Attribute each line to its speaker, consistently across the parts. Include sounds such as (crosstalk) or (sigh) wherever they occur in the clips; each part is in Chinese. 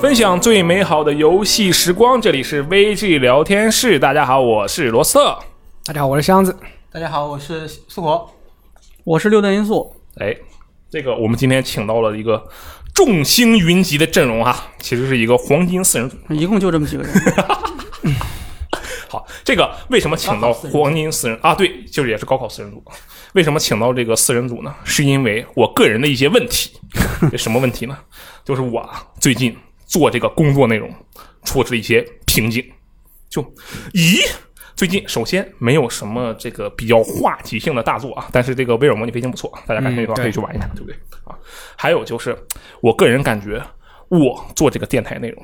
Speaker 1: 分享最美好的游戏时光。这里是 VG 聊天室，大家好，我是罗斯特。
Speaker 2: 大家好，我是箱子。
Speaker 3: 大家好，我是苏国。
Speaker 2: 我是六段音速，
Speaker 1: 哎，这个我们今天请到了一个众星云集的阵容哈、其实是一个黄金四人组。
Speaker 2: 一共就这么几个人。
Speaker 1: 好，这个为什么请到黄金四人啊？对，就是也是高考四人组。为什么请到这个四人组呢？是因为我个人的一些问题。 (laughs) 什么问题呢？就是我啊最近做这个工作内容出了一些瓶颈。就咦，最近首先没有什么这个比较话题性的大作啊，但是这个威尔模拟飞行不错，大家感兴趣的话
Speaker 2: 嗯
Speaker 1: 可以去玩一下，对不对啊？还有就是，我个人感觉我做这个电台内容，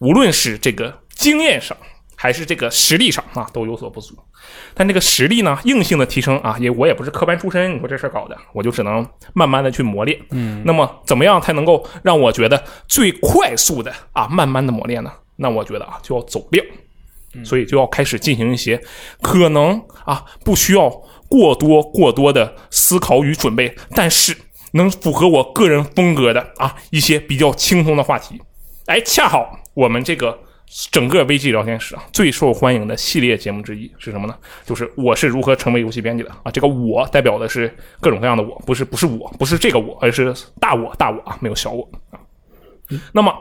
Speaker 1: 无论是这个经验上。还是这个实力上啊，都有所不足。但这个实力呢，硬性的提升啊，也我也不是科班出身，你说这事儿搞的，我就只能慢慢的去磨练。嗯，那么怎么样才能够让我觉得最快速的啊，慢慢的磨练呢？那我觉得啊，就要走量，所以就要开始进行一些可能啊不需要过多过多的思考与准备，但是能符合我个人风格的啊一些比较轻松的话题。哎，恰好我们这个整个 VG 聊天室啊最受欢迎的系列节目之一是什么呢？就是我是如何成为游戏编辑的啊！这个我代表的是各种各样的我，不是不是我，不是这个我，而是大我大我啊，没有小我啊。那么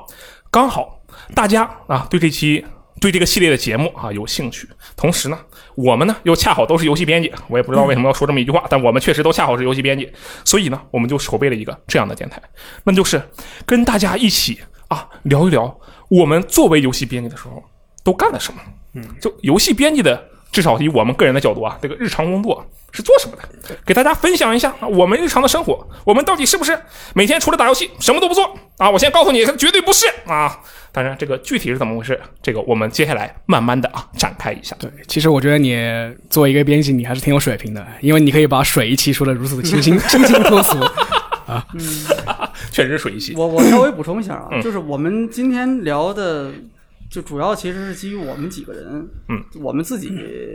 Speaker 1: 刚好大家啊对这期对这个系列的节目啊有兴趣，同时呢，我们呢又恰好都是游戏编辑，我也不知道为什么要说这么一句话，但我们确实都恰好是游戏编辑，所以呢，我们就筹备了一个这样的电台，那就是跟大家一起啊聊一聊我们作为游戏编辑的时候都干了什么。嗯，就游戏编辑的，至少以我们个人的角度啊，这个日常工作是做什么的，给大家分享一下啊我们日常的生活，我们到底是不是每天除了打游戏什么都不做啊？我先告诉你，绝对不是啊！当然，这个具体是怎么回事，这个我们接下来慢慢的啊展开一下。
Speaker 2: 对，其实我觉得你作为一个编辑，你还是挺有水平的，因为你可以把水一期说的如此的清新、清新脱 (laughs) 俗。
Speaker 1: 确实是水一系，
Speaker 4: 我我稍微补充一下啊，
Speaker 1: 嗯
Speaker 4: 就是我们今天聊的，就主要其实是基于我们几个人，
Speaker 1: 嗯，
Speaker 4: 我们自己，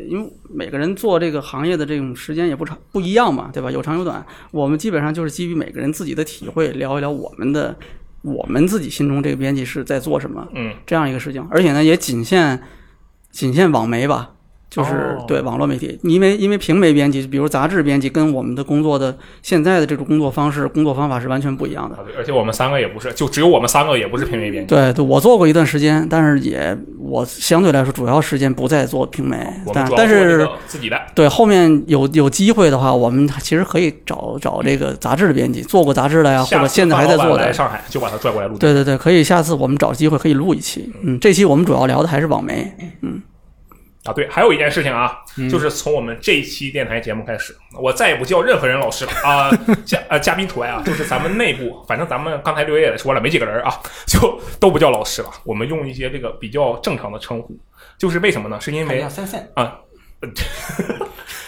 Speaker 4: 因为每个人做这个行业的这种时间也不长不一样嘛，对吧？有长有短，我们基本上就是基于每个人自己的体会，聊一聊我们的我们自己心中这个编辑是在做什么，
Speaker 1: 嗯，
Speaker 4: 这样一个事情，而且呢也仅限仅限网媒吧。就是
Speaker 1: 哦
Speaker 4: 对网络媒体，因为因为平媒编辑，比如杂志编辑，跟我们的工作的现在的这种工作方式、工作方法是完全不一样的。
Speaker 1: 啊对，而且我们三个也不是，就只有我们三个也不是平面编辑，
Speaker 4: 对对，我做过一段时间，但是也我相对来说主要时间不在做平媒，
Speaker 1: 我们
Speaker 4: 但
Speaker 1: 主要
Speaker 4: 但
Speaker 1: 做这
Speaker 4: 是
Speaker 1: 个自己的，
Speaker 4: 对后面有有机会的话，我们其实可以找找这个杂志的编辑，做过杂志的呀，啊或
Speaker 1: 下
Speaker 4: 者
Speaker 1: 次
Speaker 4: 现在还在
Speaker 1: 范老
Speaker 4: 做
Speaker 1: 板来
Speaker 4: 的。
Speaker 1: 上海就把他拽过来录。
Speaker 4: 对对对，可以，下次我们找机会可以录一期。嗯，这期我们主要聊的还是网媒。
Speaker 3: 嗯
Speaker 1: 啊，对，还有一件事情啊，
Speaker 4: 嗯
Speaker 1: 就是从我们这一期电台节目开始，我再也不叫任何人老师了啊，嘉呃嘉宾除外啊，就是咱们内部，反正咱们刚才刘烨也说了，没几个人啊，就都不叫老师了，我们用一些这个比较正常的称呼，就是为什么呢？是因
Speaker 3: 还
Speaker 1: 为
Speaker 3: 要三线，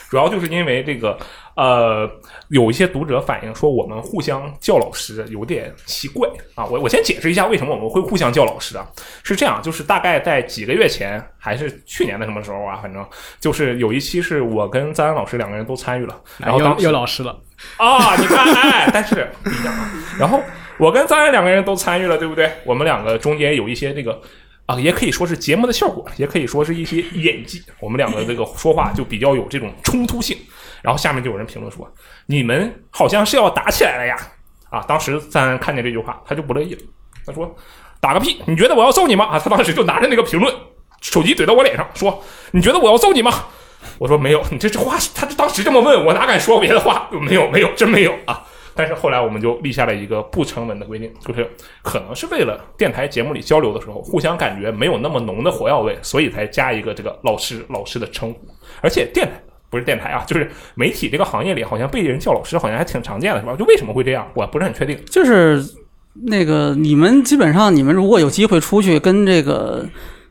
Speaker 1: 主要就是因为这个呃，有一些读者反映说我们互相叫老师有点奇怪啊，我我先解释一下为什么我们会互相叫老师啊，是这样，就是大概在几个月前，还是去年的什么时候啊，反正就是有一期是我跟张安老师两个人都参与了，然后当
Speaker 2: 又
Speaker 1: 时
Speaker 2: 又老师了，
Speaker 1: 啊、你看，哎，但是不一样啊。然后我跟张然两个人都参与了，对不对？我们两个中间有一些这个啊，也可以说是节目的效果，也可以说是一些演技。我们两个这个说话就比较有这种冲突性。然后下面就有人评论说：“你们好像是要打起来了呀！”啊，当时张然看见这句话，他就不乐意了，他说：“打个屁！你觉得我要揍你吗？”啊，他当时就拿着那个评论手机怼到我脸上，说：“你觉得我要揍你吗？”我说没有，你这这话是，他这当时这么问我，哪敢说别的话？没有，没有，真没有啊！但是后来我们就立下了一个不成文的规定，就是可能是为了电台节目里交流的时候，互相感觉没有那么浓的火药味，所以才加一个这个老师老师的称呼。而且电台不是电台啊，就是媒体这个行业里，好像被人叫老师，好像还挺常见的，是吧？就为什么会这样，我不是很确定。
Speaker 4: 就是那个你们基本上，你们如果有机会出去跟这个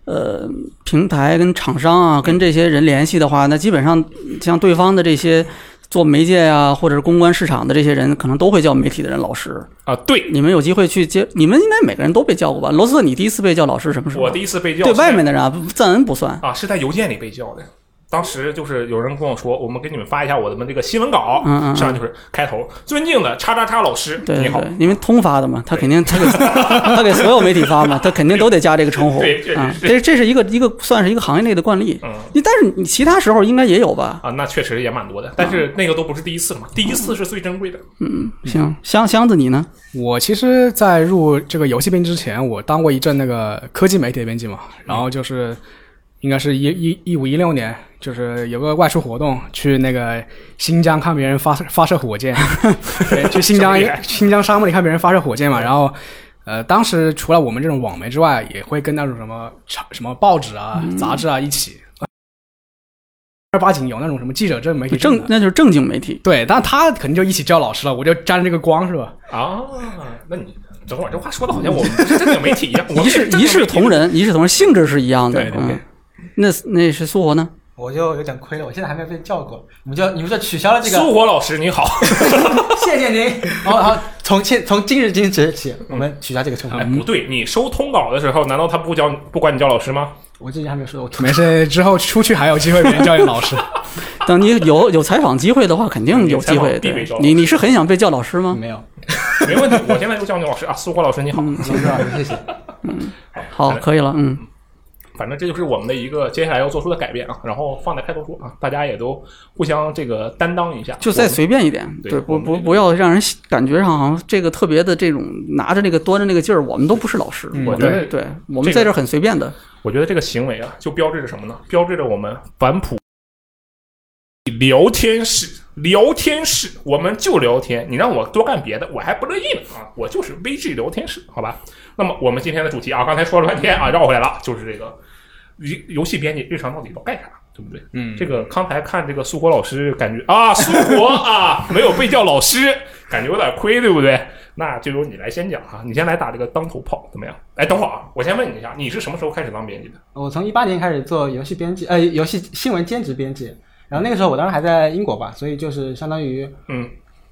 Speaker 4: 呃平台、跟厂商啊、跟这些人联系的话，那基本上呃像对方的这些做媒介呀、或者是公关市场的这些人，可能都会叫媒体的人老师。
Speaker 1: 啊，对
Speaker 4: 你们有机会去接，你们应该每个人都被叫过吧？罗斯特，你第一次被叫老师什么时候？
Speaker 1: 我第一次被叫
Speaker 4: 对
Speaker 1: 是在
Speaker 4: 外面的人啊，赞恩不算。
Speaker 1: 啊是在邮件里被叫的当时就是有人跟我说，我们给你们发一下我们这个新闻稿，
Speaker 4: 嗯嗯嗯
Speaker 1: 上就是开头，尊敬的叉叉叉老师，
Speaker 4: 对
Speaker 1: 你
Speaker 4: 对
Speaker 1: 好
Speaker 4: 对，，因为通发的嘛，他肯
Speaker 1: (laughs)
Speaker 4: 定他给他给所有媒体发嘛，他肯定都得加这个称呼
Speaker 1: 对确实
Speaker 4: 啊。
Speaker 1: 是
Speaker 4: 这这是一个一个算是一个行业内的惯例，
Speaker 1: 嗯
Speaker 4: 你但是你其他时候应该也有吧？
Speaker 1: 啊，那确实也蛮多的，但是那个都不是第一次了嘛，第一次是最珍贵的。
Speaker 4: 嗯
Speaker 1: 嗯
Speaker 4: 行，箱箱子你呢？
Speaker 2: 我其实，在入这个游戏编辑之前，我当过一阵那个科技媒体的编辑嘛，然后就是应该是一一一五一六年，就是有个外出活动，去那个新疆看别人发射发射火箭，对，去新疆
Speaker 1: 这么厉害
Speaker 2: 新疆沙漠里看别人发射火箭嘛，然后。呃，当时除了我们这种网媒之外，也会跟那种什么长什么报纸啊、杂志啊一起，二八经有那种什么记者证、媒体证
Speaker 4: 正
Speaker 1: 啊
Speaker 2: 的，
Speaker 4: 那就是正经媒体，
Speaker 2: 对，但他肯定就一起叫老师了，我就沾着这个光是吧？
Speaker 4: 嗯
Speaker 1: 啊，那你等会儿这话说的好像我们不是正经媒体一样，我
Speaker 4: (laughs) 一
Speaker 1: 们是
Speaker 4: 视
Speaker 1: 正经
Speaker 4: 一
Speaker 1: 媒体
Speaker 4: 视同。仁，一视同仁，性质是一样的
Speaker 2: 对。对对
Speaker 4: 嗯，那那是苏活呢？
Speaker 3: 我就有点亏了，我现在还没有被叫过，你们就你们就取消了这个，
Speaker 1: 苏火老师你好，
Speaker 3: 谢谢您。
Speaker 1: (laughs)
Speaker 3: 然后然后从现从今日今日起，
Speaker 1: 嗯
Speaker 3: 我们取消这个称呼
Speaker 1: (laughs)
Speaker 4: 嗯
Speaker 1: 哎，。不对，你收通稿的时候，难道他不叫不管你叫老师吗？
Speaker 3: 我之前还没有说，我突
Speaker 2: 没事，之后出去还有机会别人叫你老师。
Speaker 4: 等你有有采访机会的话，肯定有机会
Speaker 1: 嗯有采访必被
Speaker 4: 的
Speaker 1: 招。老师
Speaker 4: 你你是很想被叫老师吗？
Speaker 3: 没有，
Speaker 1: 没问题，我现在就叫你老师啊，苏火老师你好。
Speaker 3: 谢谢老师，啊谢谢。
Speaker 4: 嗯好，可以了，嗯，
Speaker 1: 反正这就是我们的一个接下来要做出的改变啊，然后放在开头说啊，大家也都互相这个担当一下，
Speaker 4: 就再随便一点，
Speaker 1: 对
Speaker 4: 对，
Speaker 1: 我
Speaker 4: 不
Speaker 1: 们
Speaker 4: 不
Speaker 1: 这
Speaker 4: 不要让人感觉上好像这个特别的这种拿着那个端着那个劲儿，我们都不是老师，
Speaker 1: 嗯
Speaker 4: 我
Speaker 1: 对
Speaker 4: 们对，我
Speaker 1: 这
Speaker 4: 们
Speaker 1: 个
Speaker 4: 在这儿很随便的，
Speaker 1: 我觉得这个行为啊，就标志着什么呢？标志着我们反哺聊天室，聊天室，我们就聊天。你让我多干别的，我还不乐意呢啊！我就是 VG 聊天室，好吧？那么我们今天的主题啊，刚才说了半天啊，绕回来了，就是这个游游戏编辑日常到底都干啥，对不对？
Speaker 2: 嗯
Speaker 1: 这个刚才看这个苏国老师，感觉啊，苏国啊，没有被叫老师，感觉有点亏，对不对？那就由你来先讲啊，你先来打这个当头炮，怎么样？哎，等会儿啊，我先问你一下，你是什么时候开始当编辑的？
Speaker 3: 我从一八年开始做游戏编辑，呃，游戏新闻兼职编辑。然后那个时候我当时还在英国吧，所以就是相当于
Speaker 1: 嗯，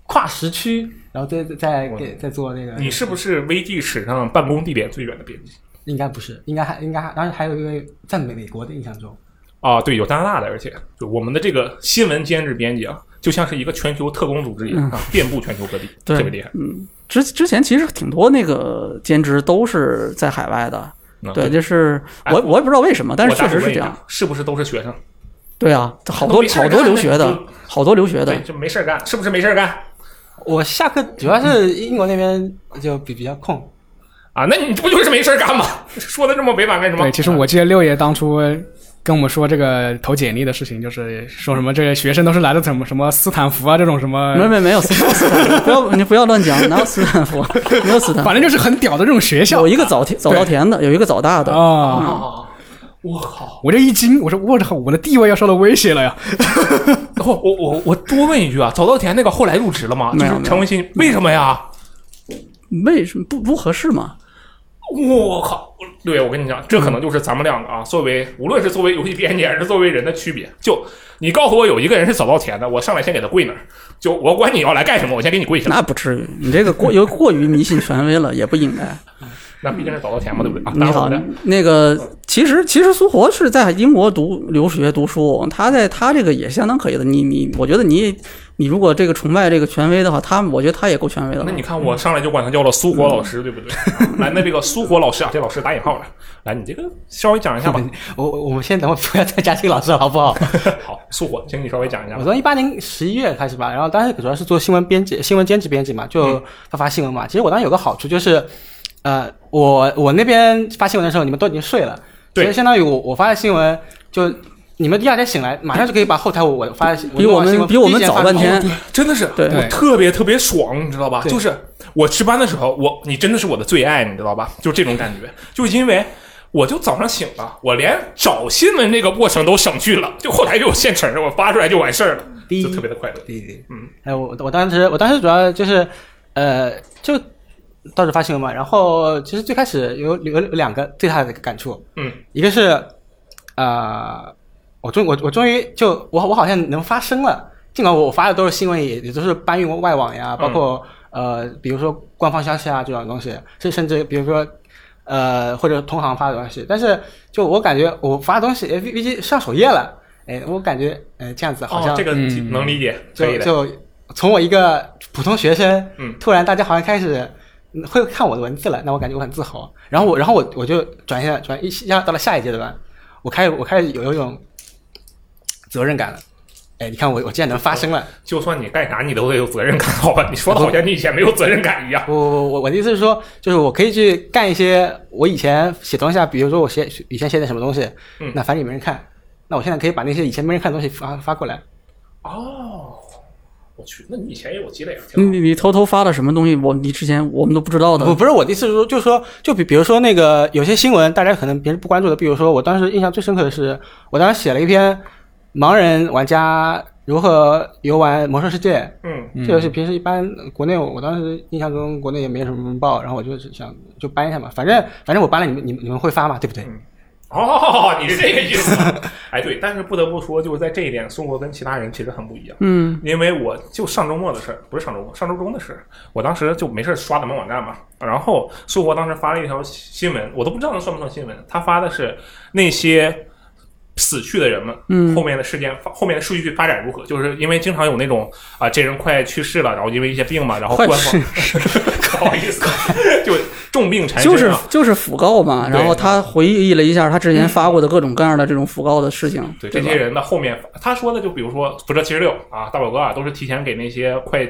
Speaker 3: 跨时区，然后再再给再做那个。
Speaker 1: 你是不是 VG 史上办公地点最远的编辑？
Speaker 3: 应该不是，应该还应该还当时还有一个在美美国的印象中，
Speaker 1: 啊，对，有加拿大的，而且就我们的这个新闻监制编辑啊，就像是一个全球特工组织一样啊，遍布全球各地，
Speaker 4: 嗯对嗯
Speaker 1: 特别厉害。
Speaker 4: 之之前其实挺多那个兼职都是在海外的，
Speaker 1: 嗯
Speaker 4: 对，，就是
Speaker 1: 哎
Speaker 4: 我我也不知道为什么，但是
Speaker 1: 我大概
Speaker 4: 确实是
Speaker 1: 问一
Speaker 4: 这
Speaker 1: 下
Speaker 4: 样，，
Speaker 1: 是不是都是学生？
Speaker 4: 对啊，好多
Speaker 1: 没事儿
Speaker 4: 好多
Speaker 1: 干
Speaker 4: 留
Speaker 1: 呗
Speaker 4: 学的
Speaker 1: 就，
Speaker 4: 好多留学的
Speaker 1: 对，，就没事儿干，是不是没事儿干？
Speaker 3: 我下课主要是英国那边就比比较空，
Speaker 1: 啊，那你这不就是没事儿干吗？ (laughs) 说的这么委婉干什么？
Speaker 2: 对，其实我记得六爷当初跟我们说这个投简历的事情，就是说什么这个学生都是来自什么什么斯坦福啊这种什么
Speaker 4: 没，没没有斯坦斯坦福，不要你不要乱讲，哪有斯坦福，没有斯坦福
Speaker 2: 反正就是很屌的这种学校
Speaker 4: 有一个早田早稻田的，有一个早大的，
Speaker 2: 啊。
Speaker 4: 嗯
Speaker 1: 我靠！
Speaker 2: 我这一惊，我说我靠，我的地位要受到威胁了呀！
Speaker 1: 我我我我多问一句啊，早稻田那个后来入职了吗？就
Speaker 4: 没有
Speaker 1: 是陈文新，为什么呀？
Speaker 4: 为什么不不合适嘛？
Speaker 1: 我靠！六爷，我跟你讲，这可能就是咱们两个啊，作为无论是作为游戏编辑还是作为人的区别。就你告诉我有一个人是早稻田的，我上来先给他跪那儿，就我管你要来干什么，我先给你跪下。
Speaker 4: 那不至于，你这个过有过于迷信权威了，也不应该。
Speaker 1: 那毕竟是早稻田嘛，对不对？啊，
Speaker 4: 你好
Speaker 1: 当然，
Speaker 4: 那个其实其实苏活是在英国读留学读书，他在他这个也相当可以的。你你，我觉得你你如果这个崇拜这个权威的话，他我觉得他也够权威的
Speaker 1: 那
Speaker 4: 了。
Speaker 1: 你看我上来就管他叫了苏活老师，对不对？ (laughs) 来，那这个苏活老师啊，这老师打引号了。来，你这个稍微讲一下吧。
Speaker 3: (laughs) 我我我们先等会儿不要再加这个老师了，好不好？
Speaker 1: 好，苏活，请你稍微讲一下
Speaker 3: 我
Speaker 1: 吧。
Speaker 3: 从一八年十一月开始吧，然后当时主要是做新闻编辑、新闻兼职编辑嘛，就发发新闻嘛。其实我当时有个好处就是，呃，我我那边发新闻的时候，你们都已经睡了，
Speaker 1: 对
Speaker 3: 所以相当于我我发的新闻就。你们第二天醒来，马上就可以把后台我我发的
Speaker 4: 比我们比我们早半。天，
Speaker 1: 真的是，
Speaker 4: 对
Speaker 1: 我特别特别爽，你知道吧？
Speaker 3: 对
Speaker 1: 就是我值班的时候，我你真的是我的最爱，你知道吧？就是这种感觉，就是因为我就早上醒了，我连找新闻这个过程都省去了，就后台就有现成的，我发出来就完事儿了，
Speaker 3: 第一
Speaker 1: 就特别的快乐。
Speaker 3: 对对，
Speaker 1: 嗯
Speaker 3: 嗯，哎，我我当时我当时主要就是，呃，就到处发新闻嘛。然后其实最开始有有有两个最大的感触，
Speaker 1: 嗯，
Speaker 3: 一个是，呃，我终我我终于就我我好像能发声了，尽管我我发的都是新闻也，也都是搬运外网呀，
Speaker 1: 嗯
Speaker 3: 包括、呃，比如说官方消息啊这种东西，甚甚至比如说。呃，或者同行发的东西，但是就我感觉我发的东西，哎，V V G 上首页了，哎，我感觉哎这样子好
Speaker 1: 哦
Speaker 3: 像，
Speaker 1: 这个
Speaker 2: 嗯
Speaker 1: 能理解，可
Speaker 3: 就
Speaker 1: 以的。
Speaker 3: 就从我一个普通学生，
Speaker 1: 嗯
Speaker 3: 突然大家好像开始嗯会看我的文字了，那我感觉我很自豪。然后我，然后我我就转一下转一下到了下一阶段，我开始我开始有有一种责任感了。哎，你看我我竟然能发声了！
Speaker 1: 就算你干啥，你都得有责任感，好吧？你说的好像你以前没有责任感一样。
Speaker 3: 我我我我的意思是说，就是我可以去干一些我以前写东西啊，比如说我写以前写点什么东西，
Speaker 1: 嗯
Speaker 3: 那反正也没人看，那我现在可以把那些以前没人看的东西发发过来。
Speaker 1: 哦，我去，那你以前也有积累啊？挺
Speaker 4: 你
Speaker 3: 嗯
Speaker 1: 好
Speaker 4: 你你偷偷发了什么东西？我你之前我们都不知道的
Speaker 3: 哦不，。不是我的意思是说，就是说，就比比如说那个有些新闻，大家可能别人不关注的，比如说我当时印象最深刻的是，我当时写了一篇盲人玩家如何游玩《魔兽世界》
Speaker 1: 嗯，
Speaker 3: 这个是平时一般国内我，我当时印象中国内也没什么人报，然后我就是想就搬一下嘛，反正反正我搬了，你们你们你们会发嘛，对不对？
Speaker 1: (laughs) 哦，你是这个意
Speaker 4: (laughs)
Speaker 1: 思。哎，对，但是不得不说，就是在这一点，宋国跟其他人其实很不一样。
Speaker 4: 嗯，
Speaker 1: 因为我就上周末的事儿，不是上周末，上周中的事儿，我当时就没事儿刷咱们网站嘛，然后苏活当时发了一条新闻，我都不知道能算不算新闻，他发的是那些死去的人们，
Speaker 4: 嗯
Speaker 1: 后面的事件发，后面的数据发展如何，就是因为经常有那种啊、这人快去世了，然后因为一些病嘛，然后
Speaker 4: 快
Speaker 1: 官方
Speaker 4: 去
Speaker 1: (laughs) 不好意思，就重病缠身、啊，
Speaker 4: 就是就是讣告嘛。
Speaker 1: 对
Speaker 4: 然后他回忆了一下他之前发过的各种各样的这种讣告的事情，
Speaker 1: 对
Speaker 4: 对
Speaker 1: 这
Speaker 4: 吧
Speaker 1: 些？人的后面，他说的就比如说辐射七十六啊，大表哥啊，都是提前给那些快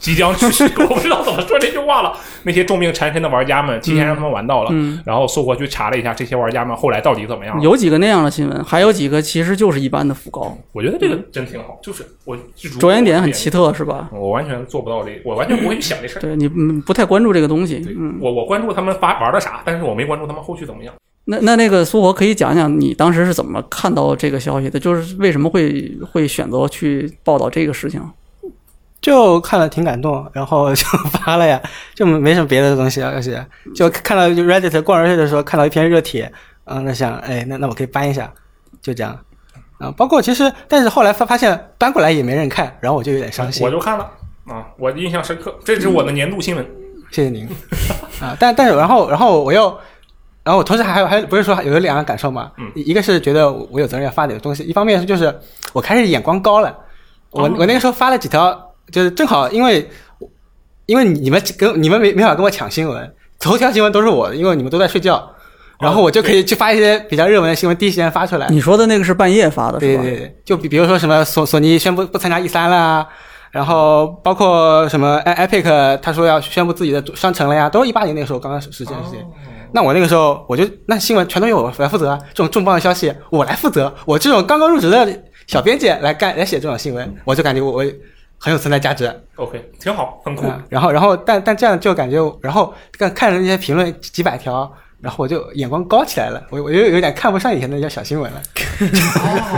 Speaker 1: 即将去世， (laughs) 我不知道怎么说这句话了，那些重病缠身的玩家们，提前让他们玩到了，
Speaker 4: 嗯
Speaker 1: 然后搜过去查了一下这些玩家们后来到底怎么样了。
Speaker 4: 有几个那样的新闻，还有几个其实就是一般的讣告，
Speaker 1: 我觉得这个真挺好，就是我就如果
Speaker 4: 嗯着眼点很奇特，是吧？
Speaker 1: 我完全做不到这个，我完全不会去想这事儿。
Speaker 4: 对你嗯不太关注这个东西，嗯。
Speaker 1: 我我关注他们发玩的啥，但是我没关注他们后续怎么样。
Speaker 4: 那那那个苏活可以讲讲你当时是怎么看到这个消息的？就是为什么会会选择去报道这个事情？
Speaker 3: 就看了挺感动，然后 (laughs) 就发了呀，就没什么别的东西啊，而且就看到 Reddit 逛 Reddit 的时候看到一篇热帖，嗯，那想，哎，那那我可以搬一下，就这样，啊、包括其实，但是后来发发现搬过来也没人看，然后我就有点伤心
Speaker 1: 我，就看了啊，我印象深刻，这是我的年度新闻。
Speaker 3: 谢谢您， (laughs) 啊、但但是然后然后我又，然后我同时还有还有不是说有两个感受嘛，
Speaker 1: 嗯
Speaker 3: 一个是觉得我有责任要发点东西，一方面是就是我开始眼光高了，我
Speaker 1: 哦
Speaker 3: 我那个时候发了几条，就是正好因为因为你们跟你们没没法跟我抢新闻，头条新闻都是我的，因为你们都在睡觉，然后我就可以去发一些比较热门的新闻，第一时间发出来。
Speaker 4: 你说的那个是半夜发的，
Speaker 3: 对
Speaker 4: 是吧？
Speaker 3: 哎对对，就比比如说什么索索尼宣布不参加 E 三啦，然后包括什么 i- Epic 他说要宣布自己的商城了呀，都是一八年那个时候刚刚实实现的事
Speaker 1: 哦
Speaker 4: 哦
Speaker 3: 情。那我那个时候我就那新闻全都由我来负责啊，这种重磅的消息我来负责，我这种刚刚入职的小编辑来干来写这种新
Speaker 4: 嗯
Speaker 3: 闻，我就感觉我我很有存在价值。
Speaker 1: OK，挺好，很酷。
Speaker 3: 嗯，然后然后但但这样就感觉，然后看看着那些评论几几百条。然后我就眼光高起来了，我我就有点看不上以前那些小新闻了。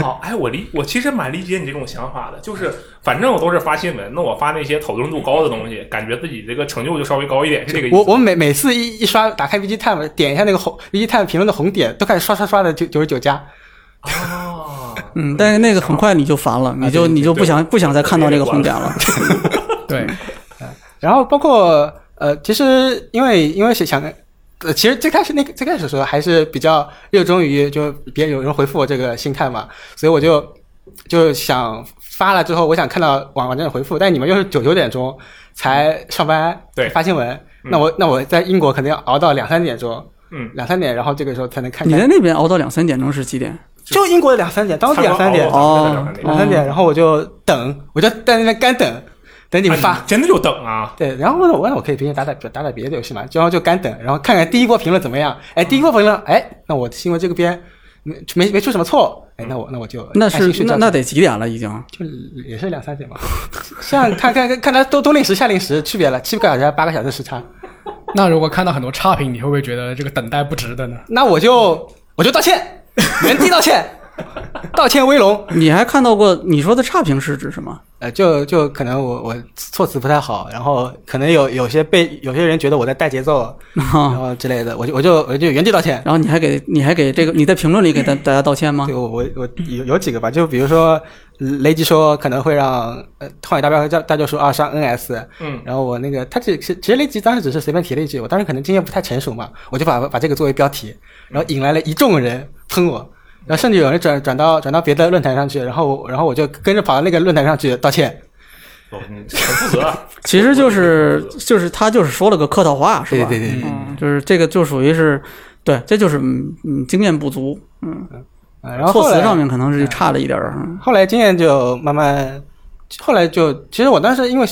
Speaker 1: 哦，哎，我理我其实蛮理解你这种想法的，就是反正我都是发新闻，那我发那些讨论度高的东西，感觉自己这个成就就稍微高一点，是这个意思。
Speaker 3: 我我每每次一一刷打开 VG Time 点一下那个红 VG Time 评论的红点，都开始刷刷刷的九九十九加。
Speaker 1: 啊，
Speaker 4: 嗯，但是那个很快你就烦
Speaker 3: 啊
Speaker 4: 了，你就你就不想不想再看到这个红点了。
Speaker 2: 对，
Speaker 3: 然后包括呃，其实因为因为是想，呃，其实最开始那个最开始的时候还是比较热衷于就别有人回复我这个心态嘛，所以我就就想发了之后，我想看到网网站的回复，但你们又是九九点钟才上班，
Speaker 1: 对
Speaker 3: 发新闻，那我那我在英国肯定要熬到两三点钟，
Speaker 1: 嗯，
Speaker 3: 两三点，然后这个时候才能看
Speaker 4: 你
Speaker 3: 见
Speaker 4: 在，那边熬到两三点钟是几点？
Speaker 3: 就英国的两三点，当地两三点。
Speaker 1: 哦，
Speaker 4: 哦
Speaker 3: 两三点，然后我就等，我就在那边干等，等你们
Speaker 4: 哎
Speaker 3: 发。
Speaker 1: 真的就等啊。
Speaker 3: 对，然后我我我可以平时打打打打别的游戏嘛，然后就干等，然后看看第一波评论怎么样。
Speaker 4: 哦
Speaker 3: 哎，第一波评论，哎，那我新闻这个边没没没出什么错，哎，那我那我就
Speaker 4: 那
Speaker 3: 安心
Speaker 4: 是
Speaker 3: 睡觉
Speaker 4: 那那得几点了已经？
Speaker 3: 就也是两三点嘛。像看看看看他冬冬令时夏令时区别了，七个小时还是八个小时时差，
Speaker 2: 那如果看到很多差评，你会不会觉得这个等待不值得呢？
Speaker 3: 那我就我就道歉，原地道歉，道歉威龙。
Speaker 4: 你还看到过你说的差评是指什么？ (laughs)
Speaker 3: 呃，就就可能我我措辞不太好，然后可能有有些被有些人觉得我在带节奏，
Speaker 4: 嗯
Speaker 3: 然后之类的，我就我就我就原地道歉。
Speaker 4: 然后你还给你还给这个你在评论里给
Speaker 3: (laughs)
Speaker 4: 大大家道歉吗
Speaker 3: 对，？我我我有有几个吧，就比如说雷吉说可能会让呃《荒野大镖客》大大就说啊上 NS，
Speaker 1: 嗯，
Speaker 3: 然后我那个他只是其实雷吉当时只是随便提了一句，我当时可能经验不太成熟嘛，我就把把这个作为标题，然后引来了一众人喷我，然后甚至有人转转到转到别的论坛上去，然后然后我就跟着跑到那个论坛上去道歉。
Speaker 1: 哦你很负责啊，
Speaker 4: 其实就是就是他就是说了个客套话，是吧？
Speaker 3: 对对对
Speaker 4: 嗯，就是这个就属于是，对，这就是嗯嗯经验不足，嗯，
Speaker 3: 啊，然后
Speaker 4: 措
Speaker 3: 后
Speaker 4: 辞
Speaker 3: 来
Speaker 4: 上面可能是差了一点儿，嗯
Speaker 3: 后来经验就慢慢，后来就其实我当时因为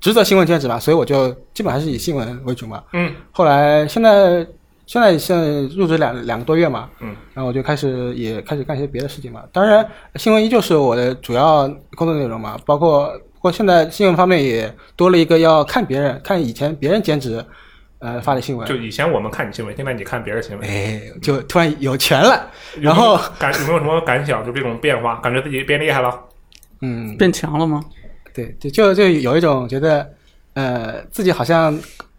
Speaker 3: 职责新闻兼职嘛，所以我就基本还是以新闻为主嘛。
Speaker 1: (laughs)
Speaker 3: (laughs)
Speaker 1: 嗯，
Speaker 3: 后来现在现在现在入职两两个多月嘛，
Speaker 1: 嗯，
Speaker 3: 然后我就开始也开始干一些别的事情嘛。当然，新闻依旧是我的主要工作内容嘛，包括不过现在新闻方面也多了一个要看别人看以前别人兼职呃发的新闻
Speaker 1: 就，以前我们看你新闻，现在你看别人新闻，
Speaker 3: 哎，就突然有权了，
Speaker 1: 有没有
Speaker 3: 然后
Speaker 1: 感有没有什么感想？就这种变化，感觉自己变厉害了，
Speaker 3: 嗯，
Speaker 4: 变强了吗？
Speaker 3: 对，就就就有一种觉得，呃，自己好像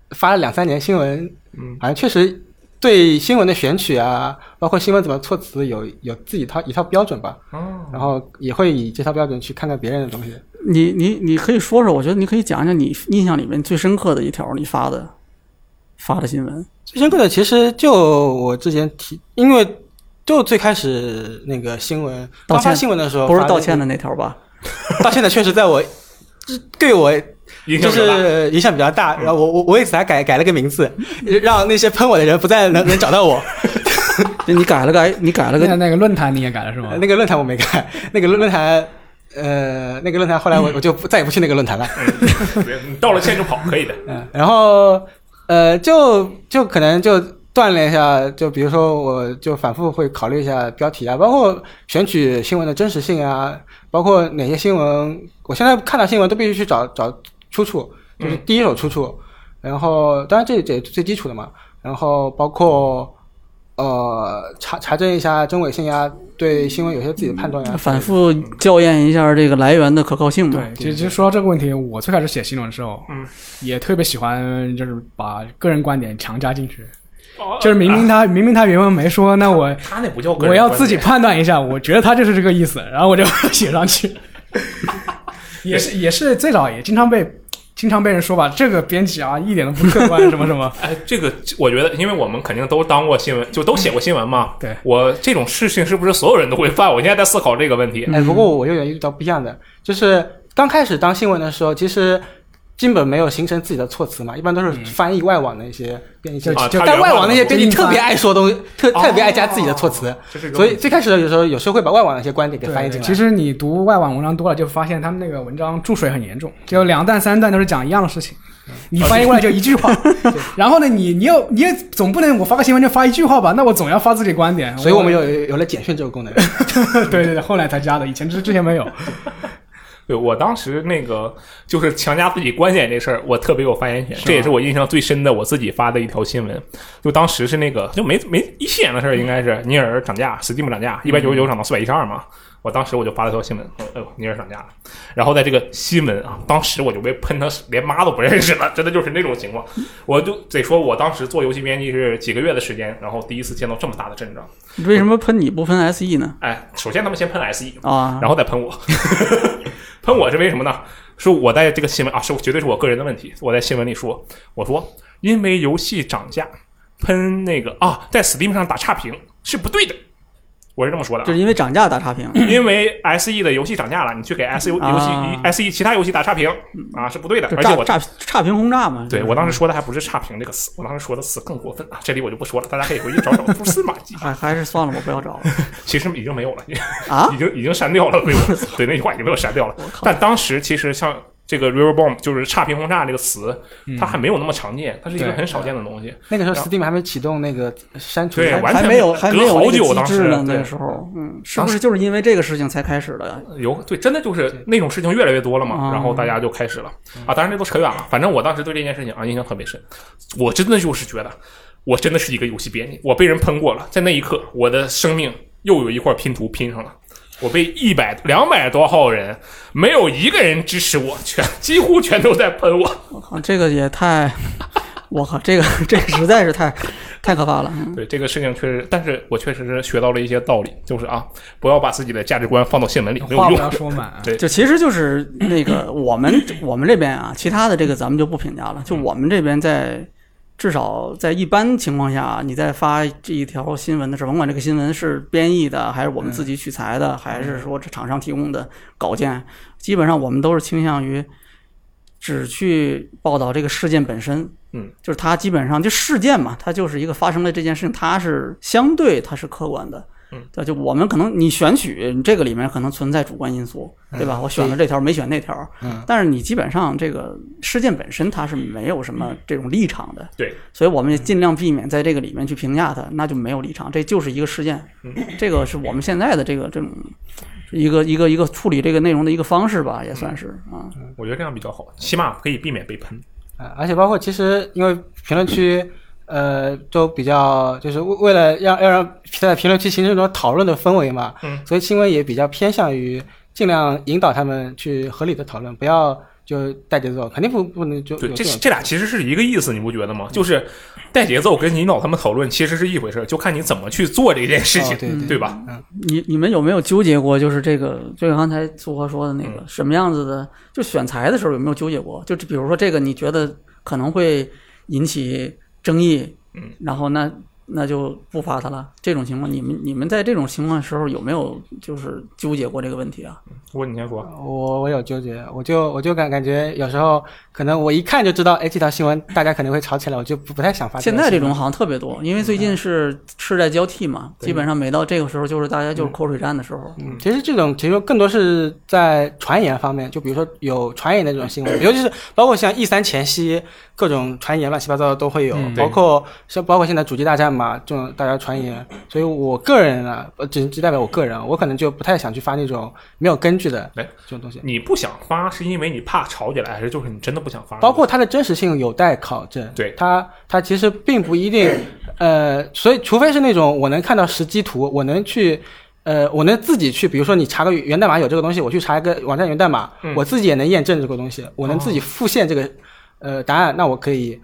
Speaker 3: 发了两三年新闻，
Speaker 1: 嗯，
Speaker 3: 好像确实对新闻的选取啊，包括新闻怎么措辞有有自己套一套标准吧，
Speaker 1: 哦，
Speaker 3: 然后也会以这套标准去看待别人的东西。
Speaker 4: 你你你可以说说，我觉得你可以讲讲你印象里面最深刻的一条你发的发的新闻，
Speaker 3: 最深刻的其实就我之前提，因为就最开始那个新闻
Speaker 4: 道
Speaker 3: 刚
Speaker 4: 歉
Speaker 3: 发新闻的时候，
Speaker 4: 不是道歉的
Speaker 3: 的，
Speaker 4: 那条吧？
Speaker 3: 道歉的确实在
Speaker 4: (laughs)
Speaker 3: 我对我
Speaker 1: 影响
Speaker 3: 就
Speaker 1: 比较大
Speaker 3: 是影响比较大，然后我我我为此还改改了个名字，让那些喷我的人不再能能找到我。
Speaker 4: 就你改了改，你改了
Speaker 2: 那
Speaker 4: 个，
Speaker 2: 那个论坛你也改了是吗？
Speaker 3: 呃那个论坛我没看，那个论论坛，呃，那个论坛后来我我就不再也不去那个论坛了。
Speaker 1: 别嗯你道了歉就跑，可以的。
Speaker 3: 嗯，然后呃，就就可能就锻炼一下，就比如说我就反复会考虑一下标题啊，包括选取新闻的真实性啊，包括哪些新闻，我现在看到新闻都必须去找找出处，就是第一手出处。然后当然这这也是最基础的嘛，然后包括。呃，查查证一下真伪性呀，对新闻有些自己的判断啊呀。
Speaker 4: 反复校验一下这个来源的可靠性嘛。
Speaker 2: 对，其实其实说到这个问题，我最开始写新闻的时候，
Speaker 1: 嗯，
Speaker 2: 也特别喜欢就是把个人观点强加进去，
Speaker 3: (laughs)
Speaker 1: 哦
Speaker 2: 就是明明他明明他原文没说，那我
Speaker 1: 他那不叫个人
Speaker 2: 我要
Speaker 1: 观
Speaker 2: 自己
Speaker 1: 点
Speaker 2: 判断一下，我觉得他就是这个
Speaker 3: (laughs)
Speaker 2: 意思，然后我就写上去。也是也是，最早也经常被经常被人说吧，这个编辑啊一点都不客观，什么什么。
Speaker 1: 哎，这个我觉得，因为我们肯定都当过新闻，就都写过新闻
Speaker 3: 嗯
Speaker 1: 嘛。
Speaker 2: 对
Speaker 1: 我这种事情是不是所有人都会犯？我现在在思考这个问题。
Speaker 3: 哎，不过我有点遇到不一样的，就是刚开始当新闻的时候，其实基本没有形成自己的措辞嘛，一般都是翻译外网的一些编辑
Speaker 2: 就
Speaker 3: 进去。
Speaker 1: 啊，
Speaker 2: 就
Speaker 1: 嗯他
Speaker 3: 但
Speaker 1: 原
Speaker 3: 外
Speaker 1: 话
Speaker 3: 网那些
Speaker 1: 怎么
Speaker 3: 编辑特别爱说东西，特特别爱加自己的措辞，
Speaker 1: 哦这是一个
Speaker 3: 所
Speaker 1: 问
Speaker 3: 以
Speaker 1: 题
Speaker 3: 最开始的有时候有时候会把外网的一些观点 (laughs) 给
Speaker 2: 对
Speaker 3: 翻译进
Speaker 2: 其
Speaker 3: 来。
Speaker 2: 实你读外网文章多了，就发现他们那个文章注水很严重，就两段三段都是讲一样的事情，
Speaker 3: 嗯
Speaker 2: 你翻译过来就一句
Speaker 3: (laughs)
Speaker 2: 话。然后呢，你你又你也总不能我发个新闻就发一句话吧？那我总要发自己观点。
Speaker 3: 所以我们有有了简讯这个功能。
Speaker 2: (laughs)
Speaker 1: 嗯
Speaker 2: 对对对，后来才加的，以前之之前没有。
Speaker 1: 对我当时那个就是强加自己观点这事儿，我特别有发言权，这也是我印象最深的我自己发的一条新闻。就当时是那个就没没一七年的事儿，应该是尼尔涨价，Steam 涨价，一百九十九涨到四百一十二嘛。我当时我就发了条新闻，哎呦，尼尔涨价了。然后在这个新闻啊，当时我就被喷的连妈都不认识了，真的就是那种情况。我就得说，我当时做游戏编辑是几个月的时间，然后第一次见到这么大的阵仗。
Speaker 4: 为什么喷你不喷 SE 呢？
Speaker 1: 哎，首先他们先喷 E SE，
Speaker 4: 啊，
Speaker 1: 然后再喷我。 (laughs) 喷我是为什么呢？是我在这个新闻啊，是绝对是我个人的问题。我在新闻里说，我说因为游戏涨价，喷那个啊，在 Steam 上打差评是不对的，我是这么说的啊。
Speaker 4: 就是因为涨价打差评，
Speaker 1: 因为 SE 的游戏涨价了，你去给 SE 游游戏、
Speaker 4: 啊
Speaker 1: SE 其他游戏打差评啊是不对的，
Speaker 4: 就
Speaker 1: 而且
Speaker 4: 炸
Speaker 1: 我
Speaker 4: 炸差评轰炸嘛。
Speaker 1: 对
Speaker 4: 就是。
Speaker 1: 我当时说的还不是差评这个词，我当时说的词更过分啊，这里我就不说了，大家可以回去找找蛛丝马迹
Speaker 4: 还还是算了吧，不要找了
Speaker 1: (laughs) 其实已经没有了，
Speaker 4: 啊。
Speaker 1: 已经已经删掉了，对我对那句话已经被我删掉了。但当时其实像这个 river bomb 就是差评轰炸这个词，它还没有那么常见，它是一个
Speaker 2: 嗯对
Speaker 1: 很少见的东西。
Speaker 3: 那个时候
Speaker 1: 然后
Speaker 3: Steam 还没启动那个删除，
Speaker 1: 对
Speaker 4: 还
Speaker 1: 完全
Speaker 4: 还没有还没有
Speaker 1: 隔好
Speaker 4: 那
Speaker 1: 久
Speaker 4: 个机
Speaker 1: 当
Speaker 4: 制
Speaker 1: 时
Speaker 4: 呢，那
Speaker 1: 对
Speaker 4: 个时候，嗯，是不是就是因为这个事情才开始的呀？
Speaker 1: 有对，真的就是那种事情越来越多了嘛，
Speaker 4: 啊
Speaker 1: 然后大家就开始了
Speaker 2: 嗯
Speaker 1: 啊。当然这都扯远了，反正我当时对这件事情啊印象特别深，我真的就是觉得我真的是一个游戏编辑，我被人喷过了，在那一刻我的生命又有一块拼图拼上了。我被一百两百多号人，没有一个人支持我，全几乎全都在喷我。
Speaker 4: 我靠，这个也太， (laughs) 我靠，这个这个实在是太太可怕了。嗯
Speaker 1: 对这个事情确实，但是我确实是学到了一些道理，就是啊，不要把自己的价值观放到新闻里，没有
Speaker 2: 话不
Speaker 1: 用
Speaker 2: 要。说满啊。
Speaker 1: 对，
Speaker 4: 就其实就是
Speaker 1: (clears throat) 嗯
Speaker 4: 那个我们我们这边啊，其他的这个咱们就不评价了。就我们这边在至少在一般情况下，你在发这一条新闻的时候，甭管这个新闻是编译的，还是我们自己取材的，还是说这厂商提供的稿件，基本上我们都是倾向于只去报道这个事件本身。
Speaker 1: 嗯，
Speaker 4: 就是它基本上就事件嘛，它就是一个发生了这件事情，它是相对它是客观的。
Speaker 1: 嗯，
Speaker 4: 对，就我们可能你选取你这个里面可能存在主观因素，对吧？我选了这条没选那条，
Speaker 3: 嗯，
Speaker 4: 但是你基本上这个事件本身它是没有什么这种立场的，
Speaker 1: 对，
Speaker 4: 所以我们也尽量避免在这个里面去评价它，那就没有立场，这就是一个事件，这个是我们现在的这个这种一个一个一个处理这个内容的一个方式吧，也算是啊，
Speaker 1: 我觉得这样比较好，起码可以避免被喷。
Speaker 3: 啊，而且包括其实因为评论区，呃，都比较就是为为了让要让在评论区形成一种讨论的氛围嘛，
Speaker 1: 嗯，
Speaker 3: 所以新闻也比较偏向于尽量引导他们去合理的讨论，不要就带节奏，肯定不不能就
Speaker 1: 对，
Speaker 3: 有
Speaker 1: 这
Speaker 3: 这种
Speaker 1: 这俩其实是一个意思，你不觉得吗？就是带节奏跟引导他们讨论其实是一回事儿，就看你怎么去做这件事情，
Speaker 3: 哦对
Speaker 1: 对
Speaker 3: 对
Speaker 1: 吧？
Speaker 4: 你你们有没有纠结过？就是这个，就像刚才苏和说的那个，什么样子的？就选材的时候有没有纠结过？就比如说这个，你觉得可能会引起争议，
Speaker 1: 嗯，
Speaker 4: 然后那那就不发它了。这种情况，你们你们在这种情况时候有没有就是纠结过这个问题啊？
Speaker 1: 我你先说，
Speaker 3: 我我有纠结，我就我就感感觉有时候可能我一看就知道，哎，这条新闻大家可能会吵起来，我就不不太想发。
Speaker 4: 现在嗯这种好像特别多，因为最近是世代交替嘛，
Speaker 1: 对
Speaker 4: 基本上每到这个时候就是大家就是口水战的时候，
Speaker 3: 嗯，其实这种其实更多是在传言方面，就比如说有传言的这种
Speaker 1: 嗯
Speaker 3: 新闻，尤其是包括像 E 三前夕各种传言乱七八糟的都会有，
Speaker 1: 嗯
Speaker 3: 包括像包括现在主机大战嘛，这种大家传言，所以我个人啊，呃只只代表我个人，我可能就不太想去发那种没有根据的
Speaker 1: 哎
Speaker 3: 这种东西，
Speaker 1: 你不想发是因为你怕吵起来，还是就是你真的不想发？
Speaker 3: 包括它的真实性有待考证。
Speaker 1: 对
Speaker 3: 它它其实并不一定，呃，所以除非是那种我能看到实机图，我能去。呃，我能自己去，比如说你查个源代码有这个东西，我去查一个网站源代码，
Speaker 1: 嗯
Speaker 3: 我自己也能验证这个东西，我能自己复现这个、呃答案，那我可以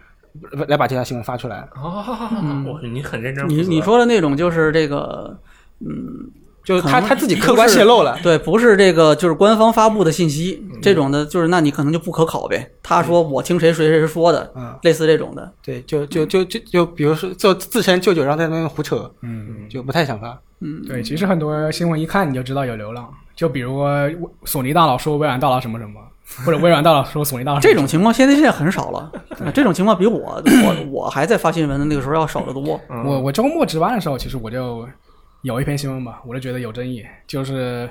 Speaker 3: 呃来把这条新闻发出来。
Speaker 1: 啊，我你很认真负责，
Speaker 4: 你你说的那种就是这个，嗯。
Speaker 3: 就是
Speaker 4: 可
Speaker 3: 他
Speaker 4: 能
Speaker 3: 他自己客观泄露了，
Speaker 4: 对，不是这个，就是官方发布的信息
Speaker 2: 嗯
Speaker 4: 这种的，就是那你可能就不可考呗。他说我听谁谁谁说的，
Speaker 3: 嗯，
Speaker 4: 类似这种的，
Speaker 3: 对，就就就就就比如说就自称舅舅，然后在那边胡扯，
Speaker 2: 嗯，
Speaker 3: 就不太想发。
Speaker 2: 对，其实很多新闻一看你就知道有流浪，就比如呃索尼大佬说微软大佬什么什么，或者微软大佬说索尼大佬什么
Speaker 4: 这种情况现在现在很少了。啊这种情况比我我我还在发新闻的那个时候要少
Speaker 2: (clears throat)
Speaker 4: 得多。
Speaker 1: 嗯
Speaker 2: 我我周末值班的时候，其实我就有一篇新闻吧，我就觉得有争议，就是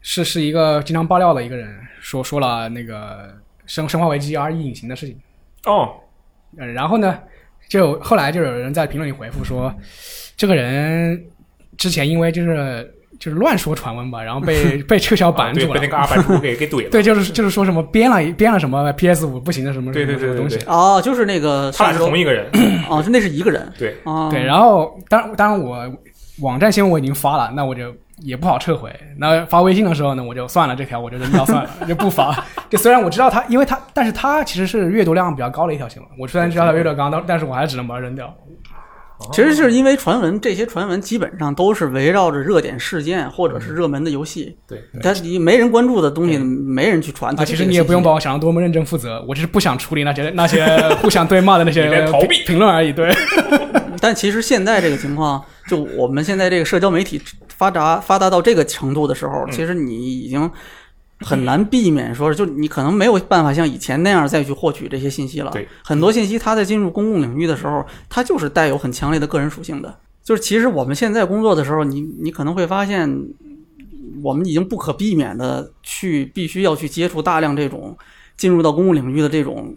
Speaker 2: 是是一个经常爆料的一个人说说了那个生《生化危机 RE》隐形的事情，
Speaker 1: 哦，
Speaker 2: 呃，然后呢，就后来就有人在评论里回复说，这个人之前因为就是就是乱说传闻吧，然后
Speaker 1: (laughs)
Speaker 2: 被被撤销版
Speaker 1: 啊对
Speaker 2: 主
Speaker 1: 被
Speaker 2: 了
Speaker 1: 那，个二版主给给怼了，
Speaker 2: (laughs) 对，就是就是说什么编了编了什么 PS 五不行的什么什
Speaker 1: 对
Speaker 2: 么
Speaker 1: 对
Speaker 2: 什
Speaker 1: 对
Speaker 2: 么
Speaker 1: 对
Speaker 2: 东西
Speaker 1: 对，，
Speaker 4: 哦，就是那个
Speaker 1: 他俩是
Speaker 4: 上周
Speaker 1: 同一个人，
Speaker 4: 哦，就那是一个人
Speaker 1: 对，
Speaker 4: 哦，
Speaker 2: 对，然后当然当然我网站新闻我已经发了，那我就也不好撤回。那发微信的时候呢，我就算了这条，我就扔掉算了，就
Speaker 1: (laughs)
Speaker 2: 不发。就虽然我知道它，因为它，但是它其实是阅读量比较高的一条新闻。我虽然知道它阅读量高，但但是我还是只能把它扔掉。
Speaker 4: 其实是因为传闻，这些传闻基本上都是围绕着热点事件或者是
Speaker 2: 嗯
Speaker 4: 热门的游戏，
Speaker 1: 对，
Speaker 4: 它你没人关注的东西，没人去传。它
Speaker 2: 啊，
Speaker 4: 就
Speaker 2: 其实
Speaker 4: 是这个
Speaker 2: 你也不用
Speaker 4: 信息
Speaker 2: 把我想的多么认真负责，我只是不想处理那些
Speaker 1: (laughs)
Speaker 2: 那些互相对骂的那些
Speaker 1: 你在逃避
Speaker 2: 评评论而已。对，
Speaker 4: 但其实现在这个情况，就我们现在这个社交媒体发达发达到这个程度的时候，其实你已经很难避免说，就你可能没有办法像以前那样再去获取这些信息了
Speaker 1: 对。
Speaker 4: 很多信息它在进入公共领域的时候，它就是带有很强烈的个人属性的。就是其实我们现在工作的时候，你你可能会发现，我们已经不可避免的去必须要去接触大量这种进入到公共领域的这种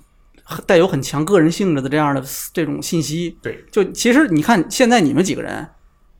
Speaker 4: 带有很强个人性质的这样的这种信息。就其实你看，现在你们几个人，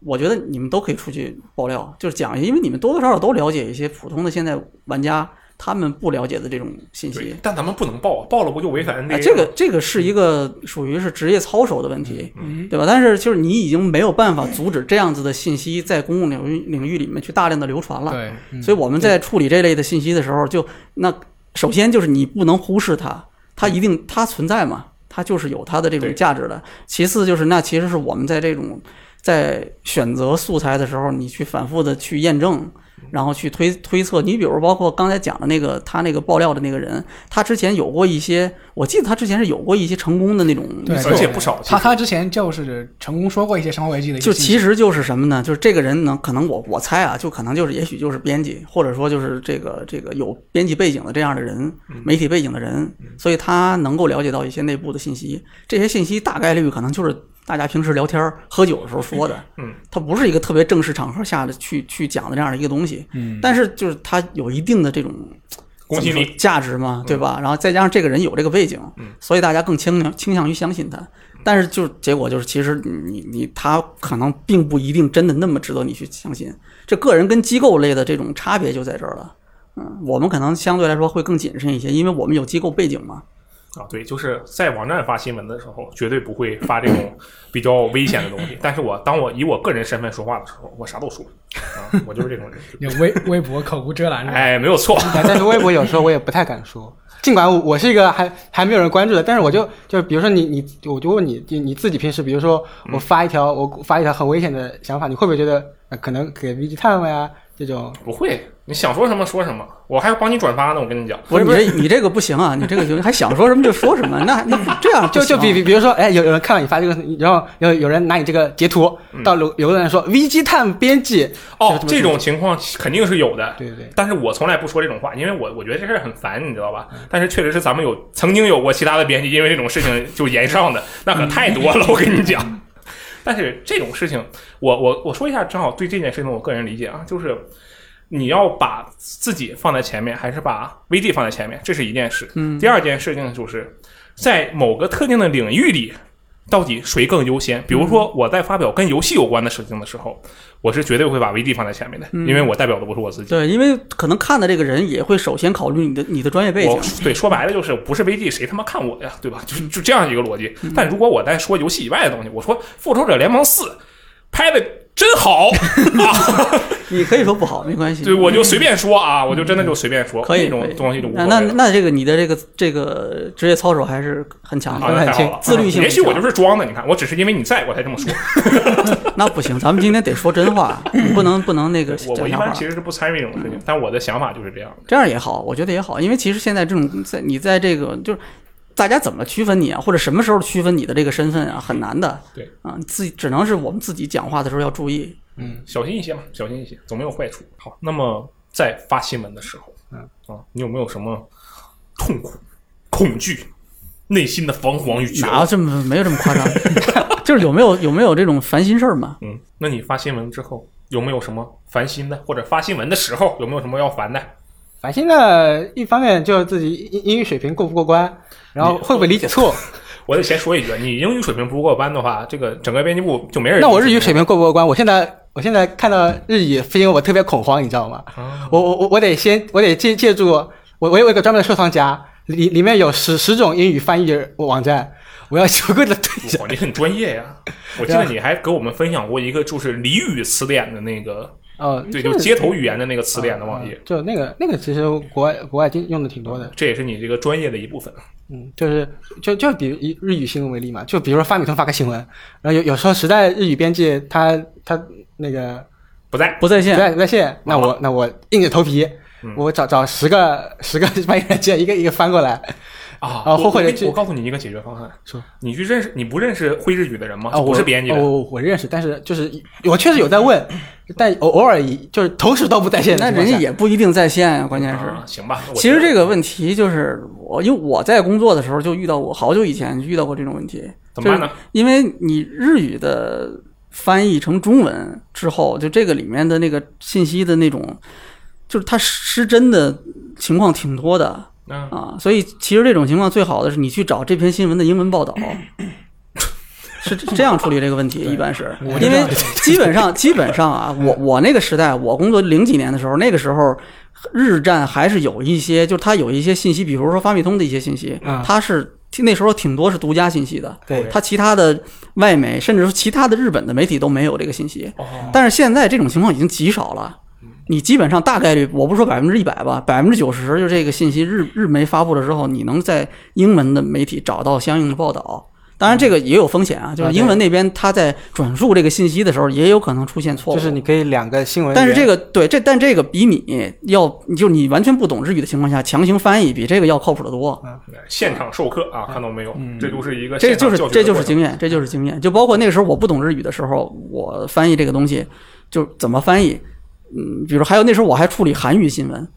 Speaker 4: 我觉得你们都可以出去爆料，就是讲一下，因为你们多多少少都了解一些普通的现在玩家他们不了解的这种信息
Speaker 1: 对。，但咱们不能报，报了不就违反 NDA？
Speaker 4: 哎，这个这个是一个属于是职业操守的问题，
Speaker 2: 嗯
Speaker 4: 对吧？但是就是你已经没有办法阻止这样子的信息在公共领域领域里面去大量的流传了。
Speaker 2: 对，
Speaker 4: 所以我们在处理这类的信息的时候，就那首先就是你不能忽视它，它一定它存在嘛，它就是有它的这种
Speaker 1: 对
Speaker 4: 价值的。其次就是那其实是我们在这种在选择素材的时候，你去反复的去验证，然后去推推测。你比如包括刚才讲的那个他那个爆料的那个人，他之前有过一些，我记得他之前是有过一些成功的那种
Speaker 2: 对，
Speaker 1: 而且不少
Speaker 2: 他他之前就是成功说过一些生化危机的一些
Speaker 4: 就
Speaker 2: 信息，
Speaker 4: 其实就是什么呢？就是这个人呢，可能我我猜啊，就可能就是也许就是编辑，或者说就是这个这个有编辑背景的这样的人，
Speaker 2: 嗯
Speaker 4: 媒体背景的人，所以他能够了解到一些内部的信息。这些信息大概率可能就是大家平时聊天儿、喝酒的时候说的，
Speaker 1: 嗯，
Speaker 4: 他不是一个特别正式场合下的去去讲的这样的一个东西。嗯，但是就是他有一定的这种
Speaker 1: 恭喜
Speaker 4: 怎么
Speaker 1: 你
Speaker 4: 说价值嘛，对吧？然后再加上这个人有这个背景，所以大家更倾向倾向于相信他。但是就是结果就是，其实你你他可能并不一定真的那么值得你去相信。这个人跟机构类的这种差别就在这儿了。嗯，我们可能相对来说会更谨慎一些，因为我们有机构背景嘛。
Speaker 1: 啊，对，就是在网站发新闻的时候，绝对不会发这
Speaker 4: (laughs)
Speaker 1: 种比较危险的东西。但是我当我以我个人身份说话的时候，我啥都说，啊，
Speaker 4: (laughs)
Speaker 1: 我就是这种人。
Speaker 2: 有微 (laughs) 微博口无遮拦是吧，
Speaker 1: 哎，没有错，
Speaker 3: 但但是微博有时候我也不太敢说，尽管我我是一个还还没有人关注的，但是我就就比如说你你，我就问你你你自己平时，比如说
Speaker 4: 嗯
Speaker 3: 我发一条、我发一条很危险的想法，你会不会觉得、呃可能给 VG 探了呀这种？
Speaker 1: 不会，你想说什么说什么，我还要帮你转发呢。我跟你讲，
Speaker 4: 不是你这你这个不行啊，你 (laughs) 这个就还想说什么就说什么，那那这样不
Speaker 3: 就
Speaker 4: 行
Speaker 3: 就
Speaker 4: 啊
Speaker 3: 比比比如说，哎，有有人看到你发这个，然后有有人拿你这个截图
Speaker 4: 嗯
Speaker 3: 到留留言说 VG 探编辑
Speaker 1: 哦，
Speaker 3: 这
Speaker 1: 这种情况肯定是有的。
Speaker 3: 对对对
Speaker 1: 但是我从来不说这种话，因为我我觉得这事儿很烦，你知道吧？但是确实是咱们有曾经有过其他的编辑因为这种事情就延上的，那可太多了，我跟你讲。 (laughs) 但是这种事情，我我我说一下，正好对这件事情我个人理解啊，就是你要把自己放在前面，还是把 VG 放在前面，这是一件事。嗯，第二件事情就是在某个特定的领域里，到底谁更优先？比如说我在发表跟游戏有关的事情的时候，我是绝对会把 VG 放在前面的，因为我代表的不是我自己。
Speaker 4: 对，因为可能看的这个人也会首先考虑你的你的专业背景
Speaker 1: 我。对，说白了就是不是 VG 谁他妈看我呀，对吧？就是就这样一个逻辑。
Speaker 4: 嗯
Speaker 1: 但如果我在说游戏以外的东西，我说《复仇者联盟四》拍的真
Speaker 4: (laughs)
Speaker 1: 好，啊、
Speaker 4: 你可以说不好，没关系。
Speaker 1: 对，我就随便说啊，我就真的就随便说，
Speaker 4: 可以
Speaker 1: 那
Speaker 4: 可
Speaker 1: 种
Speaker 4: 以
Speaker 1: 东西就无
Speaker 4: 那
Speaker 1: 所
Speaker 4: 那
Speaker 1: 谓了。
Speaker 4: 那这个你的这个这个职业操守还是很强
Speaker 1: 好
Speaker 4: 的，
Speaker 1: 的，
Speaker 3: 很
Speaker 1: 啊太好
Speaker 3: 清
Speaker 1: 了，
Speaker 4: 自律性
Speaker 1: 也许我
Speaker 4: 很强
Speaker 1: 就是装的，你看，我只是因为你在我才这么
Speaker 4: (laughs)
Speaker 1: 说。
Speaker 4: 那不行，咱们今天得说
Speaker 1: (laughs)
Speaker 4: 真话，你不能不能那个
Speaker 1: 我我
Speaker 4: 讲嗯
Speaker 1: 一
Speaker 4: 想
Speaker 1: 般
Speaker 4: 法，
Speaker 1: 其实是不参与这种事情，但我的想法就是这样的。
Speaker 4: 这样也好，我觉得也好，因为其实现在这种在你在这个就是大家怎么区分你啊，或者什么时候区分你的这个身份啊，很难的。
Speaker 1: 对
Speaker 4: 啊，自己只能是我们自己讲话的时候要注意。
Speaker 1: 小心一些嘛，小心一些，总没有坏处。好，那么在发新闻的时候，嗯啊，你有没有什么痛苦、恐惧、内心的彷徨与绝
Speaker 4: 哪有
Speaker 1: 望？
Speaker 4: 这么没有这么夸张？ (laughs) 就是有没有有没有这种烦心事儿嘛？
Speaker 1: 嗯，那你发新闻之后有没有什么烦心的，或者发新闻的时候有没有什么要烦的？
Speaker 3: 反正现在一方面就是自己英英语水平过不过关，然后会不会理解错。
Speaker 1: 我得先说一句，你英语水平不过班的话，这个整个编辑部就没人。
Speaker 3: 那我日语水平过不过关？我现在我现在看到日语是因为我特别恐慌，你知道吗？
Speaker 1: 啊
Speaker 3: 我我我我得先我得借借助我我有一个专门的收藏夹，里里面有十十种英语翻译网站，我要逐个的对
Speaker 1: (laughs)
Speaker 3: 着。
Speaker 1: 哇，你很专业
Speaker 3: (laughs)
Speaker 1: 呀！我记得你还给我们分享过一个就是俚语词典的那个，
Speaker 3: 哦，
Speaker 1: 对，就街头语言的那个词典的
Speaker 3: 嗯
Speaker 1: 网页，
Speaker 3: 就那个那个其实国外国外经用的挺多的，
Speaker 1: 这也是你这个专业的一部分。
Speaker 3: 嗯，就是就就比如以日语新闻为例嘛，就比如说发米通发个新闻，然后有有时候实在日语编辑他他那个
Speaker 1: 不在，
Speaker 4: 不在线
Speaker 3: 不，在不在线，那我那我硬着头皮
Speaker 1: 嗯，
Speaker 3: 我找找十个十个翻译软件，一个一个翻过来。
Speaker 1: 啊
Speaker 3: 啊
Speaker 1: 我
Speaker 3: 后悔的
Speaker 1: 我
Speaker 3: 这
Speaker 1: 我告诉你一个解决方案，
Speaker 3: 说
Speaker 1: 你去认识你不认识会日语的人吗？
Speaker 3: 啊，
Speaker 1: 就
Speaker 3: 我
Speaker 1: 不是编辑
Speaker 3: 哦
Speaker 1: 人，
Speaker 3: 我我认识，但是就是我确实有在问，但偶偶尔以就是同时都不在线的
Speaker 4: 那
Speaker 3: 情况
Speaker 4: 人
Speaker 3: 下。
Speaker 4: 家也不一定在线啊，关键是。
Speaker 1: 啊行吧。我
Speaker 4: 其实
Speaker 1: 觉得
Speaker 4: 这个问题就是我，因为我在工作的时候就遇到过，好久以前遇到过这种问题。
Speaker 1: 怎么办呢？
Speaker 4: 因为你日语的翻译成中文之后，就这个里面的那个信息的那种，就是它失真的情况挺多的
Speaker 1: 嗯，
Speaker 4: 啊。所以其实这种情况最好的是你去找这篇新闻的英文报道。 (laughs) 是是这样处理这个问题，一般是因为 (laughs) 基本上基本上啊，我我那个时代，我工作零几年的时候，那个时候日站还是有一些，就是它有一些信息，比如说发米通的一些信息，它是那时候挺多是独家信息的，
Speaker 3: 对
Speaker 4: 它其他的外媒甚至说其他的日本的媒体都没有这个信息。
Speaker 1: 哦，
Speaker 4: 但是现在这种情况已经极少了。你基本上大概率，我不说百分之一百吧，百分之九十就这个信息日日媒发布了之后，你能在英文的媒体找到相应的报道。当然，这个也有风险啊，就是
Speaker 3: 啊
Speaker 4: 英文那边他在转述这个信息的时候，也有可能出现错误。
Speaker 3: 就是你可以两个新闻源，呃
Speaker 4: 但是这个对这，但这个比你要就你完全不懂日语的情况下强行翻译，比这个要靠谱得多。
Speaker 1: 呃现场授课啊，看到没有？这就是一个
Speaker 4: 嗯这
Speaker 1: 现场
Speaker 4: 就是
Speaker 1: 教学
Speaker 4: 这
Speaker 1: 的
Speaker 4: 就是
Speaker 1: 过程
Speaker 4: 经验，这就是经验。就包括那个时候我不懂日语的时候，我翻译这个东西就怎么翻译，嗯，比如还有那时候我还处理韩语新闻，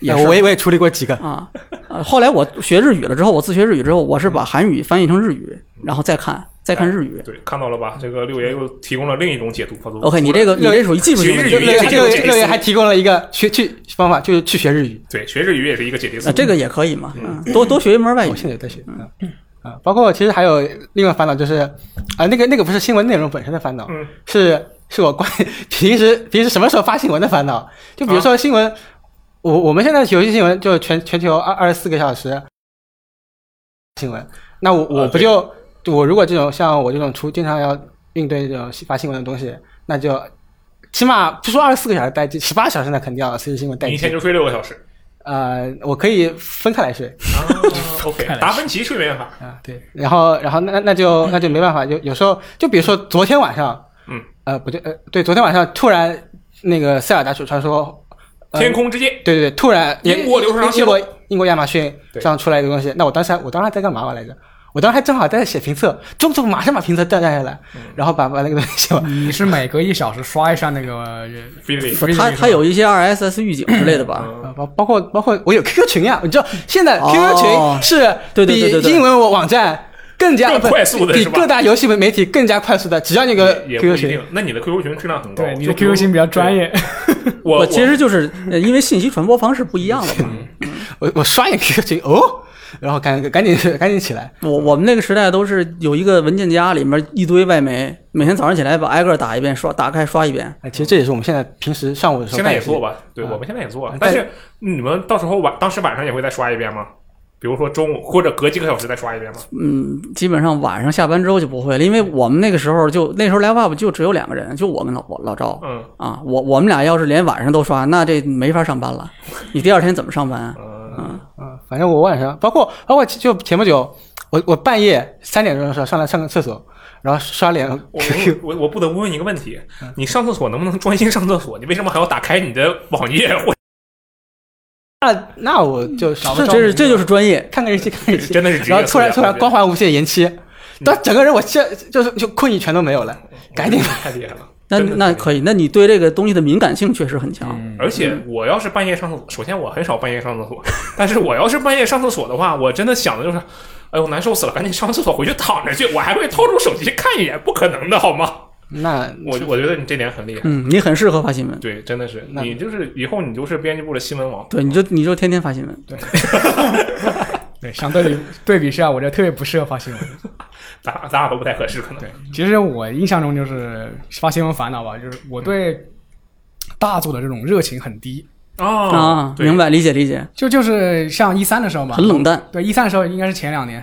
Speaker 4: 也
Speaker 3: 哎
Speaker 4: 是
Speaker 3: 我也我也处理过几个，
Speaker 4: 啊，呃，后来我学日语了之后，我自学日语之后，我是把韩语翻译成日语，然后再看再看日语。
Speaker 1: 对，看到了吧？这个六爷又提供了另一种解读。他说
Speaker 4: OK，你这个你这属于技术性问
Speaker 1: 学
Speaker 4: 题
Speaker 1: 日语
Speaker 3: 六
Speaker 1: 这个
Speaker 3: 爷六
Speaker 1: 这
Speaker 3: 爷
Speaker 1: 个
Speaker 3: 六爷还提供了一个学去方法，就是去学日语。
Speaker 1: 对学日语也是一个解题思
Speaker 4: 啊，
Speaker 1: 路。
Speaker 4: 这个也可以嘛，嗯，多多学一门外语
Speaker 3: 我。现在也在学，嗯啊，包括其实还有另外烦恼就是，啊，那个那个不是新闻内容本身的烦恼，
Speaker 1: 嗯
Speaker 3: 是是我关平时平时什么时候发新闻的烦恼。就比如
Speaker 1: 啊
Speaker 3: 说新闻，我我们现在游戏新闻就全全球二二十四个小时新闻，那我
Speaker 1: 啊
Speaker 3: 我不
Speaker 1: 对
Speaker 3: 就、就我如果这种像我这种出经常要应对这种发新闻的东西，那就起码不说二十四个小时待机，十八小时那肯定要随时新闻待
Speaker 1: 你一天
Speaker 3: 机。
Speaker 1: 就睡六个小时。
Speaker 3: 呃，我可以分开来睡。
Speaker 4: (laughs)
Speaker 1: 啊 OK，达芬奇睡眠法。
Speaker 3: 啊，对，然后然后那那就 (coughs) 那就没办法，就有时候就比如说昨天晚上，
Speaker 1: 嗯，
Speaker 3: 呃不对，呃对，昨天晚上突然那个塞尔达传说，呃
Speaker 1: 天空之剑，
Speaker 3: 对对对，突然
Speaker 1: 英国流
Speaker 3: 英
Speaker 1: 上泄
Speaker 3: 英
Speaker 1: 露
Speaker 3: 国英国亚马逊
Speaker 1: 对
Speaker 3: 上出来一个东西，那我当时还我当时还在干嘛来着？我当时还正好在写评测，中途马上把评测掉下来，
Speaker 1: 嗯
Speaker 3: 然后把把那个东西写完。
Speaker 2: 你是每隔一小时刷一下那
Speaker 1: 哦
Speaker 2: 个
Speaker 4: 呃
Speaker 1: 菲利
Speaker 2: 不是
Speaker 4: 它它有一些 RSS 预警之类的吧？
Speaker 1: 嗯
Speaker 3: 啊，包包括包括我有 QQ 群呀、你知道现在
Speaker 4: 哦
Speaker 3: QQ 群是
Speaker 4: 对对对对
Speaker 3: 比
Speaker 4: 对
Speaker 3: 英文网站更加
Speaker 1: 更
Speaker 3: 不
Speaker 1: 快速的
Speaker 3: 比
Speaker 1: 是吧
Speaker 3: 各大游戏媒体更加快速的，只要你有个
Speaker 1: 也也不
Speaker 3: QQ
Speaker 1: 一
Speaker 3: 群，
Speaker 1: 定。那你的 QQ 群质量很高，
Speaker 2: 对你的
Speaker 1: 就比如
Speaker 2: QQ 群比较专。业， (laughs)
Speaker 1: 对我嗯
Speaker 4: 我
Speaker 1: 我
Speaker 4: 其实就是呃因为信息传播方式不一样了嘛。
Speaker 3: 我我刷眼 (laughs) QQ 群哦，然后赶赶紧赶紧起来，
Speaker 4: 我我们那个时代都是有一个文件夹，里面一堆外媒，每天早上起来把挨个儿打一遍，刷打开刷一遍。
Speaker 3: 哎，其实这也是我们现在平时上午的时候
Speaker 1: 现在也做
Speaker 3: 吧，
Speaker 1: 吧，对
Speaker 4: 嗯
Speaker 3: 啊
Speaker 1: 我们现在也做
Speaker 3: 但，
Speaker 1: 但是你们到时候晚当时晚上也会再刷一遍吗？比如说中午或者隔几个小时再刷一遍吗？
Speaker 4: 嗯，基本上晚上下班之后就不会了，因为我们那个时候就那时候 Live Up 就只有两个人，就我跟老我老赵
Speaker 1: 嗯
Speaker 4: 啊，我我们俩要是连晚上都刷，那这没法上班
Speaker 1: (laughs)
Speaker 4: 了。你第二天怎么上班啊？
Speaker 1: 嗯，
Speaker 3: 嗯，反正我晚上包括包括就前不久，我我半夜三点钟的时候上来上个厕所，然后刷脸
Speaker 1: 我
Speaker 4: (laughs)
Speaker 3: QQ，
Speaker 1: 我我不得不问一个问题：
Speaker 4: 嗯
Speaker 1: 你上厕所能不能专心上厕所？你为什么还要打开你的网页
Speaker 4: (laughs)
Speaker 1: 或
Speaker 3: 那 (laughs) 那我
Speaker 1: 嗯
Speaker 3: 就
Speaker 2: 找不
Speaker 4: 这
Speaker 2: 着
Speaker 4: 这是这就是专业，
Speaker 3: 看看日期看日期，
Speaker 1: 真的是职业
Speaker 3: 然后突然
Speaker 1: 素
Speaker 3: 突
Speaker 1: 养嗯
Speaker 3: 然光环无限延期，到整个人我这就是就困意全都没有了，赶紧
Speaker 1: (laughs) 太厉害了！
Speaker 4: 那
Speaker 1: 真的嗯
Speaker 4: 那
Speaker 1: 太厉害了
Speaker 4: 可以，那你对这个东西的敏感性确实很强。
Speaker 1: 而且
Speaker 4: 嗯
Speaker 1: 我要是半夜上厕所，首先我很少半夜上厕所，但是我要是半夜上厕所的话，我真的想的就是，哎呦难受死了，赶紧上厕所回去躺着去，我还会掏出手机看一眼，不可能的好吗？
Speaker 3: 那
Speaker 1: 嗯我我觉得你这点很厉害，
Speaker 4: 嗯，你很适合发新闻，
Speaker 1: (laughs) 对，真的是
Speaker 3: 那
Speaker 1: 你就是以后你就是编辑部的新闻王，
Speaker 4: 对，你就你就天天发新闻。
Speaker 2: 对，相对比对比啊下，我这特别不适合发新闻。
Speaker 1: 咱俩咱俩都不太合适，可能。
Speaker 2: 其实我印象中就是发新闻烦恼吧，就是我对大作的这种热情很低，
Speaker 1: 哦
Speaker 4: 啊，明。白，理解理解，
Speaker 2: 就就是像一三的时候嘛，
Speaker 4: 很冷淡。
Speaker 2: 对，一三的时候应该是前两年，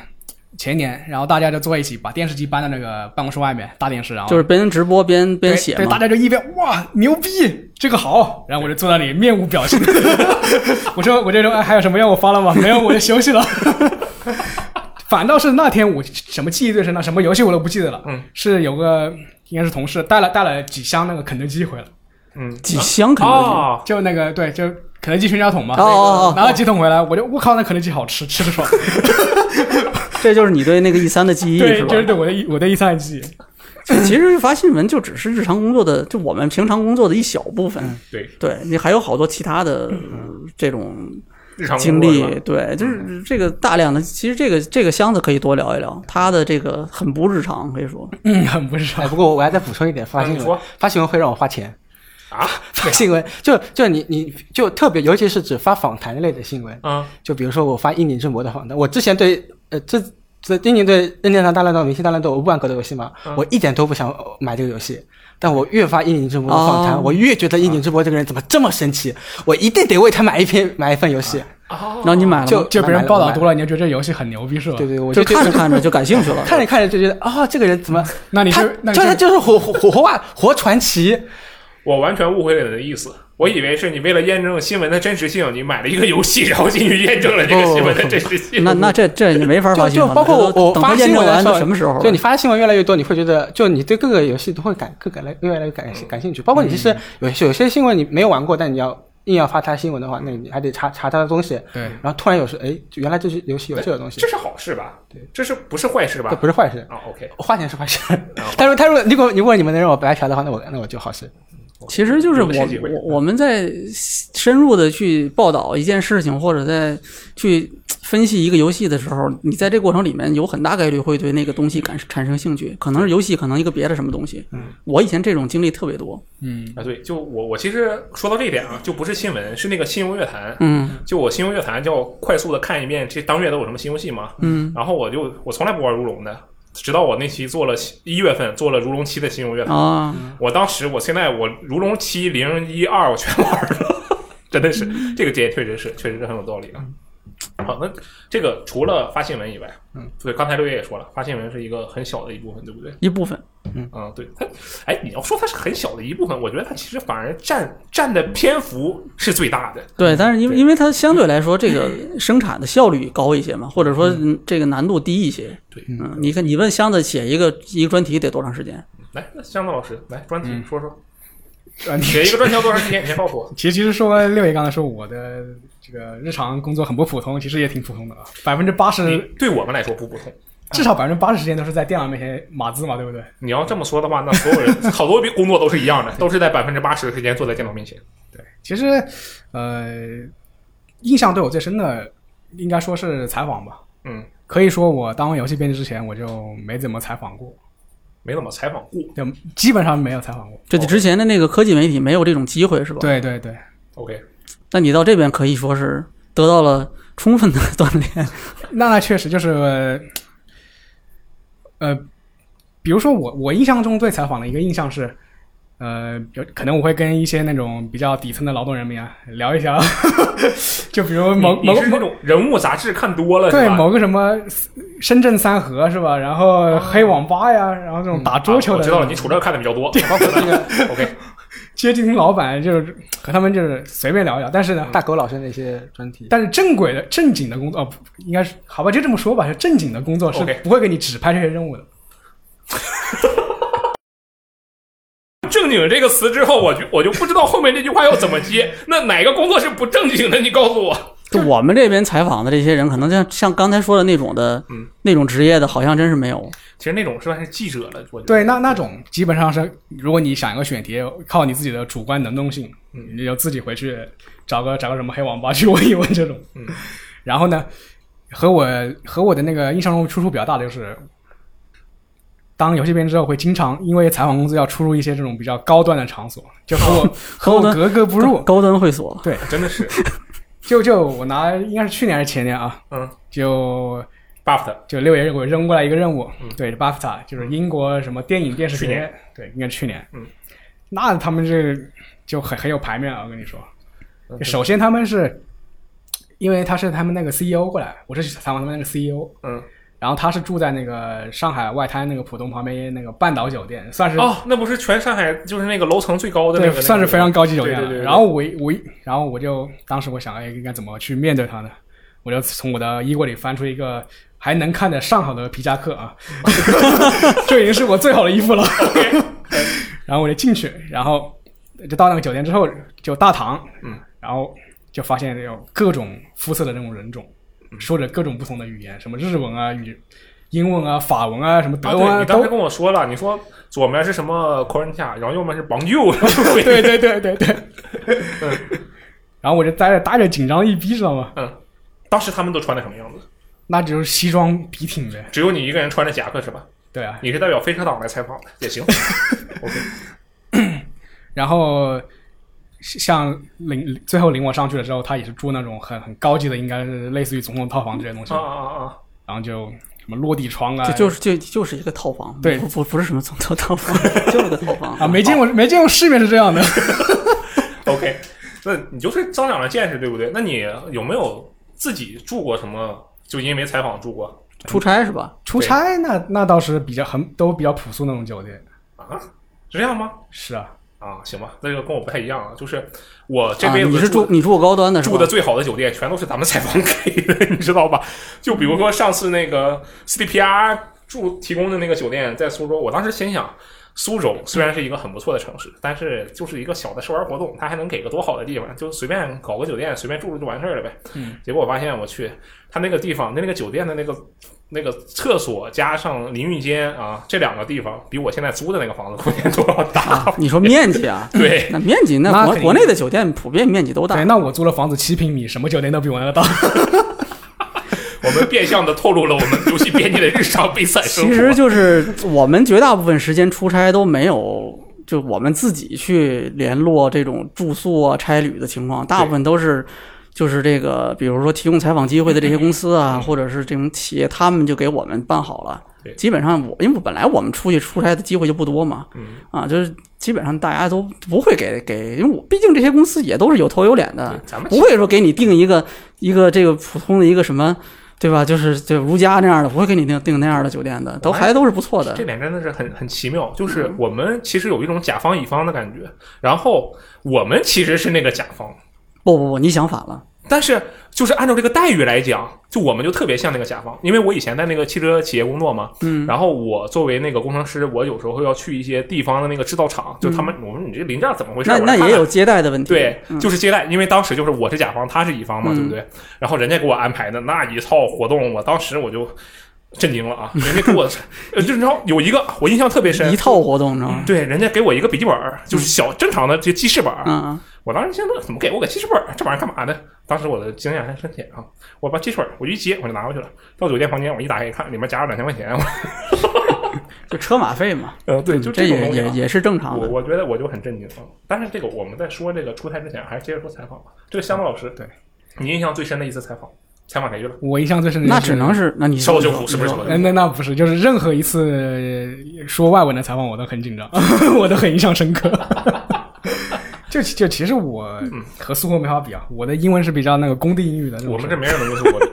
Speaker 2: 前年，然后大家就坐一起，把电视机搬到那个办公室外面，大电
Speaker 1: 哦
Speaker 2: 视，然后
Speaker 4: 就是边直播边边写
Speaker 2: 对，对
Speaker 4: 嘛
Speaker 2: 哎大。家就一边哇牛逼，这个好，然后我就坐那里面无表情，我说我这种、哎、还有什么要我发了吗？没有，我就休息了。 (laughs) 反倒是那天我什么记忆最深呢？什么游戏我都不记得了。
Speaker 1: 嗯，
Speaker 2: 是有个应该是同事带了带了几箱那个肯德基回来，
Speaker 1: 嗯，
Speaker 4: 几箱肯德基，
Speaker 1: 哦，
Speaker 2: 就那个对，就肯德基全家桶嘛。
Speaker 4: 哦哦哦
Speaker 2: 拿了几桶回来，我就我靠，那肯德基好吃，吃的爽。
Speaker 4: 这就是你对那个 E 三的记忆
Speaker 2: 对，
Speaker 4: 是
Speaker 2: 就是
Speaker 4: 吧？
Speaker 2: 对我的一我的一三记忆。
Speaker 4: 其实发新闻就只是日常工作的，就我们平常工作的一小部分。
Speaker 1: 对，
Speaker 4: 对你还有好多其他的、呃这种
Speaker 1: 日常
Speaker 4: 经
Speaker 1: 工作是吧
Speaker 4: 历，对，就是这个大量的，其实这个这个箱子可以多聊一聊，它的这个很不日常，可以说
Speaker 2: 嗯，很不是
Speaker 3: 哎，不过我还再补充一点，发
Speaker 1: 嗯
Speaker 3: 新
Speaker 1: 你
Speaker 3: 闻
Speaker 1: 说，
Speaker 3: 发新闻会让我花钱。
Speaker 1: 啊，
Speaker 3: 发新闻就就你你就特别，尤其是只发访谈类的新闻，
Speaker 1: 嗯
Speaker 3: 就比如说我发英宁智博的访谈，我之前对呃这这英宁对任天堂大乱斗、明星大乱斗、我不玩格斗游戏嘛，
Speaker 2: 嗯
Speaker 3: 我一点都不想呃买这个游戏。但我越发英宁智博的访谈，
Speaker 4: 哦
Speaker 3: 我越觉得英宁智博这个人怎么这么神奇，我一定得为他买一篇买一份游
Speaker 2: 啊
Speaker 3: 戏。
Speaker 1: 哦
Speaker 4: 然后你买了吗
Speaker 3: 就
Speaker 2: 就别人报道多了，你就觉得这游戏很牛逼是吧？
Speaker 3: 对对，我
Speaker 4: 就
Speaker 3: 就
Speaker 4: 看
Speaker 3: 觉得
Speaker 4: 着看着就感兴趣了。
Speaker 3: (laughs) 看着看着就觉得啊、这个人怎么
Speaker 2: 那你就
Speaker 3: 他
Speaker 2: 那你
Speaker 3: 他就是活活活活活传奇，
Speaker 1: 我完全误会了你的意思。我以为是你为了验证新闻的真实性，你买了一个游戏，然 (laughs) 后进去验证了这个新闻的真实性。
Speaker 4: 那那这这没法发
Speaker 3: 就
Speaker 4: 新闻
Speaker 3: 就
Speaker 4: 了，
Speaker 3: 包括我
Speaker 4: 这都
Speaker 3: 我
Speaker 4: 等他
Speaker 3: 发
Speaker 4: 验
Speaker 3: 新
Speaker 4: 证
Speaker 3: 闻的
Speaker 4: 完
Speaker 3: 时候
Speaker 4: 都什么时候了？
Speaker 3: 就你发的新闻越来越多，你会觉得，就你对各个游戏都会感更感来越来越感
Speaker 4: 嗯
Speaker 3: 感兴趣。包括你其实有些有些新闻你没有玩过，但你要硬要发它新闻的话，那你还得查查它的东西。
Speaker 2: 对，
Speaker 3: 然后突然有时，哎，就原来这是游戏有这个东西
Speaker 1: 这，是好事吧？对，这是不是坏事
Speaker 3: 这
Speaker 1: 吧？
Speaker 3: 不是坏事。
Speaker 1: 啊，OK，
Speaker 3: 花钱是坏事，
Speaker 4: 哦
Speaker 3: (laughs) 但是他如果如果如果你们能让我白嫖的话，那我那我就好事。
Speaker 4: 其实就是
Speaker 1: 有
Speaker 4: 我
Speaker 1: 的是机会
Speaker 4: 我我们在深入的去报道一件事情，或者在去分析一个游戏的时候，你在这过程里面有很大概率会对那个东西感产生兴趣，可能是游戏，可能一个别的什么东西。嗯，我以前这种经历特别多。
Speaker 2: 嗯，
Speaker 1: 啊，对，就我我其实说到这一点啊，就不是新闻，是那个新闻乐坛。
Speaker 4: 嗯
Speaker 1: 就我新闻乐坛，就快速的看一遍这当月都有什么新游戏嘛。
Speaker 4: 嗯，
Speaker 1: 然后我就我从来不玩如龙的，直到我那期做了一月份做了如龙七的新闻乐坛，
Speaker 4: 啊，
Speaker 1: 我当时我现在我如龙七零一二我全玩了，真的是这个建议确实是确实是很有道理啊。好，那这个除了发新闻以外，嗯，对，刚才六月也说了，发新闻是一个很小的一部分，对不对？
Speaker 4: 一部分
Speaker 1: 嗯，对它，哎，你要说它是很小的一部分，我觉得它其实反而占占的篇幅是最大的。
Speaker 4: 对，但是因为
Speaker 1: 对
Speaker 4: 因为它相对来说这
Speaker 1: (laughs)
Speaker 4: 个生产的效率高一些嘛，或者说嗯这个难度低一些。
Speaker 1: 对
Speaker 4: 嗯，你看你问箱子写一个一个专题得多长时间？
Speaker 1: 来，那箱子老师来专题说说，
Speaker 2: 呃，你
Speaker 1: 写一个嗯专条多长时间？你先告诉我。
Speaker 2: 其实其实说六爷刚才说我的这个日常工作很不普通，其实也挺普通的啊，百分之八
Speaker 1: 你
Speaker 2: 十
Speaker 1: 对我们来说不普通。
Speaker 4: 啊
Speaker 2: 至少百分之八十时间都是在电脑面前码字嘛，对不对？
Speaker 1: 你要这么说的话，那所有人好多工作都是一样的，都是在百分之八十的时间坐在电脑面前。
Speaker 2: 其实，呃，印象对我最深的应该说是采访吧。
Speaker 1: 嗯，
Speaker 2: 可以说我当游戏编辑之前，我就没怎么采访过，
Speaker 1: 没怎么采访过。
Speaker 2: 就基本上没有采访过。
Speaker 4: 这
Speaker 1: 哦
Speaker 4: 就之前的那个科技媒体没有这种机会是吧？
Speaker 2: 对对对，
Speaker 1: OK，
Speaker 4: 那你到这边可以说是得到了充分的锻炼。
Speaker 2: 那那确实就是，呃，比如说我我印象中对采访的一个印象是，呃，有可能我会跟一些那种比较底层的劳动人民啊聊一下， (laughs) 就比如某
Speaker 1: 你你
Speaker 2: 某
Speaker 1: 是那
Speaker 2: 某
Speaker 1: 种人物杂志看多了
Speaker 2: 对
Speaker 1: 是吧？
Speaker 2: 某个什么深圳三河是吧？然后黑网吧呀，然后这种打桌球
Speaker 1: 哦啊我
Speaker 2: 的，
Speaker 1: 知道了，你杵这看的比较多。
Speaker 3: 包括那个
Speaker 4: 嗯
Speaker 1: OK，
Speaker 2: 街机厅老板，就是和他们就是随便聊一聊，但是
Speaker 1: 嗯
Speaker 2: 呢，
Speaker 3: 大狗老师那些专题，
Speaker 2: 但是正轨的正经的工作，哦，不应该是好吧，就这么说吧，就正经的工作是
Speaker 1: OK
Speaker 2: 不会给你指派这些任务的。
Speaker 1: 正经这个词之后，我就我就不知道后面这句话要怎么
Speaker 2: (laughs)
Speaker 1: 接。那哪个工作是不正经的？你告诉我。
Speaker 4: 就我们这边采访的这些人，可能像像刚才说的那种的，
Speaker 1: 嗯
Speaker 4: 那种职业的，好像真是没有。
Speaker 1: 其实那种算是记者了，我觉得。
Speaker 2: 对，那那种基本上是，如果你想一个选题，靠你自己的主观能动性，
Speaker 4: 嗯
Speaker 2: 你就自己回去找个找个什么黑网吧去问一问这种。
Speaker 1: 嗯，
Speaker 2: 然后呢，和我和我的那个印象中出入比较大的就是，当游戏编之后会经常因为采访工作要出入一些这种比较高端的场所，就和
Speaker 4: (laughs)
Speaker 2: 我和
Speaker 4: 高
Speaker 2: 我
Speaker 4: 端
Speaker 2: 格格不入。
Speaker 4: 高端会所，
Speaker 1: 真的
Speaker 2: (laughs)
Speaker 1: 是
Speaker 2: 就就我拿应该是去年还是前年啊，
Speaker 1: 嗯，
Speaker 2: 就
Speaker 1: buff 的。
Speaker 2: 就六爷给我扔过来一个任务，
Speaker 1: 嗯
Speaker 2: 对，BAFTA 就是英国什么电影电视
Speaker 1: 去
Speaker 2: 节
Speaker 1: 年，
Speaker 2: 对，应该是去年。
Speaker 1: 嗯，
Speaker 2: 那他们这就很很有排面啊，我跟你说，就首先他们是，因为他是他们那个 CEO 过来，我是采访他们那个 CEO，
Speaker 1: 嗯，
Speaker 2: 然后他是住在那个上海外滩那个浦东旁边那个半岛酒店，算是
Speaker 1: 哦，那不是全上海就是那个楼层最高的那
Speaker 2: 嗯对，
Speaker 1: 个，
Speaker 2: 算是非常高级酒店了。
Speaker 1: 对对对对
Speaker 2: 然后我一我一然后我就当时我想，哎，应该怎么去面对它呢？我就从我的衣柜里翻出一个还能看得上好的皮夹克
Speaker 1: (laughs)
Speaker 2: 啊， (laughs) 这已经是我最好的衣服了。 (laughs) 然后我就进去，然后就到那个酒店之后，就大堂，
Speaker 1: 嗯，
Speaker 2: 然后就发现有各种肤色的这种人种，
Speaker 1: 嗯
Speaker 2: 说着各种不同的语言，什么日文啊、语英文啊、法文啊、什么
Speaker 1: 啊，
Speaker 2: 德文
Speaker 1: 对
Speaker 2: 啊，
Speaker 1: 你刚才
Speaker 2: 都
Speaker 1: 跟我说了，你说左面是什么 c o r n t a 然后右面是 (laughs) b o n g u
Speaker 2: (laughs) 对对对对对。
Speaker 1: (laughs)
Speaker 2: 然后我就待着待着，紧张一逼，知道吗？
Speaker 1: 嗯，当时他们都穿的什么样子？
Speaker 2: 那就是西装笔挺呗。
Speaker 1: 只有你一个人穿着夹克是吧？
Speaker 2: 对啊，
Speaker 1: 你是代表飞车党来采 (laughs) 访的也行。OK，
Speaker 2: 然后像领最后领我上去的时候，他也是住那种很很高级的，应该是类似于总统套房这些东西
Speaker 1: 啊，啊啊啊！
Speaker 2: 然后就什么落地窗啊，
Speaker 4: 就就是就就是一个套房，
Speaker 2: 对
Speaker 4: 不不不是什么总套套房，就是个套房
Speaker 2: 啊，没见过
Speaker 4: 哦
Speaker 2: 没见过世面是这样的。
Speaker 1: OK，那你就是增长了见识，对不对？那你有没有自己住过什么？就因为采访住过
Speaker 4: 出差是吧？
Speaker 2: 出差那那倒是比较很都比较朴素那种酒店。
Speaker 1: 啊？是这样吗？
Speaker 2: 是啊，
Speaker 1: 啊，行吧，那个跟我不太一样啊，就是我这辈
Speaker 4: 啊、
Speaker 1: 子
Speaker 4: 你是
Speaker 1: 住
Speaker 4: 住你住过高端的是吧？
Speaker 1: 住的最好的酒店，全都是咱们采访给的， (laughs) 你知道吧？就比如说上次那个 CDPR 住提供的那个酒店在苏州，我当时心想，苏州虽然是一个很不错的城市，但是就是一个小的社玩活动，它还能给个多好的地方？就随便搞个酒店，随便住住就完事儿了呗。
Speaker 2: 嗯，
Speaker 1: 结果我发现我去他那个地方，那那个酒店的那个。那个厕所加上淋浴间啊，这两个地方比我现在租的那个房子空间都要大？
Speaker 4: (laughs) 啊。，你说面积啊
Speaker 1: (laughs) 对，
Speaker 4: 那面积，那
Speaker 2: 那
Speaker 4: 国
Speaker 2: 肯定
Speaker 4: 国内的酒店普遍面积都
Speaker 2: 对，
Speaker 4: 大。
Speaker 2: 那我租了房子七平米，什么酒店都比我那个大。
Speaker 1: 我们变相的透露了我们游戏编辑的日常悲惨生活。
Speaker 4: 其实就是我们绝大部分时间出差都没有，就我们自己去联络这种住宿啊、差旅的情况，大部分都是就是这个，比如说提供采访机会的这些公司啊，或者是这种企业，他们就给我们办好了
Speaker 1: 对。
Speaker 4: 基本上我因为本来我们出去出差的机会就不多嘛，
Speaker 1: 嗯，
Speaker 4: 啊，就是基本上大家都不会给给，因为我毕竟这些公司也都是有头有脸的
Speaker 1: 对，咱们
Speaker 4: 啊不会说给你定一个一个这个普通的一个什么，对吧？就是就如家那样的，不会给你定定那样的酒店的，都还都是不错的
Speaker 1: 这。点真的是很很奇妙，
Speaker 4: 嗯
Speaker 1: 就是我们其实有一种甲方乙方的感觉，然后我们其实是那个甲方，
Speaker 4: 不不不，你想反了，
Speaker 1: 但是就是按照这个待遇来讲，就我们就特别像那个甲方，因为我以前在那个汽车企业工作嘛，
Speaker 4: 嗯，
Speaker 1: 然后我作为那个工程师，我有时候要去一些地方的那个制造厂，就他们、我说你这零件怎么回事？
Speaker 4: 嗯那
Speaker 1: 我来
Speaker 4: 那
Speaker 1: 看
Speaker 4: 也
Speaker 1: 看
Speaker 4: 有接待的问题。
Speaker 1: 对，
Speaker 4: 嗯
Speaker 1: 就是接待，因为当时就是我是甲方，他是乙方嘛，
Speaker 4: 嗯
Speaker 1: 对不对？然后人家给我安排的那一套活动，我当时我就震惊了啊！人家给
Speaker 4: (laughs)
Speaker 1: 我，呃，就是你知道有一个我印象特别深
Speaker 4: 一，套活动，你知道吗？
Speaker 1: 对，人家给我一个笔记本儿，就是小正常的这记事本儿，
Speaker 4: 嗯，
Speaker 1: 我当时心说，怎么给我个记事本儿？这玩意儿干嘛呢？当时我的经验还深浅啊！我把记事本儿我一接我就拿回去了，到酒店房间我一打开一看，里面加了两千块钱，我 (laughs)
Speaker 4: 就车马费嘛，
Speaker 1: 呃，对，就
Speaker 4: 嗯这
Speaker 1: 种
Speaker 4: 也
Speaker 1: 东西、啊
Speaker 4: 也。也是正常
Speaker 1: 我
Speaker 4: 的。
Speaker 1: 我觉得我就很震惊啊！但是这个我们在说这个出差之前，还是接着说采访吧。这个香港老师，
Speaker 2: 对
Speaker 1: 你印象最深的一次采访，采访谁去了？
Speaker 2: 我印象最深的、就
Speaker 4: 那
Speaker 2: 是，
Speaker 4: 只能是，那你
Speaker 1: 烧酒
Speaker 4: 你哎
Speaker 1: 壶是不是
Speaker 4: 你
Speaker 1: 烧酒
Speaker 2: (laughs) 那那那不是，就是任何一次呃说外文的采访，我都很紧张， (laughs) 我都很印象深刻。 (laughs) 就就其实我和苏活没法比啊，我的英文是比较那个工地英语的那种。
Speaker 1: 我们这没人能跟我的，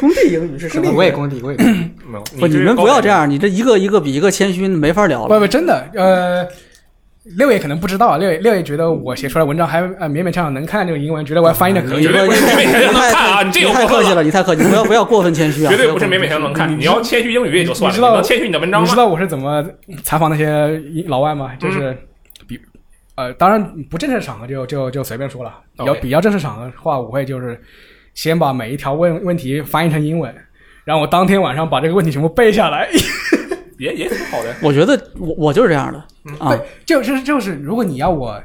Speaker 4: 工地英语是什么？
Speaker 3: 我也工地，我也工
Speaker 4: (laughs)
Speaker 3: 地。
Speaker 1: 没有。
Speaker 4: 不，你
Speaker 1: 这是
Speaker 4: 们不
Speaker 1: 高
Speaker 4: 要
Speaker 1: 人
Speaker 4: 这。样，你这一个一个比一个谦虚，没法聊
Speaker 2: 不
Speaker 4: 了。
Speaker 2: 不真的呃。六爷可能不知道啊，六爷六爷觉得我写出来文章还呃勉勉强强能看这个英文，觉得我还翻译的可
Speaker 1: 你
Speaker 2: 以
Speaker 1: 绝。对不是每天都能看啊你这有
Speaker 4: 太
Speaker 1: 过分
Speaker 4: 客气了，你太客气，不要不要过分谦虚啊！
Speaker 1: 绝对不是
Speaker 4: 要过分
Speaker 1: 每每天能看，你要谦虚英语也就算了，
Speaker 2: 你知道
Speaker 1: 能谦虚你的文章
Speaker 2: 你知
Speaker 1: 吗？
Speaker 2: 道我是怎么采访那些老外吗？就是比、呃，当然不正式场合就就就随便说了，比较
Speaker 1: OK
Speaker 2: 比较正式场合的话，我会就是先把每一条问问题翻译成英文，然后我当天晚上把这个问题全部背下来。
Speaker 1: 也也挺好的。
Speaker 4: 我觉得我我就是这样的
Speaker 1: 嗯
Speaker 4: 啊
Speaker 2: 对，，就就是就是，如果你要我。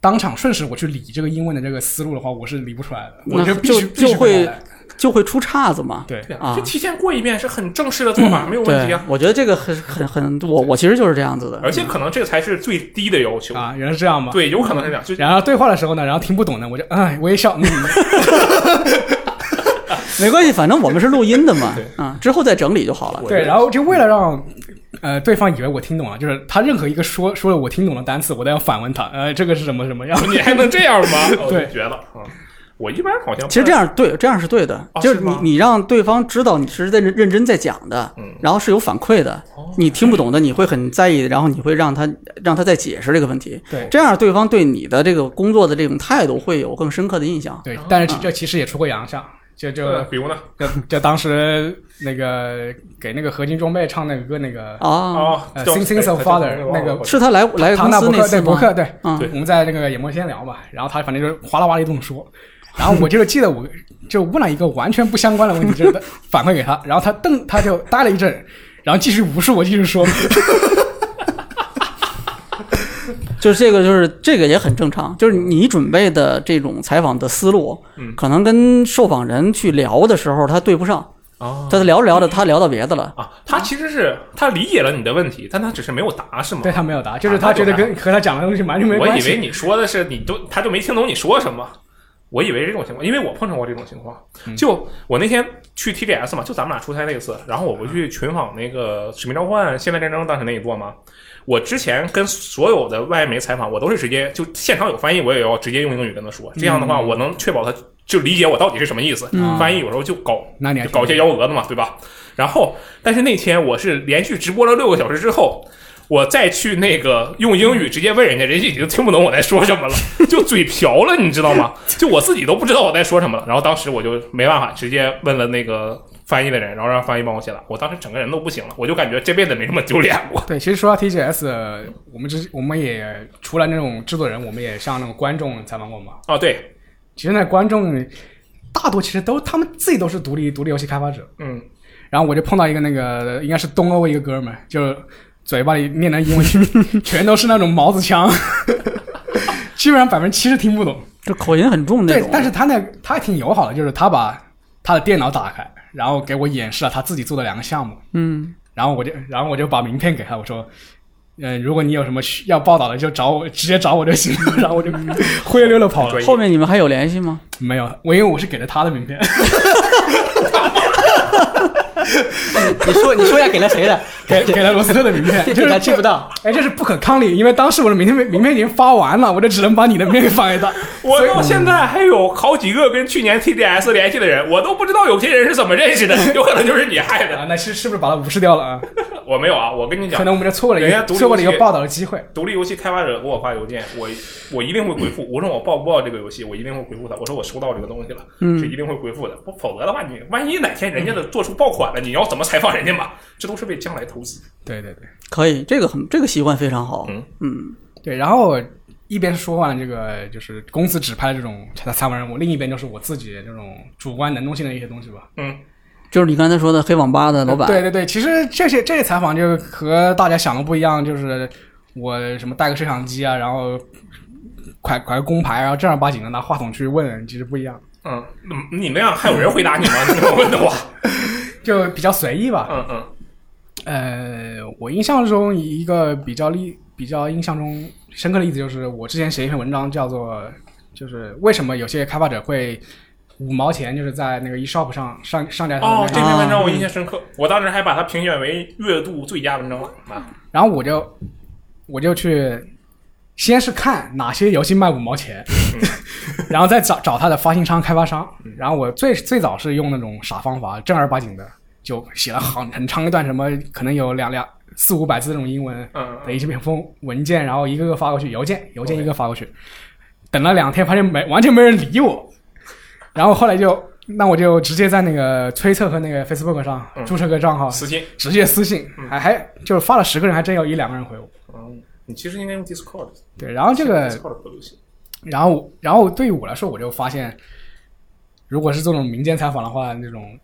Speaker 2: 当场顺势我去理这个英文的这个思路的话，我是理不出来的，
Speaker 4: 那
Speaker 2: 我必须
Speaker 4: 就
Speaker 2: 必须
Speaker 4: 就会
Speaker 2: 背下来
Speaker 4: 就会出岔子嘛。
Speaker 2: 对，
Speaker 1: 对
Speaker 4: 啊
Speaker 1: 就提前过一遍是很正式的做法，没有问题
Speaker 4: 对
Speaker 1: 啊。，哎
Speaker 4: 我觉得这个很很很，我我其实就是这样子的
Speaker 1: 而。且可能这才是最低的要求。
Speaker 2: 啊，原来是这样嘛。
Speaker 1: 对，有可能是这样，就
Speaker 2: 然后对话的时候呢，然后听不懂呢，我就哎微笑，嗯，
Speaker 4: 没关系，反正我们是录音的嘛
Speaker 1: 对，
Speaker 4: 啊，之后再整理就好了。
Speaker 1: 我觉
Speaker 2: 对，
Speaker 1: 得
Speaker 2: 然后就为了让呃对方以为我听懂了，就是他任何一个说说了我听懂的单词，我都要反问他，呃，这个是什么什么
Speaker 1: (laughs)
Speaker 2: 样？
Speaker 1: 你还能这样吗？我就
Speaker 2: 对
Speaker 1: 觉得啊，我一般好像不
Speaker 4: 其实这样对，这样是对的
Speaker 1: 啊，
Speaker 4: 就是是你
Speaker 1: 吗
Speaker 4: 你让对方知道你是在认认真在讲的
Speaker 1: 嗯，
Speaker 4: 然后是有反馈的
Speaker 1: 哦，
Speaker 4: 你听不懂的你会很在意，然后你会让他让他再解释这个问题，
Speaker 2: 对
Speaker 4: 这样对方对你的这个工作的这种态度会有更深刻的印象。
Speaker 2: 对
Speaker 1: 啊，
Speaker 2: 但是这这其实也出过洋相，就就
Speaker 1: 呃比如呢？
Speaker 2: 就就当时那个给那个合金装备唱那个歌那个
Speaker 4: 啊，
Speaker 1: 哦
Speaker 2: 呃
Speaker 1: 叫
Speaker 2: Sing
Speaker 1: 哎
Speaker 2: Sings of
Speaker 1: 叫
Speaker 2: Father，那个
Speaker 4: 是他来来
Speaker 2: 唐
Speaker 4: 公
Speaker 2: 纳
Speaker 4: 司
Speaker 2: 伯
Speaker 4: 那
Speaker 2: 克
Speaker 4: 次
Speaker 2: 对
Speaker 4: 吗
Speaker 2: 伯克对，
Speaker 4: 啊
Speaker 1: 对，
Speaker 2: 我们在那个演播间聊嘛，然后他反正就是哗啦哗啦一顿说，然后我就是记得我就问了一个完全不相关的问题，就是反馈给他，然后他瞪他就呆了一阵，然后继续无视我继续说，
Speaker 4: 就是这个，就是这个也很正
Speaker 2: 嗯
Speaker 4: 常。就是你准备的这种采访的思路，
Speaker 1: 嗯
Speaker 4: 可能跟受访人去聊的时候他对不上，
Speaker 2: 嗯
Speaker 1: 啊
Speaker 4: 他聊着聊着他聊到别的了。
Speaker 1: 啊，他其实是他理解了你的问题，但他只是没有答，是吗？
Speaker 2: 对他没有答，就是
Speaker 1: 啊
Speaker 2: 他
Speaker 1: 那就
Speaker 2: 觉得
Speaker 1: 还
Speaker 2: 跟和他讲的东西完全没
Speaker 1: 我
Speaker 2: 关
Speaker 1: 以
Speaker 2: 系
Speaker 1: 为。你说的是你都他就没听懂你说什么，我以为这种情况，因为我碰上过这种情况。
Speaker 2: 嗯
Speaker 1: 就我那天去 TGS 嘛，就咱们俩出差那次，然后我不去群访那个《使命召唤》《现代战争》当时那一座嘛。我之前跟所有的外媒采访，我都是直接就现场有翻译，我也要直接用英语跟他说，这样的话
Speaker 2: 嗯
Speaker 1: 我能确保他就理解我到底是什么意思。
Speaker 4: 嗯
Speaker 1: 翻译有时候就搞
Speaker 2: 那你还
Speaker 1: 就搞一些幺蛾子嘛，对吧？然后，但是那天我是连续直播了六个小时之后，我再去那个用英语直接问人家，人家已经听不懂我在说什么了，就嘴瓢了，你知道吗？就我自己都不知道我在说什么了。然后当时我就没办法，直接问了那个翻译的人，然后让翻译帮我解答。我当时整个人都不行了，我就感觉这辈子没这么丢脸过。
Speaker 2: 对，其实说到 TGS，呃我们之我们也除了那种制作人，我们也向那种观众采访过嘛。
Speaker 1: 哦，对，
Speaker 2: 其实那观众大多其实都他们自己都是独立独立游戏开发者。
Speaker 1: 嗯，
Speaker 2: 然后我就碰到一个那个应该是东欧一个哥们儿，就是嘴巴里念的英文， (laughs) 全都是那种毛子腔， (laughs) 基本上百分之七十听不懂。
Speaker 4: 这口音很重那
Speaker 2: 对
Speaker 4: 种。，
Speaker 2: 但是他那他还挺友好的，就是他把他的电脑打开，然后给我演示了他自己做的两个项目，
Speaker 4: 嗯，
Speaker 2: 然后我就然后我就把名片给他，我说。嗯，如果你有什么需要报道的，就找我，直接找我就行了。 (laughs) 然后我
Speaker 4: (laughs)
Speaker 2: 就灰溜溜的跑了。
Speaker 4: 后面你们还有联系吗？
Speaker 2: 没有，我因为我是给了他的名片，
Speaker 3: 你说你说一下给了谁
Speaker 4: (laughs)
Speaker 3: 的？
Speaker 2: 给给了罗斯特的名片，
Speaker 3: 这
Speaker 2: 就
Speaker 3: 这
Speaker 2: 是
Speaker 3: 还去不到。
Speaker 2: 哎，这是不可抗力，因为当时我的名片名片已经发完了，我就只能把你的名片给放给他。 (laughs)
Speaker 1: 我
Speaker 2: 所以
Speaker 1: 到现在还有好几个跟去年 TDS 联系的人，我都不知道有些人是怎么认识的，有可能就是你害
Speaker 2: 啊，
Speaker 1: 的。
Speaker 2: 那是是不是把他无视掉了啊？
Speaker 1: (laughs) 我没有啊，我跟你讲
Speaker 2: 可，能我们这错过了一
Speaker 1: 人家
Speaker 2: 个
Speaker 1: 独立
Speaker 2: 错过了一
Speaker 1: 游
Speaker 2: 个
Speaker 1: 戏
Speaker 2: 报道的机会。
Speaker 1: 独立游戏开发者给我发邮件，我我一定会回复，无论我报不报这个游戏，我一定会回复他。我说我收到这个东西了，是一定会回复的。不，否则的话，你万一哪天人家的做出爆款了，你要怎么采访人家嘛？这都是为将来投资。
Speaker 2: 对对对
Speaker 4: 可以，这个很这个习惯非常好。
Speaker 1: 嗯
Speaker 2: 对，然后一边说完了这个就是公司指派的这种采访任务，另一边就是我自己这种主观能动性的一些东西吧。
Speaker 1: 嗯，
Speaker 4: 就是你刚才说的黑网吧的老板，
Speaker 2: 对对对，其实这些这些采访就和大家想的不一样，就是我什么带个摄像机啊，然后拐拐个工牌啊，然后正儿八经的拿话筒去问人，其实不一样，
Speaker 1: 嗯，那你那样还有人回答你吗？你这么问的话，
Speaker 2: 就比较随意吧。
Speaker 1: 嗯嗯
Speaker 2: 呃，我印象中一个比较例比较印象中深刻的例子就是，我之前写一篇文章叫做就是为什么有些开发者会五毛钱就是在那个 eShop 上上上架他的那
Speaker 1: 哦
Speaker 2: 个，
Speaker 1: 这篇文章我印象深刻，我当时还把它评选为月度最佳文章了。啊，
Speaker 2: 然后我就我就去先是看哪些游戏卖五毛钱，然后再找找它的发行商、开发商。然后我最最早是用那种傻方法，正儿八经的就写了很很长一段，什么可能有两两四五百字这种英文
Speaker 1: 嗯
Speaker 2: 的一篇封文件，然后一个个发过去，邮件邮件一个发过去。等了两天，发现没完全没人理我，然后后来就那我就直接在那个推特和那个 Facebook 上注册个账号，
Speaker 1: 嗯私信。
Speaker 2: 直接私信，还还就是发了十个人，还真有一两个人回我。
Speaker 1: 嗯，你其实应该用 Discord。
Speaker 2: 对，然后这个，
Speaker 1: Discord 不流行。
Speaker 2: 然后然后对于我来说，我就发现，如果是这种民间采访的话，那种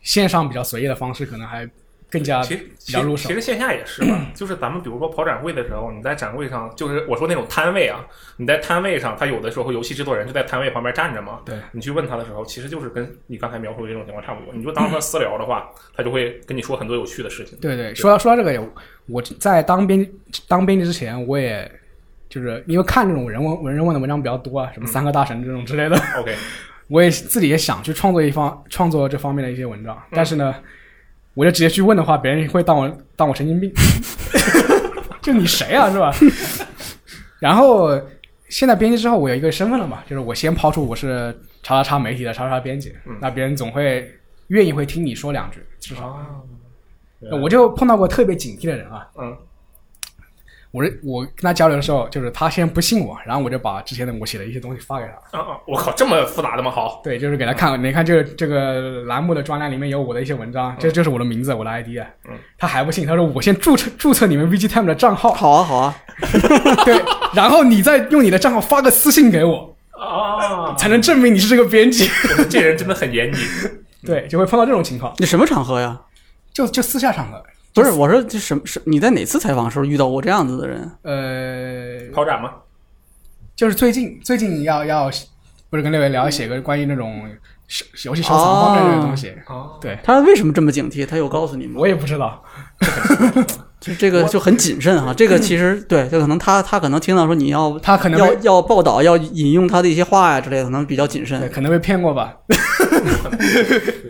Speaker 2: 线上比较随意的方式，可能还更加
Speaker 1: 其实
Speaker 2: 啊比
Speaker 1: 其
Speaker 2: 较入
Speaker 1: 实
Speaker 2: 手
Speaker 1: 其。实线下也是
Speaker 2: (clears throat)
Speaker 1: 吧，就是咱们比如说跑展会的时候，你在展会上，就是我说那种摊位啊，你在摊位上，他有的时候游戏制作人就在摊位旁边站着嘛，
Speaker 2: 对，
Speaker 1: 你去问他的时候，其实就是跟你刚才描述的这种情况差不多。你就
Speaker 2: (clears throat)
Speaker 1: 当他私聊的话，他就会跟你说很多有趣的事情。
Speaker 2: 对对，说到说到这个，也，我在当编当编辑之前，我也就是因为看这种人文文人文的文章比较多啊，什么三个大神这种之类的， (laughs)
Speaker 1: OK，
Speaker 2: 我也自己也想去创作一方创作这方面的一些文章，但是呢，我就直接去问的话，别人会当我当我神经病， (laughs) 就你谁啊，是吧？ (laughs) 然后现在编辑之后，我有一个身份了嘛，就是我先抛出我是叉叉叉媒体的叉叉叉编辑，那别人总会愿意会听你说两句，至少。
Speaker 1: 啊，
Speaker 2: 我就碰到过特别警惕的人啊，
Speaker 1: 嗯，
Speaker 2: 我是我跟他交流的时候，就是他先不信我，然后我就把之前的我写的一些东西发给他，
Speaker 1: 啊啊，我靠，这么复杂的吗？好，
Speaker 2: 对，就是给他看，你看这个这个栏目的专栏里面有我的一些文章，这就是我的名字，我的 ID 啊。
Speaker 1: 嗯
Speaker 2: 他还不信，他说我先注册注册你们 VGTime 的账号，
Speaker 4: 好啊好啊，
Speaker 1: (laughs)
Speaker 2: 对，然后你再用你的账号发个私信给我，
Speaker 1: 啊，
Speaker 2: 才能证明你是这个编辑。
Speaker 1: (laughs) 这人真的很严谨。
Speaker 2: 对，就会碰到这种情况，
Speaker 4: 你什么场合呀？
Speaker 2: 就就私下场合，
Speaker 4: 不是，我说这什么什你在哪次采访时候遇到过这样子的人？
Speaker 2: 呃，
Speaker 1: 跑展吗？
Speaker 2: 就是最近最近要要，不是跟六爷聊写个关于那种收游戏收藏方面的东西，
Speaker 1: 啊，
Speaker 2: 对
Speaker 4: 他为什么这么警惕？他有告诉你吗？
Speaker 2: 我也不知道，
Speaker 4: 就这个就很谨慎哈。
Speaker 2: (clears throat)
Speaker 4: 这个其实对，就可能他他可能听到说你要
Speaker 2: 他可能
Speaker 4: 要
Speaker 2: 被
Speaker 4: 要报道，要引用他的一些话呀之类的，可能比较谨
Speaker 2: 对
Speaker 4: 慎。
Speaker 2: 可能被骗过吧，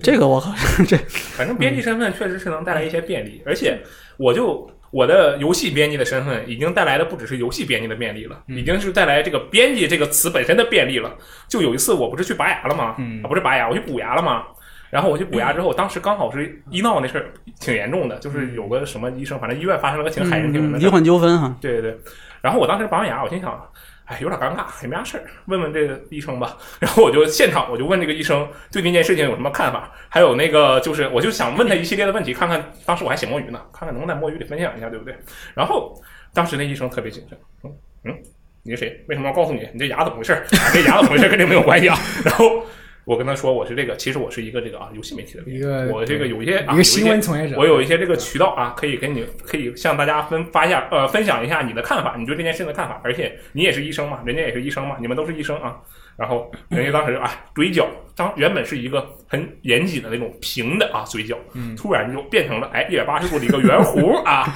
Speaker 4: 这个我靠， (laughs) 这
Speaker 1: 反正编辑身份确实是能带来一些便利，而且我就我的游戏编辑的身份已经带来的不只是游戏编辑的便利了，已经是带来这个编辑这个词本身的便利了。就有一次我不是去拔牙了吗？啊，不是拔牙，我去补牙了吗？然后我去补牙之后，当时刚好是医闹那事儿挺严重的，就是有个什么医生，反正医院发生了个
Speaker 4: 嗯
Speaker 1: 挺骇人听闻的事
Speaker 4: 离
Speaker 1: 儿。
Speaker 4: 婚纠纷
Speaker 2: 嗯
Speaker 4: 哈，
Speaker 1: 对对对，然后我当时拔完牙，我心想，哎，有点尴尬，也没啥事儿，问问这个医生吧。然后我就现场我就问这个医生对这件事情有什么看法，还有那个就是我就想问他一系列的问题，看看当时我还写摸鱼呢，看看能不能在摸鱼里分享一下，对不对？然后当时那医生特别谨慎，嗯嗯，你是谁？为什么要告 (laughs) 诉你？你这牙怎么回事？啊这牙怎么回事？跟这没有关系啊。然后。我跟他说我是这个，其实我是一个这个啊游戏媒体的
Speaker 2: 一个
Speaker 1: 我这个有一些啊
Speaker 2: 一
Speaker 1: 有
Speaker 2: 个
Speaker 1: 一
Speaker 2: 新
Speaker 1: 些
Speaker 2: 闻从业者，
Speaker 1: 我有一些这个渠道啊，可以给你，可以向大家分发一下，呃，分享一下你的看法，你对这件事情的看法。而且你也是医生嘛，人家也是医生嘛，你们都是医生啊。然后人家当时啊，嘴角当原本是一个很严谨的那种平的啊嘴角，
Speaker 2: 嗯
Speaker 1: 突然就变成了哎一百八十度的一个圆弧啊。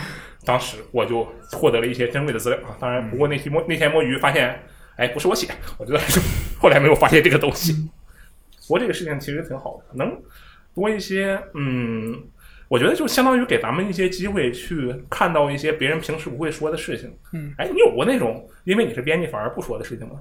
Speaker 1: 当时我就获得了一些珍贵的资料啊。当
Speaker 2: 嗯
Speaker 1: 然，不过那期摸那天摸鱼发现，哎，不是我写，我觉得 (laughs) 后来没有发现这个东西。不过这个事情其实挺好的，能多一些嗯我觉得就相当于给咱们一些机会去看到一些别人平时不会说的事情。
Speaker 2: 嗯，
Speaker 1: 哎，你有过那种因为你是编辑反而不说的事情吗？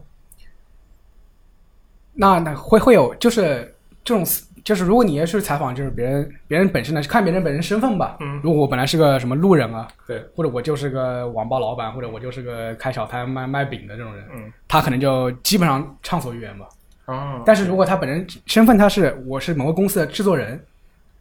Speaker 2: 那那会会有就是这种思就是如果你要去采访，就是别人别人本身呢，看别人本身身份吧。
Speaker 1: 嗯
Speaker 2: 如果我本来是个什么路人啊，
Speaker 1: 对，
Speaker 2: 或者我就是个网吧老板，或者我就是个开小摊卖卖饼的这种人，
Speaker 1: 嗯，
Speaker 2: 他可能就基本上畅所欲言吧。
Speaker 1: 啊
Speaker 2: 但是如果他本人身份他是我是某个公司的制作人，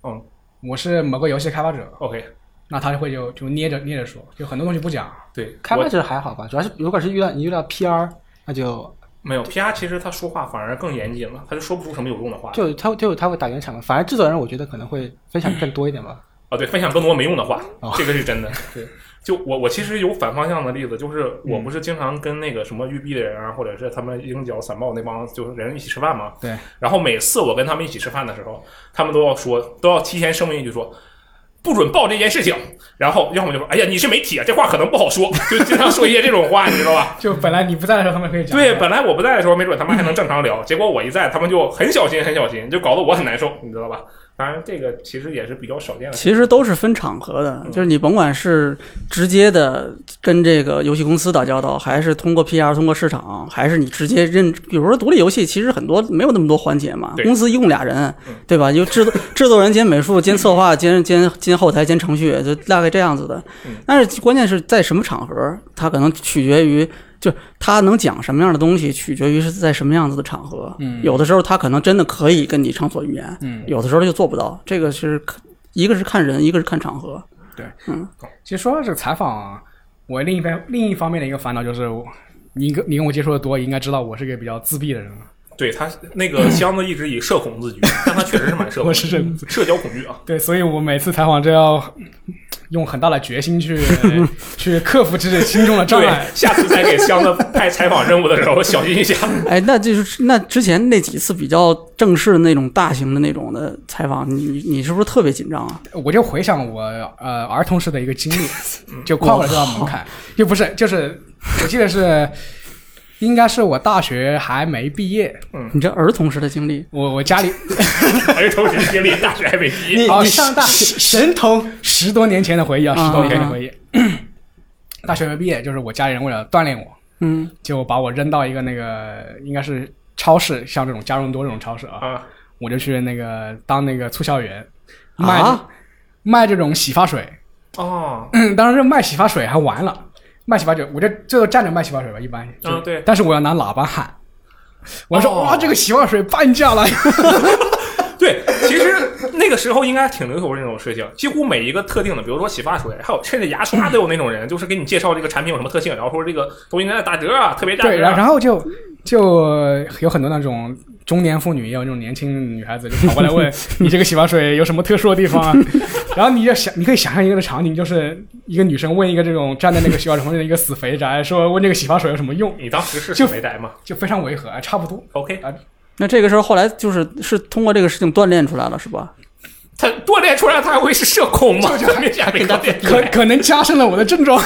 Speaker 1: 嗯，
Speaker 2: 我是某个游戏开发者，
Speaker 1: OK，
Speaker 2: 那他就会就就捏着捏着说，就很多东西不讲。
Speaker 1: 对，
Speaker 3: 开发
Speaker 1: 我
Speaker 3: 者还好吧，主要是如果是遇到你遇到 PR，那就
Speaker 1: 没有 PR，其实他说话反而更严谨了，他就说不出什么有用的话。
Speaker 3: 就他就他会打圆场了。反而制作人我觉得可能会分享更多一点吧。
Speaker 1: 啊，对，分享更多没用的话，
Speaker 3: 哦
Speaker 1: 这个是真的。对， (laughs) 就我我其实有反方向的例子，就是我不是经常跟那个什么育碧的人啊，或者是他们鹰角散报那帮就是人一起吃饭嘛。
Speaker 2: 对。
Speaker 1: 然后每次我跟他们一起吃饭的时候，他们都要说，都要提前声明一句说。不准报这件事情，然后要么就说：“哎呀，你是媒体啊，这话可能不好说。”就经常说一些这种话，你知道
Speaker 2: (laughs)
Speaker 1: 吧？
Speaker 2: 就本来你不在的时候，他们可以讲。
Speaker 1: 对，本来我不在的时候，没准他们还能正常聊，结果我一在，他们就很小心，很小心，就搞得我很难受，你知道吧？当然，这个其实也是比较少见的。嗯
Speaker 4: 其实都是分场合的，就是你甭管是直接的跟这个游戏公司打交道，还是通过 PR、通过市场，还是你直接认，比如说独立游戏，其实很多没有那么多环节嘛
Speaker 1: 对。
Speaker 4: 公司一共俩人
Speaker 1: 嗯，
Speaker 4: 对吧？有
Speaker 1: (laughs)
Speaker 4: 制作制作人兼美术兼策划兼兼兼后台兼程序，就大概这样子的
Speaker 1: 嗯。
Speaker 4: 但是关键是在什么场合，它可能取决于。就是他能讲什么样的东西，取决于是在什么样子的场合。
Speaker 2: 嗯
Speaker 4: 有的时候他可能真的可以跟你畅所欲言，
Speaker 2: 嗯，
Speaker 4: 有的时候就做不到。这个是可一个是看人，一个是看场合。
Speaker 2: 其实说到这个采访啊，我另一边另一方面的一个烦恼就是我，你跟你跟我接触的多，应该知道我是个比较自闭的人啊了。
Speaker 1: 对他那
Speaker 2: (clears throat)
Speaker 1: 个箱子一直以社恐自居，但他确实是蛮社恐
Speaker 2: (laughs) 我
Speaker 1: 的，
Speaker 2: 是社恐
Speaker 1: 社交恐惧啊。
Speaker 2: 对，所以我每次采访都要用很大的决心去去克服自己心中的障碍
Speaker 1: 对。，下次再给箱子派采访任务的时候，小心一下。
Speaker 4: 哎，那就是那之前那几次比较正式的那种大型的那种的采访，你你是不是特别紧张啊？
Speaker 2: 我就回想我呃儿童时的一个经历，就跨过了这道门槛，又不是就是我记得是应该是我大学还没毕业，
Speaker 4: 你这儿童时的经历，
Speaker 2: 我我家里
Speaker 1: 儿童时期里大学还没毕业，
Speaker 3: 你
Speaker 2: 哦
Speaker 3: 你上大学 (laughs) 神童，嗯
Speaker 2: 十多年前的回忆啊，
Speaker 4: 啊
Speaker 2: 十多年前的回忆。 (clears throat) 大学没毕业，就是我家里人为了锻炼我，
Speaker 4: 嗯，
Speaker 2: 就把我扔到一个那个应该是超市，像这种家润多这种超市啊，
Speaker 1: 啊，
Speaker 2: 我就去那个当那个促销员，卖、
Speaker 4: 啊，
Speaker 2: 卖这种洗发水。 (clears throat)
Speaker 1: 哦，
Speaker 2: 嗯当时卖洗发水还完了，卖洗发水我就最后站着卖洗发水吧，一般。就
Speaker 1: 嗯对
Speaker 2: 但是我要拿喇叭喊，我说、
Speaker 1: 哦
Speaker 2: 哇，这个洗发水半价了。
Speaker 1: 对，其实那个时候应该挺流行这种事情，几乎每一个特定的，比如说洗发水，还有甚至牙刷都有那种人，就是给你介绍这个产品有什么特性，然后说这个都应该打折啊，特别价
Speaker 2: 对，
Speaker 1: 格
Speaker 2: 然
Speaker 1: 啊。
Speaker 2: 然后就就有很多那种中年妇女，也有那种年轻女孩子，就跑过来问你这个洗发水有什么特殊的地方啊？然后你就想，你可以想象一个场景，就是一个女生问一个这种站在那个洗发水旁边的一个死肥宅，说问这个洗发水有什么用，
Speaker 1: 你当时是没呆吗
Speaker 2: 就非常违和，哎差不多。
Speaker 1: ？OK，
Speaker 4: 那这个时候后来就是是通过这个事情锻炼出来了，是吧？
Speaker 1: 他锻炼出来他还会是社恐吗？ (laughs) 明显没锻炼出
Speaker 2: 可
Speaker 1: 来。
Speaker 2: 可能加深了我的症状，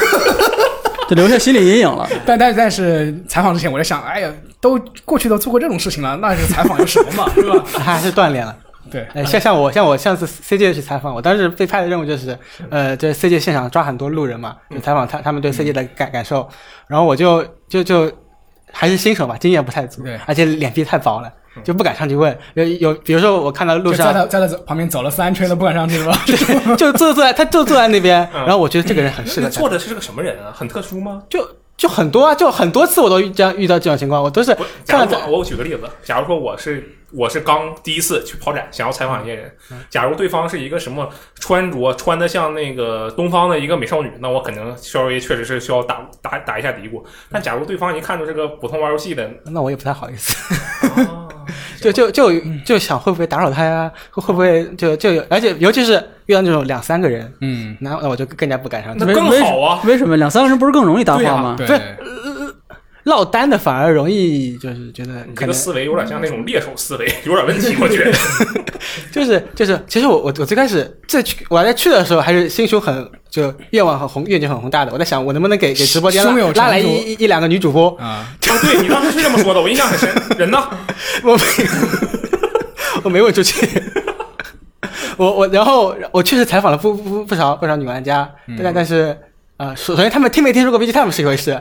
Speaker 2: (laughs)
Speaker 4: 就留下心理阴影了。
Speaker 2: 但但但是采访之前我在想，哎呀，都过去都做过这种事情了，那是采访有什么嘛，对吧？
Speaker 3: 还是锻炼了。
Speaker 2: 对，
Speaker 3: 哎，像像我像我上次 CJ 去采访，我当时被派的任务就是，呃，在 CJ 现场抓很多路人嘛，就采访他他们对 CJ 的感感受，然后我就就就还是新手嘛，经验不太足
Speaker 2: 对，
Speaker 3: 而且脸皮太薄了，就不敢上去问。有有，比如说我看到路
Speaker 2: 就在
Speaker 3: 上
Speaker 2: 他在他旁边走了三圈都不敢上去是吧？ (laughs)
Speaker 3: 就坐坐在他就坐在那边，
Speaker 1: 嗯
Speaker 3: 然后我觉得这个人很适合
Speaker 1: 那
Speaker 3: 他，
Speaker 1: 作者是个什么人啊？很特殊吗？
Speaker 3: 就就很多啊，就很多次我都遇这样遇到这种情况，我都是
Speaker 1: 不假
Speaker 3: 看
Speaker 1: 如
Speaker 3: 到
Speaker 1: 说我举个例子，假如说我是我是刚第一次去跑展，想要采访一些人，假如对方是一个什么穿着穿的像那个东方的一个美少女，那我可能稍微确实是需要打打打一下嘀咕。但假如对方一看就是个普通玩游戏的，
Speaker 3: 那我也不太好意思，
Speaker 1: 啊
Speaker 3: (laughs) 就就就
Speaker 1: 嗯
Speaker 3: 就想会不会打扰他呀，会会不会就就有，而且尤其是遇到那种两三个人，
Speaker 2: 嗯，
Speaker 3: 那那我就更加不敢上去
Speaker 1: 那
Speaker 4: 为
Speaker 1: 更
Speaker 4: 为
Speaker 1: 好啊
Speaker 4: 为什么两三个人不是更容易搭
Speaker 1: 对啊
Speaker 4: 话吗？
Speaker 2: 对
Speaker 3: 不是落单的，反而容易就是觉得
Speaker 1: 你这
Speaker 3: 可能
Speaker 1: 个思维有点像那种猎手思维，有点问题，我觉得。
Speaker 3: 就是就是，其实我我我最开始最去我还在去的时候，还是心胸很就愿望很宏愿景很宏大的，我在想我能不能给给直播间拉
Speaker 2: 胸有成竹
Speaker 3: 拉来一一一两个女主播，
Speaker 2: 啊，
Speaker 1: 啊，对你当时是这么说的，我印象很深。人呢？
Speaker 3: (laughs) 我没我没有出去。 (laughs) 我我然后我确实采访了不不不少不少女玩家，但但是啊，呃首首先他们听没听说过 VGTime 是一回事，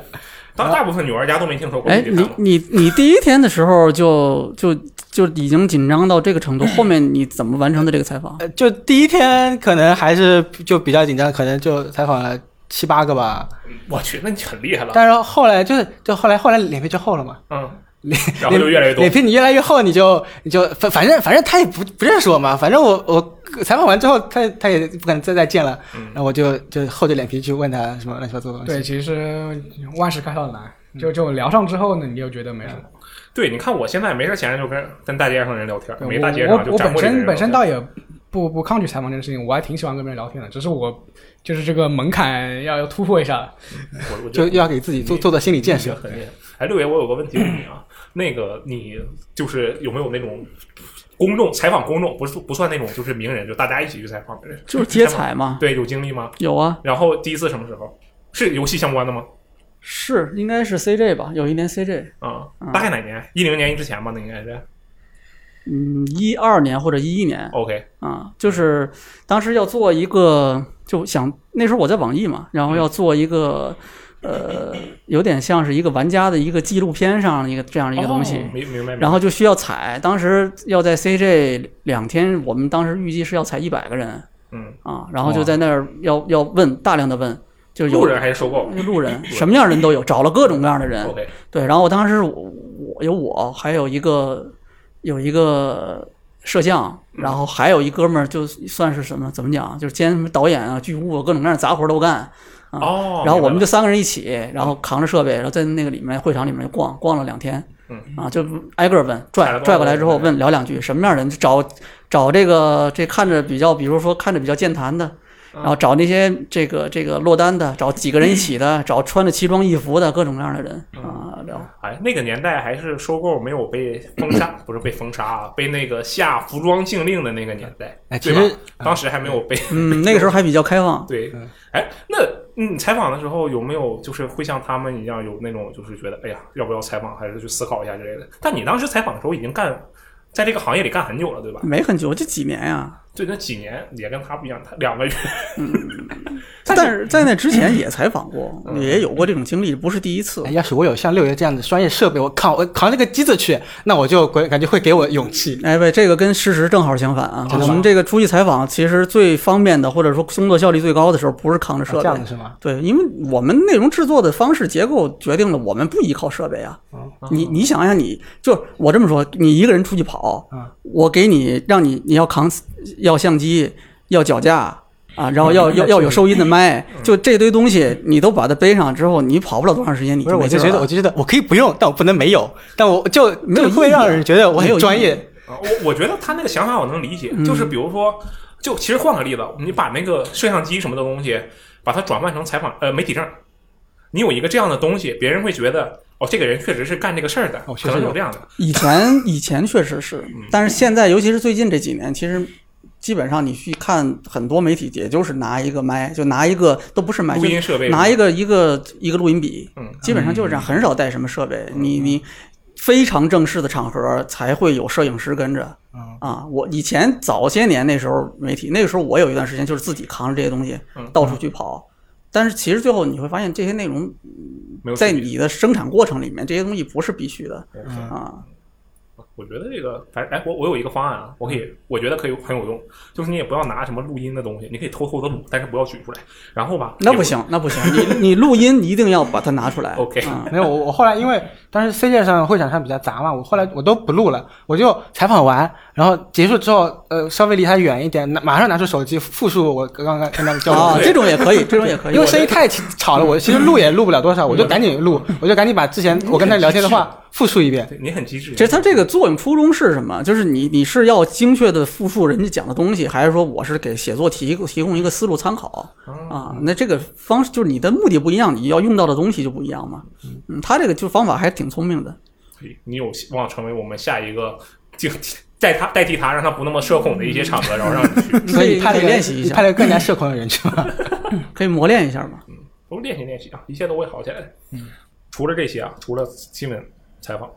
Speaker 1: 当大部分女玩家都没听说过
Speaker 4: 哎，
Speaker 1: 这个
Speaker 4: 你
Speaker 1: 项目。
Speaker 4: 你你第一天的时候就就就已经紧张到这个程度，后面你怎么完成的这个采访？
Speaker 3: 呃，就第一天可能还是就比较紧张，可能就采访了七八个吧，
Speaker 1: 嗯我去，那你很厉害了。
Speaker 3: 但是后来就是就后来后来脸皮就厚了嘛。
Speaker 1: 嗯，
Speaker 3: 脸
Speaker 1: 然后就越来越多
Speaker 3: 脸皮你越来越厚，你就你就反反正反正他也不不认识我嘛，反正我我采访完之后，他他也不可能再再见了，然后我就就厚着脸皮去问他什么乱七八糟的东西。
Speaker 2: 对，其实万事开头难，
Speaker 1: 嗯
Speaker 2: 就就聊上之后呢，你就觉得没什么。
Speaker 1: 对，你看我现在没事闲着就跟跟大街上人聊天，
Speaker 2: 对
Speaker 1: 没
Speaker 2: 我
Speaker 1: 大街上
Speaker 2: 我
Speaker 1: 就
Speaker 2: 我
Speaker 1: 展
Speaker 2: 本
Speaker 1: 会里的人
Speaker 2: 身
Speaker 1: 聊
Speaker 2: 本身
Speaker 1: 天。
Speaker 2: 倒也不不抗拒采访这件事情，我还挺喜欢跟别人聊天的，只是我就是这个门槛要要突破一下。
Speaker 1: 我我觉
Speaker 3: 就
Speaker 1: 得
Speaker 3: 又要给自己做做做心理建设。
Speaker 1: 很厉害。哎，六爷，我有个问题问你啊，那个你就是有没有那种公众采访公众，不是不算那种就是名人，就大家一起去采访的人？
Speaker 4: 就是接采嘛，
Speaker 1: 对，有经历吗？
Speaker 4: 有啊，
Speaker 1: 然后第一次什么时候？是游戏相关的吗？
Speaker 4: 是应该是 CJ 吧，有一年 CJ，
Speaker 1: 啊、
Speaker 4: 嗯
Speaker 1: 大概哪年？一零年之前吧，那应该是。
Speaker 4: 嗯，一二年或者一一年
Speaker 1: OK，
Speaker 4: 啊，就是当时要做一个，就想那时候我在网易嘛，然后要做一个。呃，有点像是一个玩家的一个纪录片上的一个这样的一个东西，
Speaker 1: 哦明明白明白。
Speaker 4: 然后就需要采。当时要在 CJ 两天，我们当时预计是要采一百个人
Speaker 1: 嗯，
Speaker 4: 啊，然后就在那儿要要问大量的问，就是有
Speaker 1: 路人还是收购
Speaker 4: 路人什么样的人都有，找了各种各样的人。嗯
Speaker 1: ？OK，
Speaker 4: 对，然后我当时我我有我，还有一个有一个摄像，然后还有一哥们儿，就算是什么怎么讲，就是兼什么导演啊、剧务啊，各种各样的杂活儿都干。啊
Speaker 1: 哦，
Speaker 4: 然后我
Speaker 1: 明
Speaker 4: 们
Speaker 1: 白
Speaker 4: 就
Speaker 1: 了
Speaker 4: 三个人一起，然后扛着设备，然后在那个里面会场里面逛逛了两天，
Speaker 1: 嗯
Speaker 4: 啊，就挨个儿问，
Speaker 1: 踩
Speaker 4: 拽
Speaker 1: 了多少
Speaker 4: 拽过来之后
Speaker 1: 人
Speaker 4: 问聊两句，什么样的人就找找这个这看着比较，比如说看着比较健谈的，
Speaker 1: 嗯
Speaker 4: 然后找那些这个这个落单的，找几个人一起
Speaker 1: (laughs)
Speaker 4: 的，找穿着奇装异服的各种各样的人
Speaker 1: 嗯
Speaker 4: 啊聊。
Speaker 1: 哎，那个年代还是收购没有被封杀， (coughs) 不是被封杀啊，被那个下服装禁令的那个年代，
Speaker 3: 哎，其
Speaker 1: 对吧
Speaker 3: 实？
Speaker 1: 当时还没有被
Speaker 4: (laughs) 嗯，那个时候还比较开放，
Speaker 1: 对
Speaker 3: 嗯，
Speaker 1: 哎，那嗯，采访的时候有没有就是会像他们一样有那种就是觉得哎呀，要不要采访，还是去思考一下之类的？但你当时采访的时候已经干在这个行业里干很久了，对吧？
Speaker 4: 没很久，就几年呀、
Speaker 1: 对，那几年也跟他不一样，他两个月，
Speaker 4: 但是在那之前也采访过，
Speaker 1: 嗯
Speaker 4: 也有过这种经历，不是第一次
Speaker 3: 哎。要是我有像六爷这样的专业设备，我扛我扛这个机子去，那我就感感觉会给我勇气。
Speaker 4: 哎喂，这个跟事实正好相反啊！
Speaker 1: 真的
Speaker 4: 我
Speaker 1: 吗
Speaker 4: 们这个出去采访，其实最方便的，或者说工作效率最高啊的时候，不是扛着设
Speaker 2: 啊
Speaker 3: 这样
Speaker 4: 备
Speaker 3: 的。是吗？
Speaker 4: 对，因为我们内容制作的方式结构决定了我们不依靠设备啊。你你想想你，就我这么说，你一个人出去跑
Speaker 3: 嗯，
Speaker 4: 我给你让你你要扛要相机，要脚架啊，然后要要要有收音的
Speaker 3: 嗯
Speaker 4: 麦，就这堆东西你都把它背上之后，你跑不了多长时间，你
Speaker 3: 不是，我
Speaker 4: 没
Speaker 3: 就
Speaker 4: 劲儿
Speaker 3: 觉得，
Speaker 4: 了
Speaker 3: 我就觉得我可以不用，但我不能没有，但我就
Speaker 4: 没有
Speaker 3: 就会
Speaker 4: 意义啊
Speaker 3: 让人觉得我
Speaker 4: 没有
Speaker 3: 很
Speaker 4: 意义
Speaker 3: 专业。
Speaker 1: 啊我我觉得他那个想法我能理解，就是
Speaker 4: 嗯
Speaker 1: 比如说，就其实换个例子，你把那个摄像机什么的东西，把它转换成采访呃媒体证，你有一个这样的东西，别人会觉得哦，这个人确实是干这个事儿的，
Speaker 3: 哦确
Speaker 1: 可能
Speaker 3: 实有
Speaker 1: 有这样的。
Speaker 4: 以前以前确实是，
Speaker 3: 嗯
Speaker 4: 但是现在尤其是最近这几年，其实基本上你去看很多媒体，也就是拿一个麦，就拿一个都不是麦，
Speaker 1: 录音设备
Speaker 4: 就拿一个一个一个录音笔
Speaker 1: 嗯，
Speaker 4: 基本上就是这样，很少带什么设备。你你非常正式的场合才会有摄影师跟着。
Speaker 1: 嗯
Speaker 4: 啊，我以前早些年那时候媒体，那个时候我有一段时间就是自己扛着这些东西
Speaker 1: 嗯
Speaker 4: 到处去跑，但是其实最后你会发现这些内容
Speaker 1: 没有
Speaker 4: 在
Speaker 1: 区别
Speaker 3: 嗯
Speaker 1: 嗯
Speaker 4: 你的生产过程里面，这些东西不是必须的
Speaker 1: 对
Speaker 4: 啊。
Speaker 1: 我觉得这个，反正哎，我我有一个方案啊，我可以，
Speaker 4: 嗯
Speaker 1: 我觉得可以很有用，就是你也不要拿什么录音的东西，你可以偷偷的录，但是不要举出来，然后吧，
Speaker 4: 那不行，那不行，你你录音一定要把它拿出来。
Speaker 1: (laughs) OK
Speaker 4: 啊
Speaker 3: 没有，我我后来因为当时 C 界上会场上比较杂嘛，我后来我都不录了，我就采访完，然后结束之后，呃，稍微离他远一点，拿马上拿出手机复述我刚刚跟他们交流。
Speaker 4: 啊，这种也可以，这种也可以。
Speaker 3: 因为声音太吵了，我其实录也录不了多少，我就赶紧录，我就赶紧把之前我跟他聊天的话复述一遍。
Speaker 1: 对你很机智，
Speaker 4: 其实它这个作用初衷是什么？就是你你是要精确的复述人家讲的东西，还是说我是给写作提供提供一个思路参考
Speaker 3: 哦
Speaker 4: 啊？那这个方式就是你的目的不一样，你要用到的东西就不一样嘛。嗯，他这个就方法还挺聪明的。
Speaker 1: 你你有希望成为我们下一个就代他代替他，让他不那么社恐的一些场合，然后让你去， (laughs)
Speaker 3: 所以你
Speaker 4: 可
Speaker 3: 派了
Speaker 4: 以
Speaker 3: 个
Speaker 4: 练习一
Speaker 3: 你派
Speaker 4: 下，
Speaker 3: 了嗯个更加社恐的人去吗？
Speaker 4: 可以磨练一下嘛。
Speaker 1: 都练习练习啊，一切都会好起来的。嗯，除了这些啊，除了新闻采访，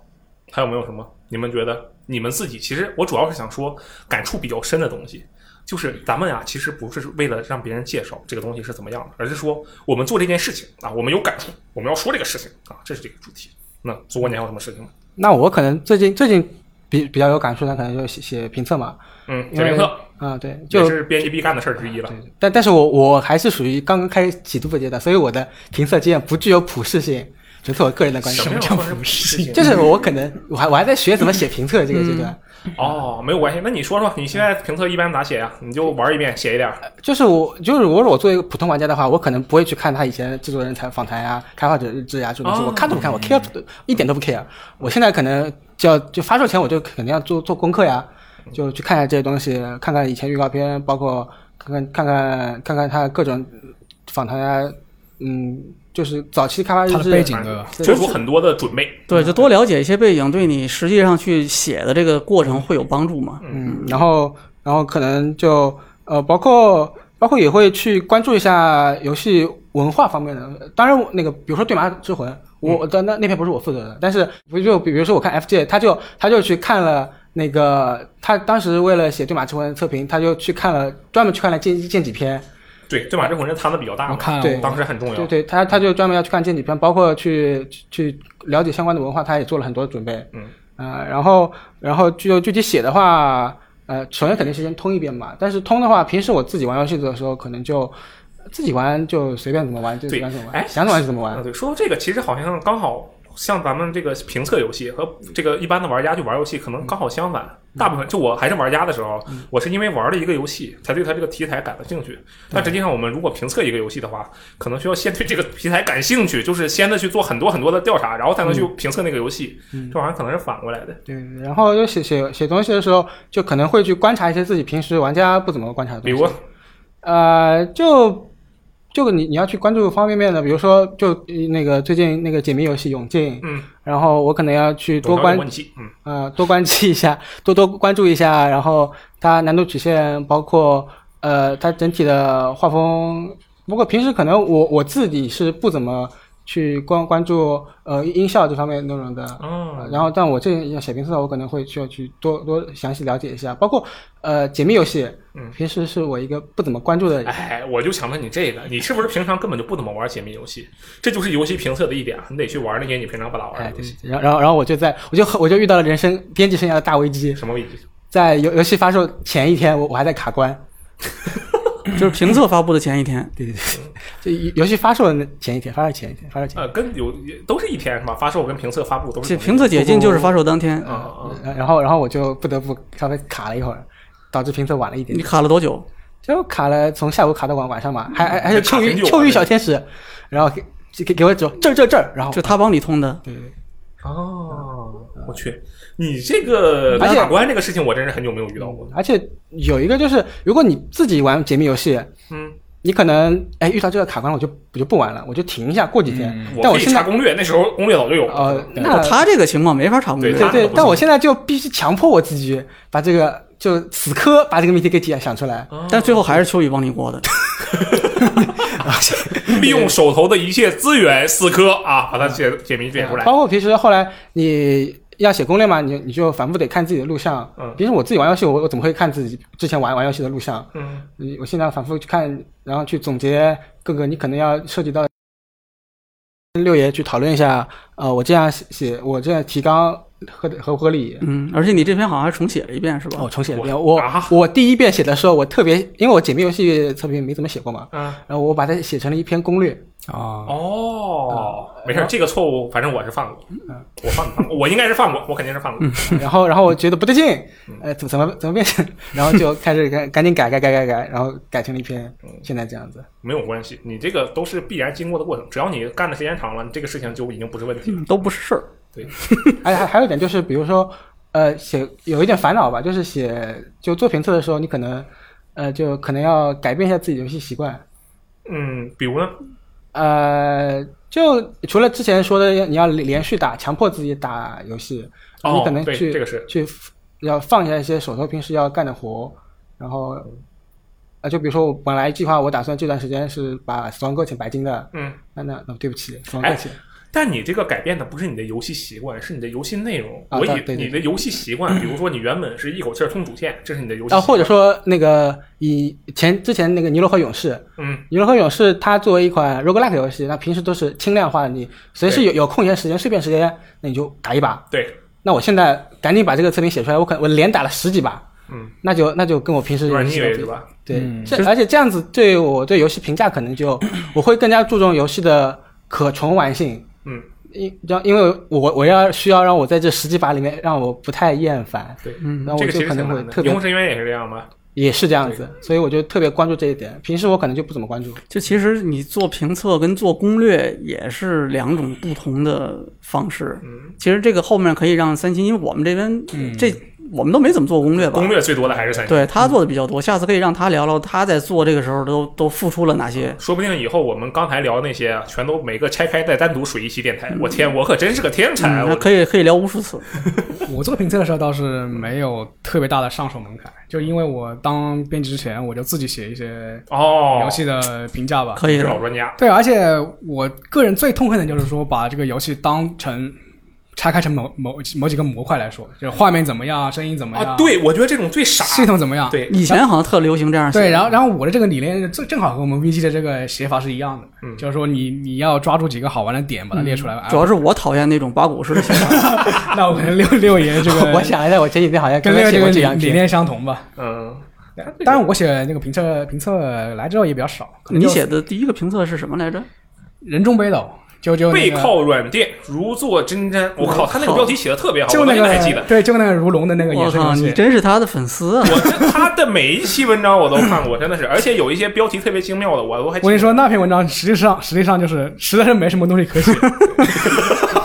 Speaker 1: 还有没有什么？你们觉得你们自己？其实我主要是想说感触比较深的东西，就是咱们啊，其实不是为了让别人介绍这个东西是怎么样的，而是说我们做这件事情啊，我们有感触，我们要说这个事情啊，这是这个主题。那主播你还有什么事情吗？
Speaker 3: 那我可能最近最近比比较有感触，那可能就写写评测嘛。
Speaker 1: 嗯，
Speaker 3: 因
Speaker 1: 写
Speaker 3: 为
Speaker 1: 评测
Speaker 3: 啊，对，
Speaker 1: 也
Speaker 3: 就是
Speaker 1: 编辑必干的事儿之一了。
Speaker 3: 但但是我我还是属于刚刚开始起步的阶段，所以我的评测经验不具有普适性，这是我个人的观
Speaker 1: 什
Speaker 3: 点。
Speaker 1: 叫不是事情？
Speaker 3: 就是我可能我还我还在学怎么写评测这个阶段，
Speaker 1: 哦，没有关系。那你说说，你现在评测一般咋写呀、啊你就玩一遍，写一点儿。
Speaker 3: 就是我就是我如果作为一个普通玩家的话，我可能不会去看他以前制作人采访谈呀、开发者日志呀这种东
Speaker 1: 哦
Speaker 3: 西，我看都不看，我 care 一点都不 care。我现在可能就要就发售前我就肯定要做做功课呀，就去看一下这些东西，看看以前预告片，包括看看看看看看他各种访谈呀，嗯，就是早期开发日
Speaker 2: 它
Speaker 3: 志
Speaker 2: 的背景的
Speaker 1: 做出很多的准备。
Speaker 4: 对，就多了解一些背景，对你实际上去写的这个过程会有帮助嘛。
Speaker 3: 嗯，然后然后可能就呃，包括包括也会去关注一下游戏文化方面的。当然我，那个比如说《对马之魂》我，我的那那篇不是我负责的，但是不就比如说我看 FJ，他就他就去看了。那个他当时为了写《对马之魂》的测评，他就去看了，专门去看了剑剑几篇，
Speaker 1: 对，对马这魂是摊子比较大嘛，
Speaker 2: 我看
Speaker 3: 对
Speaker 1: 当时很重要
Speaker 3: 对。对，他他就专门要去看剑几篇，包括去去去了解相关的文化，他也做了很多准备。
Speaker 1: 嗯，
Speaker 3: 呃，然后然后就具体写的话，呃，首先肯定是先通一遍嘛。但是通的话，平时我自己玩游戏的时候，可能就呃自己玩就随便怎么玩就
Speaker 1: 对
Speaker 3: 随便怎么玩，
Speaker 1: 哎
Speaker 3: 想怎么玩就怎么玩
Speaker 1: 啊，。对，说到这个，其实好像刚好像咱们这个评测游戏和这个一般的玩家去玩游戏，
Speaker 3: 嗯
Speaker 1: 可能刚好相反。大部分就我还是玩家的时候，我是因为玩了一个游戏，才对它这个题材感了兴趣。但实际上，我们如果评测一个游戏的话，可能需要先对这个题材感兴趣，就是先的去做很多很多的调查，然后才能
Speaker 3: 嗯
Speaker 1: 去评测那个游戏。这玩意儿可能是反过来的。
Speaker 3: 对，然后就写写写东西的时候，就可能会去观察一些自己平时玩家不怎么观察的东
Speaker 1: 比
Speaker 3: 西。
Speaker 1: 如，
Speaker 3: 呃，就就你你要去关注方便面的，比如说就呃那个最近那个解谜游戏《永境》，
Speaker 1: 嗯，
Speaker 3: 然后我可能要去多
Speaker 1: 懂得
Speaker 3: 关
Speaker 1: 问题，嗯，
Speaker 3: 呃，多关注一下， (laughs) 多多关注一下，然后它难度曲线，包括呃它整体的画风。不过平时可能我我自己是不怎么去关关注呃音效这方面内容的。
Speaker 1: 哦
Speaker 3: 呃，然后，但我这要写评测，我可能会需要去多多详细了解一下，包括呃解密游戏，
Speaker 1: 嗯
Speaker 3: 平时是我一个不怎么关注的人。
Speaker 1: 哎，我就想问你这个，你是不是平常根本就不怎么玩解密游戏？这就是游戏评测的一点，啊你得去玩那些你平常不咋玩
Speaker 3: 哎
Speaker 1: 的游戏。，
Speaker 3: 然后然后然后我就在我就我就遇到了人生编辑生涯的大危机，
Speaker 1: 什么危机？
Speaker 3: 在游游戏发售前一天，我我还在卡关，嗯
Speaker 4: 就是评测发布的前一天，
Speaker 3: 对对对，就游游戏发售的那前一天，发售前一天，发售前一
Speaker 1: 呃，跟有也都是一天是吧？发售跟评测发布都是同
Speaker 4: 这
Speaker 1: 一天
Speaker 4: 评测解禁就是发售当天。
Speaker 1: 啊啊！
Speaker 3: 天，然然后然后我就不得不稍微卡了一会儿，导致评测晚了一点
Speaker 1: 嗯
Speaker 4: 你，卡了多久？
Speaker 3: 就卡了从下午卡到晚晚上嘛，还还还是
Speaker 1: 卡
Speaker 3: 秋
Speaker 1: 很
Speaker 3: 雨
Speaker 1: 久啊
Speaker 3: 秋
Speaker 1: 这
Speaker 3: 雨
Speaker 1: 个
Speaker 3: 小天使，然后给给给我指这儿这儿这儿，然后
Speaker 4: 就他帮你通的。
Speaker 3: 对对对
Speaker 1: 哦，我去，你这个
Speaker 3: 而且
Speaker 1: 打关这个事情，我真是很久没有遇到过。
Speaker 3: 而且有一个就是，如果你自己玩解密游戏，
Speaker 1: 嗯，
Speaker 3: 你可能哎遇到这个卡关了，我就我就不玩了，我就停一下，过几天。嗯
Speaker 1: 嗯
Speaker 3: 但
Speaker 1: 可以
Speaker 3: 现
Speaker 1: 查
Speaker 3: 在
Speaker 1: 攻略，那时候攻略早就有
Speaker 3: 呃
Speaker 1: 了。，
Speaker 3: 那
Speaker 4: 他这个情况没法查攻略
Speaker 1: 对。那
Speaker 3: 对
Speaker 1: 个
Speaker 3: 对
Speaker 1: 不，
Speaker 3: 但我
Speaker 1: 行
Speaker 3: 现在就必须强迫我自己把这个就死磕把这个谜题给解想出来。
Speaker 4: 但最后还是秋雨帮你过的，
Speaker 1: 利用手头的一切资源死磕啊，把它
Speaker 3: 嗯
Speaker 1: 解解谜解出来。
Speaker 3: 包括平时后来你要写攻略嘛，你你就反复得看自己的录像。
Speaker 1: 嗯
Speaker 3: 平时我自己玩游戏，我我怎么会看自己之前玩玩游戏的录像？
Speaker 1: 嗯，
Speaker 3: 你我现在反复去看，然后去总结各个你可能要涉及到。跟六爷去讨论一下，呃，我这样写，我这样提纲合合不合理。
Speaker 4: 嗯，而且你这篇好像还重写了一遍是吧？
Speaker 3: 哦，重写一遍。
Speaker 1: 我
Speaker 3: 我
Speaker 1: 啊
Speaker 3: 我第一遍写的时候，我特别，因为我解密游戏测评没怎么写过嘛，
Speaker 1: 嗯，
Speaker 3: 然后我把它写成了一篇攻略。 (laughs)
Speaker 2: 啊，
Speaker 3: 嗯
Speaker 1: 哦，没事儿，这个错误反正我是犯过，我犯过，我应该是犯过，我肯定是犯过。
Speaker 3: 然后然后我觉得不对劲，呃，怎么怎么怎么变成， (laughs) 然后就开始赶赶紧改改改改改，然后改成了一篇现在这样子。 (laughs)
Speaker 1: 没有关系，你这个都是必然经过的过程，只要你干的时间长了，你这个事情就已经不是问题了。
Speaker 4: 嗯都不是事儿。
Speaker 3: 还还还有一点就是，比如说，呃，写有一点烦恼吧，就是写就做评测的时候，你可能，呃，就可能要改变一下自己的游戏习惯，
Speaker 1: 嗯，比如呢，
Speaker 3: 呃，就除了之前说的你要连连续打，强迫自己打游戏，
Speaker 1: 哦
Speaker 3: 你可能
Speaker 1: 对
Speaker 3: 去
Speaker 1: 这个是
Speaker 3: 去要放下一些手头平时要干的活，然后。啊，就比如说我本来计划，我打算这段时间是把《死亡搁浅》白金的，
Speaker 1: 嗯，
Speaker 3: 那那那对不起，死亡
Speaker 1: 哎
Speaker 3: 搁浅。
Speaker 1: 但你这个改变的不是你的游戏习惯，是你的游戏内容。
Speaker 3: 啊
Speaker 1: 我以
Speaker 3: 对对对
Speaker 1: 你的游戏习
Speaker 3: (clears throat)
Speaker 1: 惯，比如说你原本是一口气儿通主线，这是你的游戏习
Speaker 3: 啊，
Speaker 1: 惯，
Speaker 3: 或者说那个以前之前那个《尼罗河勇士》，《
Speaker 1: 嗯，
Speaker 3: 尼罗河勇士》它作为一款 roguelike 游戏，那平时都是轻量化的，你随时有有空闲时间、碎片时间，那你就打一把。
Speaker 1: 对，
Speaker 3: 那我现在赶紧把这个测评写出来，我可我连打了十几把，
Speaker 1: 嗯，
Speaker 3: 那就那就跟我平时
Speaker 1: 有点
Speaker 3: 游戏
Speaker 1: 腻
Speaker 3: 的
Speaker 1: 味
Speaker 3: 比
Speaker 1: 是吧？
Speaker 3: 对，
Speaker 2: 嗯
Speaker 3: 这而且这样子对我对游戏评价可能就我会更加注重游戏的可重玩性，
Speaker 1: 嗯，
Speaker 3: 因让因为我我要需要让我在这十几把里面让我不太厌烦，
Speaker 1: 对，
Speaker 4: 嗯
Speaker 3: 那我
Speaker 1: 这个
Speaker 3: 就
Speaker 1: 其
Speaker 3: 可
Speaker 1: 实挺
Speaker 3: 能会
Speaker 1: 难的。
Speaker 3: 特
Speaker 1: 银
Speaker 3: 别
Speaker 1: 红深渊也是这样吗？
Speaker 3: 也是这样子，所以我就特别关注这一点。平时我可能就不怎么关注。
Speaker 4: 就其实你做评测跟做攻略也是两种不同的方式。
Speaker 1: 嗯，
Speaker 4: 其实这个后面可以让三星，因为我们这边、
Speaker 2: 嗯
Speaker 4: 这我们都没怎么做攻略吧，
Speaker 1: 攻略最多的还是三星。
Speaker 4: 对他做的比较多，下次可以让他聊聊他在做这个时候都都付出了哪
Speaker 2: 哦
Speaker 4: 些。
Speaker 1: 说不定以后我们刚才聊那些啊，全都每个拆开再单独水一期电台。
Speaker 3: 嗯
Speaker 1: 我天，我可真是个天才！啊
Speaker 4: 嗯，那
Speaker 1: 我
Speaker 4: 可以可以聊无数次。
Speaker 2: 我做评测的时候倒是没有特别大的上手门槛，就因为我当编辑之前我就自己写一些
Speaker 1: 哦
Speaker 2: 游，戏的评价吧。
Speaker 4: 可以
Speaker 1: 是
Speaker 4: 的
Speaker 1: 老，专家。
Speaker 2: 对，而且我个人最痛恨的就是说把这个游戏当成拆开成某某某几个模块来说，就是画面怎么样，声音怎么
Speaker 3: 哎
Speaker 2: 样，
Speaker 1: 啊，，对，我觉得这种最傻。
Speaker 2: 系统怎么样，
Speaker 1: 对，
Speaker 4: 以前好像特流行这样写。嗯
Speaker 2: 对，然后然后我的这个理念正正好和我们 VG 的这个写法是一样的，
Speaker 1: 嗯
Speaker 2: 就是说你你要抓住几个好玩的点，把它列出来。
Speaker 4: 主要是我讨厌那种八股式的写
Speaker 2: (laughs)
Speaker 4: 法。
Speaker 2: 啊 (laughs) 那我可能六六爷这个
Speaker 3: (laughs) 我想一下，我前几天好像
Speaker 2: 跟六
Speaker 3: 刚刚
Speaker 2: 爷
Speaker 3: 写
Speaker 2: 这
Speaker 3: 过
Speaker 2: 个
Speaker 3: 这两
Speaker 2: 理理
Speaker 3: 篇。
Speaker 2: 念相同吧。
Speaker 1: 嗯，
Speaker 2: 当然，我写那个评测评测来之后也比较少，可能
Speaker 4: 你
Speaker 2: 就
Speaker 4: 写的第一个评测是什么来着？
Speaker 2: 人中北斗，就就那
Speaker 1: 背
Speaker 2: 个
Speaker 1: 靠软垫，如坐针毡。我靠，他那个标题写的特别好，
Speaker 2: 就
Speaker 1: 我到
Speaker 2: 那
Speaker 1: 现
Speaker 2: 个
Speaker 1: 在还记得。
Speaker 2: (laughs) 对，就那个如龙的那个
Speaker 4: 我
Speaker 2: 也是
Speaker 4: 靠，
Speaker 2: 游
Speaker 4: 你
Speaker 2: 戏。
Speaker 4: 真是他的粉丝啊！
Speaker 1: 我这他的每一期文章我都看过，真的是，而且有一些标题特别精妙的，我都还记
Speaker 2: 我
Speaker 1: 得
Speaker 2: 跟你说，那篇文章实际上实际上就是实在是没什么东西可写，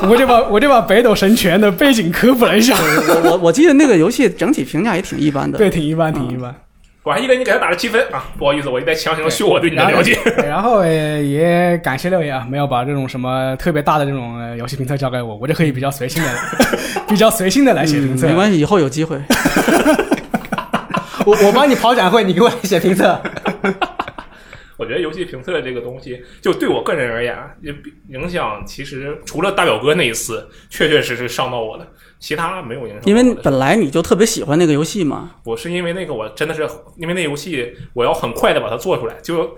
Speaker 2: 我就把我就把北斗神拳的背景科普了一下，
Speaker 4: 我我我记得那个游戏整体评价也挺一般的。
Speaker 2: 对，挺一般，挺一般。
Speaker 1: 我还记得你给他打了七分啊，不好意思，我一再强行秀我对你的了解。
Speaker 2: 对 (laughs) 然后呃也感谢六爷啊，没有把这种什么特别大的这种呃游戏评测交给我，我就可以比较随性的、 (laughs) 比较随性的来写评测。
Speaker 4: 嗯没关系，以后有机会。
Speaker 3: 我我帮你跑展会，你给我写评测。
Speaker 1: 我觉得游戏评测这个东西，就对我个人而言，啊，也比影响其实除了大表哥那一次，确确实实伤到我了，其他没有影响到
Speaker 4: 因
Speaker 1: 我的。
Speaker 4: 为本来你就特别喜欢那个游戏嘛，
Speaker 1: 我是因为那个，我真的是因为那游戏，我要很快的把它做出来。就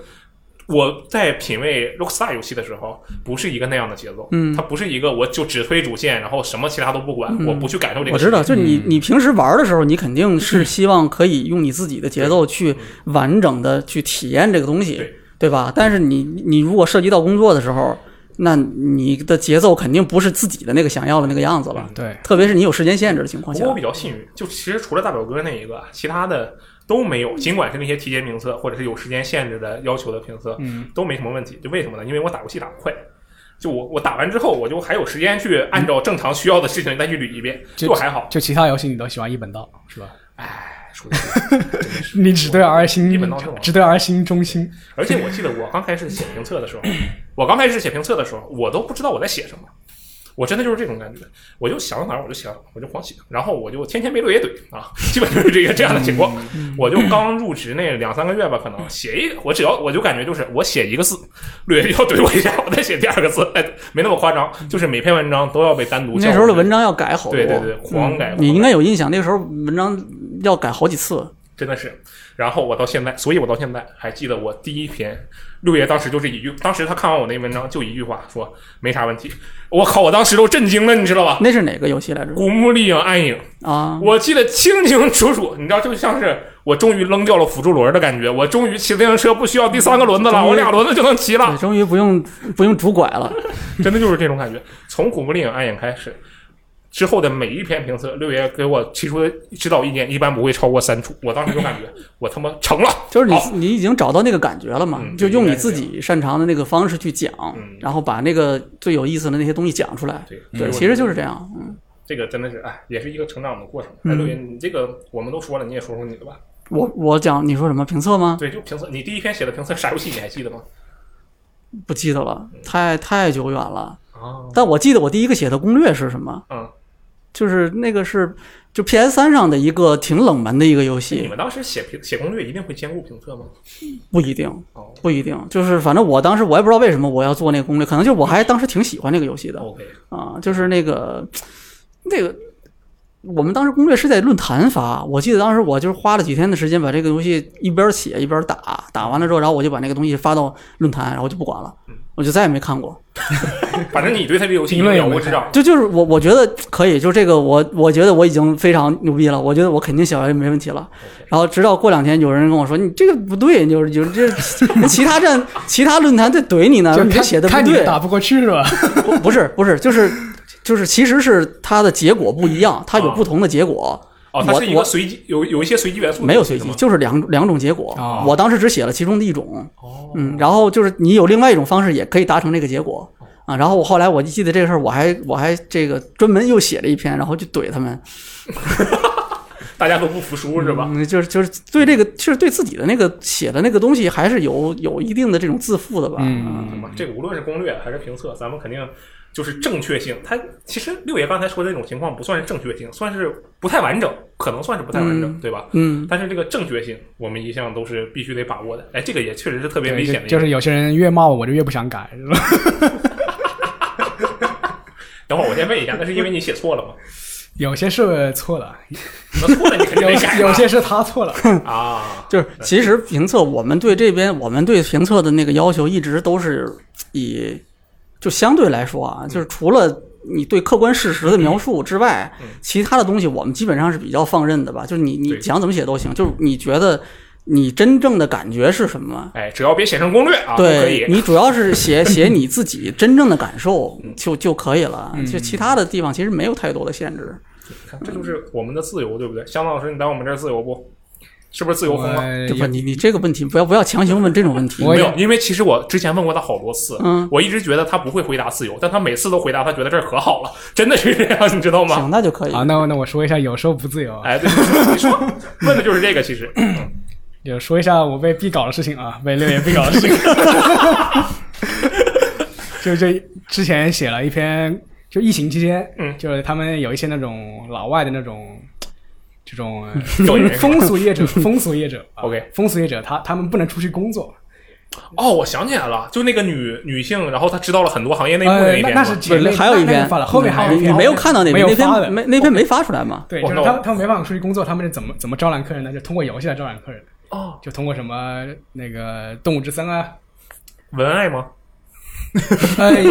Speaker 1: 我在品味 Rockstar 游戏的时候，不是一个那样的节奏，
Speaker 4: 嗯
Speaker 1: 它不是一个我就只推主线，然后什么其他都不管，我不去感受这个。
Speaker 4: 我知道，，就你你平时玩的时候，你肯定是希望可以用你自己的节奏去完整的去体验这个东西
Speaker 1: 对，
Speaker 4: 对吧？但是你你如果涉及到工作的时候，那你的节奏肯定不是自己的那个想要的那个样子了，
Speaker 2: 对，
Speaker 4: 特别是你有时间限制的情况
Speaker 1: 嗯不
Speaker 4: 下
Speaker 1: 过。我比较幸运，就其实除了大表哥那一个，其他的都没有。尽管是那些提前评测或者是有时间限制的要求的评测，
Speaker 2: 嗯，
Speaker 1: 都没什么问题。就为什么呢？因为我打游戏打得快。就我我打完之后，我就还有时间去按照正常需要的事情再去捋一遍，
Speaker 2: 就
Speaker 1: 就还好。
Speaker 2: 就其他游戏你都喜欢一
Speaker 1: (laughs)
Speaker 2: 本道是吧？
Speaker 1: 哎，说的
Speaker 2: 你只对 R 心
Speaker 1: 一本道是吗，
Speaker 2: 只对 R 心中心。
Speaker 1: 而且我记得我刚开始写评测的时候，我刚开始写评测的时候，我都不知道我在写什么，我真的就是这种感觉，我就想到哪儿我就写到哪儿，我就狂写，然后我就天天被落野怼啊， (laughs) 基本就是这个这样的情况。
Speaker 4: 嗯
Speaker 1: 我就刚入职那两三个月吧，可能写一，我只要我就感觉就是我写一个字，落野就要怼我一下，我再写第二个字，哎，没那么夸张，就是每篇文章都要被单独
Speaker 4: 那时候的文
Speaker 1: 章
Speaker 4: 章要改好多，
Speaker 1: 对
Speaker 4: 嗯
Speaker 1: 对对，狂改，
Speaker 4: 你应该有印象，那个时候文章要改好几次，
Speaker 1: 真的是。然后我到现在，所以我到现在还记得我第一篇，六爷当时就是一句，当时他看完我那文章就一句话说没啥问题。我靠，我当时都震惊了，你知道吧？
Speaker 4: 那是哪个游戏来着？
Speaker 1: 古墓丽影暗影，
Speaker 4: 啊，
Speaker 1: 我记得清清楚楚，你知道，就像是我终于扔掉了辅助轮的感觉，我终于骑自行车不需要第三个轮子了，
Speaker 4: 终于
Speaker 1: 我俩轮子就能骑了
Speaker 4: 对，，终于不用不用拄拐了。
Speaker 1: 真的就是这种感觉。从古墓丽影啊暗影开始，之后的每一篇评测，六爷给我提出的指导意见一般不会超过三处，我当时就感觉我他妈成了，
Speaker 4: 就是
Speaker 1: 好
Speaker 4: 你你已经找到那个感觉了嘛，
Speaker 1: 嗯
Speaker 4: 就用你自己擅长的那个方式去讲，
Speaker 1: 嗯
Speaker 4: 然后把那个最有意思的那些东西讲出来。
Speaker 1: 对
Speaker 4: 对，其实就是这样。嗯
Speaker 1: 这个真的是哎，也是一个成长的过程。哎，
Speaker 4: 嗯
Speaker 1: 六爷，你这个我们都说了，你也说说你的吧。
Speaker 4: 我我讲你说什么评测吗？
Speaker 1: 对，就评测，你第一篇写的评测啥游戏你还记得吗？
Speaker 4: 不记得了，太太久远了。
Speaker 1: 啊，
Speaker 4: 但我记得我第一个写的攻略是什么？
Speaker 1: 嗯，
Speaker 4: 就是那个是就 PS 三上的一个挺冷门的一个游
Speaker 1: 你
Speaker 4: 戏，
Speaker 1: 们当时写评写攻略一定会兼顾评测吗？
Speaker 4: 不一定
Speaker 1: 哦
Speaker 4: 不一定，就是反正我当时我也不知道为什么我要做那个攻略，可能就我还当时挺喜欢那个游戏的。
Speaker 1: ，OK，
Speaker 4: 啊，就是那个那个，我们当时攻略是在论坛发，我记得当时我就是花了几天的时间把这个东西一边写一边打，打完了之后，然后我就把那个东西发到论坛，然后就不管了，我就再也没看过。
Speaker 1: 反正你对他这游戏一
Speaker 2: 评论也
Speaker 1: 了
Speaker 2: 没
Speaker 1: 无指掌。
Speaker 4: 就就是我我觉得可以，就这个我我觉得我已经非常牛逼了，我觉得我肯定写完没问题了。然后直到过两天有人跟我说你这个不对，你就是就是 (laughs) 这其他站其他论坛在怼你呢，
Speaker 2: 就
Speaker 4: 嗯你这
Speaker 2: 看
Speaker 4: 写的不
Speaker 2: 看你
Speaker 4: 对。
Speaker 2: 打不过去
Speaker 1: (laughs)
Speaker 2: 是吧？
Speaker 4: 不不是不是，就是就是，其实是它的结果不一样，它有不同的结果，
Speaker 1: 哦，它
Speaker 4: 我
Speaker 1: 是一个
Speaker 4: 我
Speaker 1: 随机，有有一些随机元素的
Speaker 4: 没有
Speaker 1: 游戏
Speaker 4: 随
Speaker 1: 是
Speaker 4: 机，
Speaker 1: 吗
Speaker 4: 就是两两种结果
Speaker 2: 哦。
Speaker 4: 我当时只写了其中的一种，
Speaker 1: 哦，
Speaker 4: 嗯，然后就是你有另外一种方式也可以达成这个结果
Speaker 1: 哦
Speaker 4: 啊。然后我后来我记得这个事儿，我还我还这个专门又写了一篇，然后就怼他们，
Speaker 1: 大家都不服输是吧？
Speaker 4: 嗯，就是就是对这个，就是对自己的那个写的那个东西，还是有有一定的这种自负的吧。
Speaker 2: 嗯
Speaker 1: 是吧这个无论是攻略还是评测，咱们肯定就是正确性。它其实六爷刚才说的那种情况不算是正确性，算是不太完整，可能算是不太完整，
Speaker 4: 嗯
Speaker 1: 对吧？
Speaker 4: 嗯，
Speaker 1: 但是这个正确性，我们一向都是必须得把握的。哎，这个也确实是特别危
Speaker 2: 对，
Speaker 1: 险
Speaker 2: 就
Speaker 1: 的一个。
Speaker 2: 就是有些人越骂我，我就越不想改， (laughs) 是吧？
Speaker 1: 等会儿我先问一下，那是因为你写错了吗？
Speaker 2: 有些是
Speaker 1: (laughs)
Speaker 2: 错了，
Speaker 1: 那错了你肯定
Speaker 2: 有
Speaker 1: 得改
Speaker 2: (laughs) 有些是他
Speaker 1: (laughs)
Speaker 2: 错了。
Speaker 1: 啊。
Speaker 4: 就是其实评测，我们对这边我们对评测的那个要求一直都是以，就相对来说啊，
Speaker 1: 嗯
Speaker 4: 就是除了你对客观事实的描述之外，其他的东西我们基本上是比较放任的吧。就是你你
Speaker 1: 对
Speaker 4: 想怎么写都行，就是你觉得你真正的感觉是什么。
Speaker 1: 哎，只要别写成攻略啊，都可
Speaker 4: 对
Speaker 1: 以。
Speaker 4: 你主要
Speaker 1: (laughs)
Speaker 4: 是写写你自己真正的感受
Speaker 1: 嗯
Speaker 4: 就就可以了，就其他的地方其实没有太多的限制。
Speaker 1: 看，这就是我们的自由，对不对？香港老师，你来我们这儿自由不？是不是自由
Speaker 2: 我呃
Speaker 1: 风啊？
Speaker 4: 这不，你你这个问题不要不要强行问这种问题。
Speaker 2: 我
Speaker 1: 没
Speaker 2: 也
Speaker 1: 有，因为其实我之前问过他好多次，
Speaker 4: 嗯
Speaker 1: 我一直觉得他不会回答自由，但他每次都回答，他觉得这儿可好了，真的是这样，你知道吗
Speaker 4: 行，？那就可以。
Speaker 2: 啊，那那我说一下，有时候不自由啊，
Speaker 1: 哎，对，你说 (laughs) 问的就是这个，其实，嗯
Speaker 2: 就说一下我被逼搞的事情啊，被六爷逼搞的事情。 (laughs) 就这之前写了一篇，就疫情期间，
Speaker 1: 嗯
Speaker 2: 就是他们有一些那种老外的那种这种呃
Speaker 1: (laughs) 有人
Speaker 2: 风俗业者，风俗业者啊
Speaker 1: OK
Speaker 2: 风俗业者，他他们不能出去工作，
Speaker 1: 哦，我想起来了，就那个女女性，然后她知道了很多行业内幕
Speaker 2: 呃
Speaker 1: 的那
Speaker 2: 那
Speaker 1: 篇，
Speaker 2: 那是
Speaker 1: 吧
Speaker 2: 姐妹，
Speaker 4: 还有
Speaker 2: 那
Speaker 4: 一
Speaker 2: 那
Speaker 4: 篇嗯
Speaker 2: 个发了，后面还有一
Speaker 4: 你
Speaker 2: 篇，
Speaker 4: 你没有看到那
Speaker 2: 没
Speaker 4: 篇？
Speaker 2: 有
Speaker 4: 那
Speaker 2: 发
Speaker 4: 篇
Speaker 2: 的，
Speaker 4: 没那篇没发出来嘛？
Speaker 2: 对，
Speaker 1: 我
Speaker 2: 就是
Speaker 1: 那
Speaker 2: 他
Speaker 1: 我
Speaker 2: 们他们没办法出去工作，他们是怎么怎么招揽客人呢？就通过游戏来招揽客人，
Speaker 1: 哦，
Speaker 2: 就通过什么那个动物之森啊，
Speaker 1: 文爱吗？ (laughs)
Speaker 2: 哎，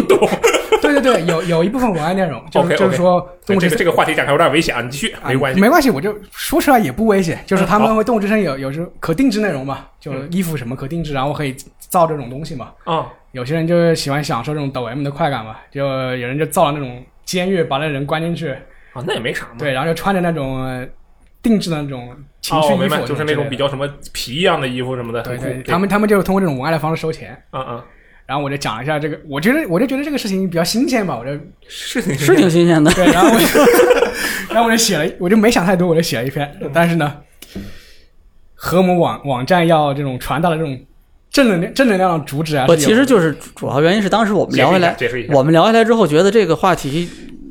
Speaker 2: 对对对，有有一部分文案内容，就是
Speaker 1: OK，OK 哎
Speaker 2: 就是说动物
Speaker 1: 这个
Speaker 2: 之森
Speaker 1: 这个话题展开有点危险啊，你继续，没关系，
Speaker 2: 没关系，我就说出来也不危险。就是他
Speaker 1: 嗯
Speaker 2: 们会动物之森有有时候可定制内容嘛，就是衣服什么可定制，然后可以造这种东西嘛。
Speaker 1: 啊，
Speaker 2: 有些人就是喜欢享受这种抖 M 的快感嘛，就有人就造了那种监狱，把那人关进去，
Speaker 1: 啊，那也没啥嘛。
Speaker 2: 对，然后就穿着那种呃定制的那种情
Speaker 1: 哦，
Speaker 2: 趣
Speaker 1: 我
Speaker 2: 衣
Speaker 1: 明白，
Speaker 2: 服，
Speaker 1: 就是那种比
Speaker 2: 较。
Speaker 1: 较什么皮一样的衣服什么的，
Speaker 2: 对
Speaker 1: 很
Speaker 2: 对，
Speaker 1: 酷。
Speaker 2: 他们他们就是通过这种文案的方式收钱，
Speaker 1: 嗯嗯，
Speaker 2: 然后我就讲了一下这个，我觉得我就觉得这个事情比较新鲜吧，我就是
Speaker 1: 挺
Speaker 4: 是挺新鲜的。
Speaker 2: 对，然后我就，然后我就写了，我就没想太多，我就写了一篇。但是呢，和我们网网站要这种传达的这种正能量、正能量的主旨啊，
Speaker 4: 不，
Speaker 2: 是有
Speaker 4: 其实就是主要原因是当时我们聊下来，
Speaker 1: 解释一下解释一下
Speaker 4: 我们聊下来之后觉得这个话题，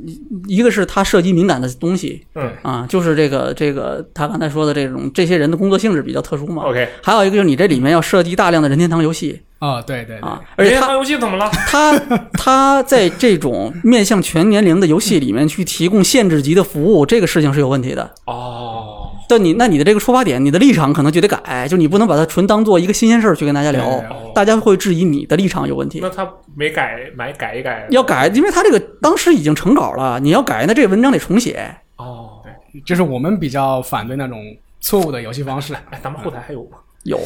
Speaker 4: 一一个是它涉及敏感的东西
Speaker 1: 嗯
Speaker 4: 啊，就是这个这个他刚才说的这种这些人的工作性质比较特殊嘛。
Speaker 2: 哦
Speaker 1: ，OK。
Speaker 4: 还有一个就是你这里面要涉及大量的任天堂游戏
Speaker 2: 啊、对对对，
Speaker 4: 啊，而且
Speaker 1: 人家
Speaker 4: 他
Speaker 1: 打游戏怎么了？
Speaker 4: 他
Speaker 2: (laughs)
Speaker 4: 他在这种面向全年龄的游戏里面去提供限制级的服务，这个事情是有问题的。
Speaker 1: 哦，
Speaker 4: 但你那你的这个出发点，你的立场可能就得改，就你不能把它纯当做一个新鲜事儿去跟大家聊
Speaker 2: 对，
Speaker 4: 大家会质疑你的立场有问题。
Speaker 1: 那他没改，买改一改
Speaker 4: 要改，因为他这个当时已经成稿了，你要改，那这个文章得重写。
Speaker 1: 哦。
Speaker 2: 就是我们比较反对那种错误的游戏方式。
Speaker 1: 哎，咱们后台还有吗？
Speaker 4: 有，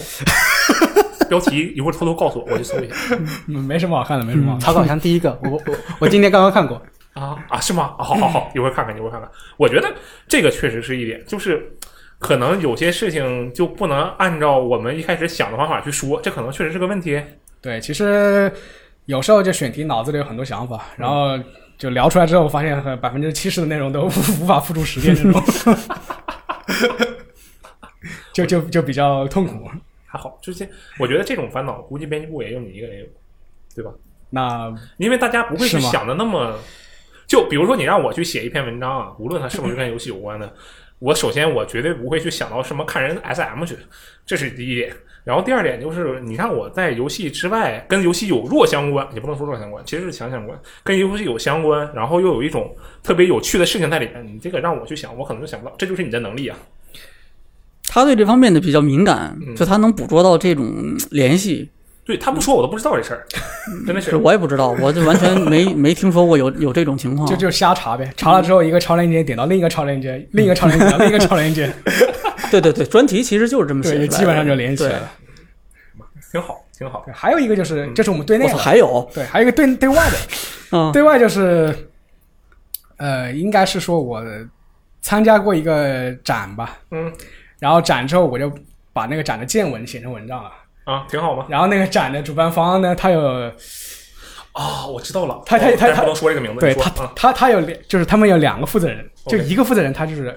Speaker 1: 标题一会儿偷偷告诉我，我去搜一下
Speaker 2: 嗯没什么好看的，没什么好看
Speaker 3: 草稿箱第一个，我我我今天刚刚看过，
Speaker 1: 啊啊，是吗？啊好好好，一会儿看看，一会儿看看。我觉得这个确实是一点，就是可能有些事情就不能按照我们一开始想的方法去说，这可能确实是个问题。
Speaker 2: 的。对，其实有时候这选题脑子里有很多想法，然后就聊出来之后，发现百分之七十的内容都无无法付诸实践，这种 (laughs) 就就就比较痛苦。
Speaker 1: 还好，就是我觉得这种烦恼，估计编辑部也就你一个人有，对吧？
Speaker 2: 那
Speaker 1: 因为大家不会去
Speaker 2: 是吗
Speaker 1: 想的那么，就比如说你让我去写一篇文章啊，无论它是不是跟游戏有关
Speaker 2: (laughs)
Speaker 1: 的，我首先我绝对不会去想到什么看人 SM 去，这是第一点。然后第二点就是，你看我在游戏之外跟游戏有弱相关，也不能说弱相关，其实是强相关，跟游戏有相关，然后又有一种特别有趣的事情在里面，你这个让我去想，我可能就想不到，这就是你的能力啊。
Speaker 4: 他对这方面的比较敏感
Speaker 1: 嗯，
Speaker 4: 就他能捕捉到这种嗯联系。
Speaker 1: 对他不说我都不知道这事
Speaker 2: (laughs)
Speaker 1: 儿，真的是
Speaker 4: 是我也不知道，我就完全没没听说过有有这种情况
Speaker 2: 就。就瞎查呗，查了之后一个超链接点到另一个超链接，另一个超链接点到另一个超链
Speaker 4: (laughs)
Speaker 2: 接，
Speaker 4: 对对对，专题其实就是这么写出来
Speaker 2: 对，
Speaker 4: 的，
Speaker 2: 基本上就连起来
Speaker 4: 对
Speaker 2: 了。
Speaker 1: 挺好，挺好。
Speaker 2: 对，还有一个就是，这是我们对内
Speaker 4: 嗯我
Speaker 2: 的
Speaker 4: 操，，还有
Speaker 2: 对，还有一个对对外的，
Speaker 4: (laughs) 啊，
Speaker 2: 对外就是，呃，应该是说我参加过一个展吧，
Speaker 1: 嗯
Speaker 2: 然后展之后我就把那个展的见闻写成文章了。
Speaker 1: 啊，挺好吗？
Speaker 2: 然后那个展的主办方呢，他有
Speaker 1: 啊、我知道了，
Speaker 2: 他他
Speaker 1: 哦
Speaker 2: 他
Speaker 1: 但
Speaker 2: 他
Speaker 1: 不能说这个名字，
Speaker 2: 对
Speaker 1: 你说
Speaker 2: 他
Speaker 1: 啊
Speaker 2: 他他有两，就是他们有两个负责人，就
Speaker 1: OK
Speaker 2: 一个负责人他就是。